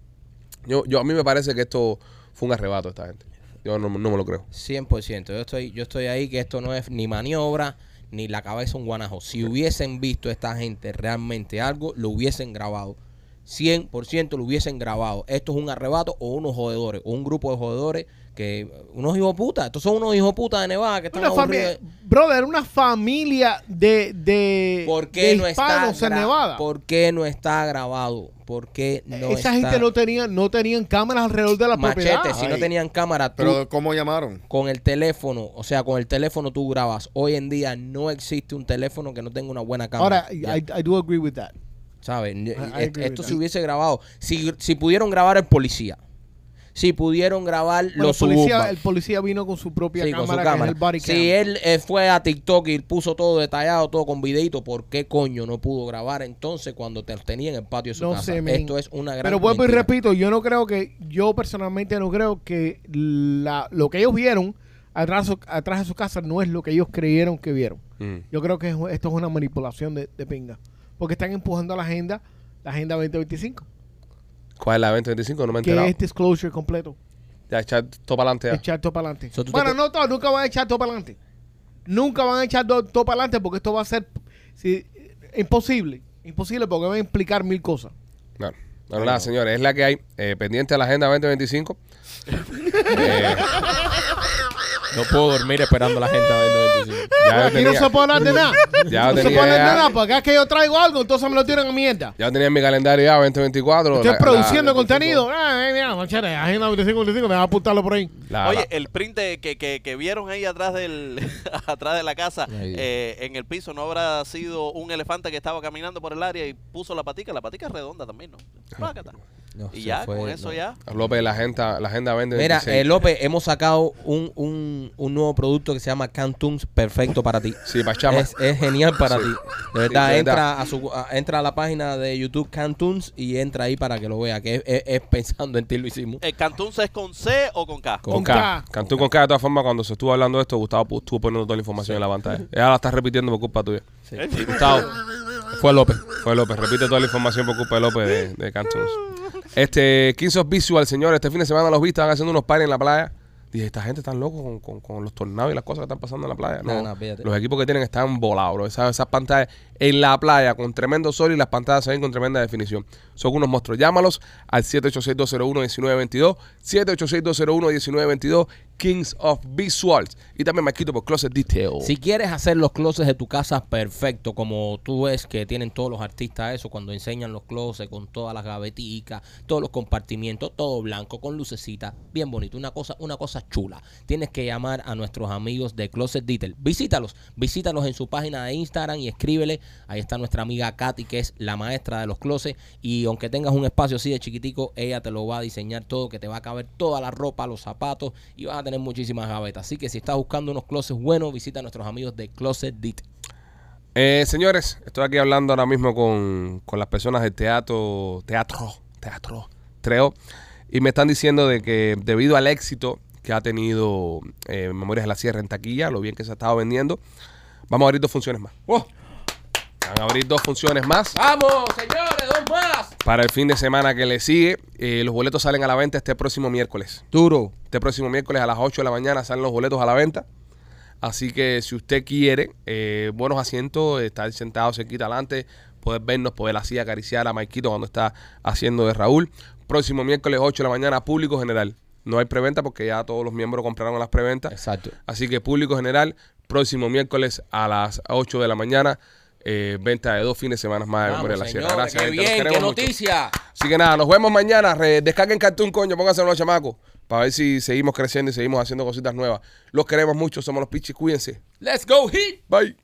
[SPEAKER 1] Yo, yo, a mí me parece que esto fue un arrebato de esta gente. Yo no, no me lo creo.
[SPEAKER 3] 100%. Yo estoy, yo estoy ahí que esto no es ni maniobra ni la cabeza un guanajo. Si hubiesen visto esta gente realmente algo, lo hubiesen grabado. 100% lo hubiesen grabado. Esto es un arrebato o unos jodedores, o un grupo de jodedores que unos hijos putas. Estos son unos hijos putas de Nevada que están
[SPEAKER 4] Una familia,
[SPEAKER 3] aburridos.
[SPEAKER 4] brother, una familia de, de,
[SPEAKER 3] ¿Por
[SPEAKER 4] de
[SPEAKER 3] qué no está
[SPEAKER 4] hispanos en
[SPEAKER 3] gra-
[SPEAKER 4] Nevada.
[SPEAKER 3] ¿Por qué no está grabado? ¿Por qué no
[SPEAKER 4] Esa
[SPEAKER 3] está?
[SPEAKER 4] gente no tenía, no tenían cámaras alrededor de la
[SPEAKER 3] Machete,
[SPEAKER 4] propiedad.
[SPEAKER 3] si no
[SPEAKER 5] Ay.
[SPEAKER 3] tenían cámara, tú
[SPEAKER 5] Pero ¿cómo llamaron?
[SPEAKER 3] con el teléfono, o sea, con el teléfono tú grabas. Hoy en día no existe un teléfono que no tenga una buena cámara.
[SPEAKER 4] Ahora, Ah,
[SPEAKER 3] Ya,
[SPEAKER 4] I, I do agree with that.
[SPEAKER 3] ¿Sabes? N-
[SPEAKER 4] I
[SPEAKER 3] est-
[SPEAKER 4] agree
[SPEAKER 3] Esto
[SPEAKER 4] with
[SPEAKER 3] se
[SPEAKER 4] that.
[SPEAKER 3] hubiese grabado. Si, si pudieron grabar el policía, si pudieron grabar
[SPEAKER 4] Bueno,
[SPEAKER 3] los
[SPEAKER 4] el, policía,
[SPEAKER 3] Suburban.
[SPEAKER 4] el policía vino con su propia
[SPEAKER 3] Sí, con
[SPEAKER 4] cámara,
[SPEAKER 3] su
[SPEAKER 4] que es
[SPEAKER 3] cámara.
[SPEAKER 4] el body cam.
[SPEAKER 3] Si él eh, fue a TikTok y puso todo detallado, todo con videito, ¿por qué coño no pudo grabar entonces cuando te tenía en el patio de su
[SPEAKER 4] No
[SPEAKER 3] casa?
[SPEAKER 4] sé, men.
[SPEAKER 3] Esto es una gran
[SPEAKER 4] Pero vuelvo y
[SPEAKER 3] mentira.
[SPEAKER 4] repito, yo no creo que, yo personalmente no creo que la, lo que ellos vieron atrás, su- atrás de su casa no es lo que ellos creyeron que vieron.
[SPEAKER 1] Mm.
[SPEAKER 4] Yo creo que es- esto es una manipulación de, de pinga. Porque están empujando la agenda, la agenda 2025,
[SPEAKER 1] ¿Cuál es la 2025? No me he
[SPEAKER 4] que este
[SPEAKER 1] enterado.
[SPEAKER 4] es disclosure completo.
[SPEAKER 1] Ya echar todo para adelante. ya.
[SPEAKER 4] Echar todo para adelante.
[SPEAKER 3] So, tú te
[SPEAKER 4] bueno,
[SPEAKER 3] pe-
[SPEAKER 4] no todo, nunca van a echar todo para adelante. Nunca van a echar do- todo para adelante porque esto va a ser si- imposible. Imposible porque van a implicar mil cosas.
[SPEAKER 1] Bueno, no, nada, señores, es la que hay. Eh, pendiente a la Agenda 2025. Eh,
[SPEAKER 3] No puedo dormir esperando a la gente a ver 95.
[SPEAKER 1] ya, yo
[SPEAKER 4] Aquí no
[SPEAKER 1] tenía,
[SPEAKER 4] se puede hablar de nada.
[SPEAKER 1] Ya
[SPEAKER 4] no se
[SPEAKER 1] tenía
[SPEAKER 4] puede hablar
[SPEAKER 1] ya-
[SPEAKER 4] de nada porque es que yo traigo algo, entonces me lo tiran a mierda.
[SPEAKER 1] ya tenía en mi calendario ya 2024.
[SPEAKER 4] Estoy
[SPEAKER 1] la-
[SPEAKER 4] produciendo
[SPEAKER 1] la-
[SPEAKER 4] contenido. Ah, eh, mira, machete, agenda 25, 25, me va a apuntarlo por ahí.
[SPEAKER 3] Ah,
[SPEAKER 1] la-
[SPEAKER 6] Oye,
[SPEAKER 1] la-
[SPEAKER 6] el print de- que, que, que vieron ahí atrás del atrás de la casa,
[SPEAKER 3] Ay, Dios.
[SPEAKER 6] eh, en el piso, no habrá sido un elefante que estaba caminando por el área y puso la patica. La patica es redonda también, ¿no? Plácata.
[SPEAKER 3] Ah, No,
[SPEAKER 6] y
[SPEAKER 3] se
[SPEAKER 6] ya,
[SPEAKER 3] fue,
[SPEAKER 6] con eso
[SPEAKER 3] no.
[SPEAKER 6] ya.
[SPEAKER 1] López, la Agenda, la agenda 2025.
[SPEAKER 3] Mira, eh, López, hemos sacado un, un, un nuevo producto que se llama Cantuns Perfecto para ti.
[SPEAKER 1] Sí, pa' chama.
[SPEAKER 3] Es, es genial para
[SPEAKER 1] Sí.
[SPEAKER 3] ti. De verdad,
[SPEAKER 1] Sí, de
[SPEAKER 3] entra,
[SPEAKER 1] verdad.
[SPEAKER 3] A su, a- entra a la página de YouTube Cantuns y entra ahí para que lo vea, que es, es- es pensando en ti lo hicimos.
[SPEAKER 6] ¿El Eh, Cantún es con C o con K?
[SPEAKER 1] Con
[SPEAKER 4] con
[SPEAKER 1] K.
[SPEAKER 4] K.
[SPEAKER 1] Cantú con K, de todas formas, cuando se estuvo hablando de esto, Gustavo pu- estuvo poniendo toda la información en la pantalla. Ella la está repitiendo por culpa tuya. Gustavo. Fue López. Fue López. Repite toda la información por culpa de López de, de Cantus. Este, Kings of Visual, señores. Este fin de semana los vi, estaban haciendo unos pares en la playa. Dije, esta gente está loco con, con- con los tornados y las cosas que están pasando en la playa. No,
[SPEAKER 3] No, no, fíjate.
[SPEAKER 1] los equipos que tienen están volados, bro. Esas, esas pantallas en la playa con tremendo sol y las pantallas se ven con tremenda definición. Son unos monstruos. Llámalos al 786-201-1922, 786-201-1922, Kings of Visuals. Y también me quito por Closet Detail.
[SPEAKER 3] Si quieres hacer los closets de tu casa perfecto, como tú ves que tienen todos los artistas eso, cuando enseñan los closets con todas las gaveticas, todos los compartimientos, todo blanco, con lucecita, bien bonito, una cosa, una cosa chula. Tienes que llamar a nuestros amigos de Closet Detail. Visítalos, visítalos en su página de Instagram y escríbele. Ahí está nuestra amiga Katy, que es la maestra de los closets. Y aunque tengas un espacio así de chiquitico, ella te lo va a diseñar todo, que te va a caber toda la ropa, los zapatos y vas a tener muchísimas gavetas. Así que si estás buscando unos closets buenos, visita a nuestros amigos de Closet Detail.
[SPEAKER 1] Eh, señores, estoy aquí hablando ahora mismo con, con las personas del teatro, teatro, teatro, Treo, y me están diciendo de que debido al éxito que ha tenido eh, Memorias de la Sierra en taquilla, lo bien que se ha estado vendiendo, vamos a abrir dos funciones más.
[SPEAKER 3] ¡Wow!
[SPEAKER 1] Van a abrir dos funciones más
[SPEAKER 3] ¡Vamos, Oh, señores! ¡Dos más!
[SPEAKER 1] para el fin de semana que le sigue. Eh, los boletos salen a la venta este próximo miércoles.
[SPEAKER 3] Duro.
[SPEAKER 1] Este próximo miércoles a las 8 de la mañana salen los boletos a la venta. Así que si usted quiere eh, buenos asientos, estar sentado cerquita adelante, poder vernos, poder así acariciar a Maikito cuando está haciendo de Raúl. Próximo miércoles 8 de la mañana, público general. No hay preventa porque ya todos los miembros compraron las preventas.
[SPEAKER 3] Exacto.
[SPEAKER 1] Así que público general, próximo miércoles a las 8 de la mañana, eh, venta de dos fines de semana más de Memoria de la
[SPEAKER 3] Vamos,
[SPEAKER 1] Sierra.
[SPEAKER 3] señores,
[SPEAKER 1] Gracias,
[SPEAKER 3] qué
[SPEAKER 1] gente, los
[SPEAKER 3] bien, qué
[SPEAKER 1] queremos mucho.
[SPEAKER 3] noticia.
[SPEAKER 1] Así que nada, nos vemos mañana. Re- descarguen Cartoon, coño, pónganse los chamacos. Para ver si seguimos creciendo y seguimos haciendo cositas nuevas. Los queremos mucho, somos los pichis, cuídense.
[SPEAKER 3] Let's go, hit.
[SPEAKER 1] Bye.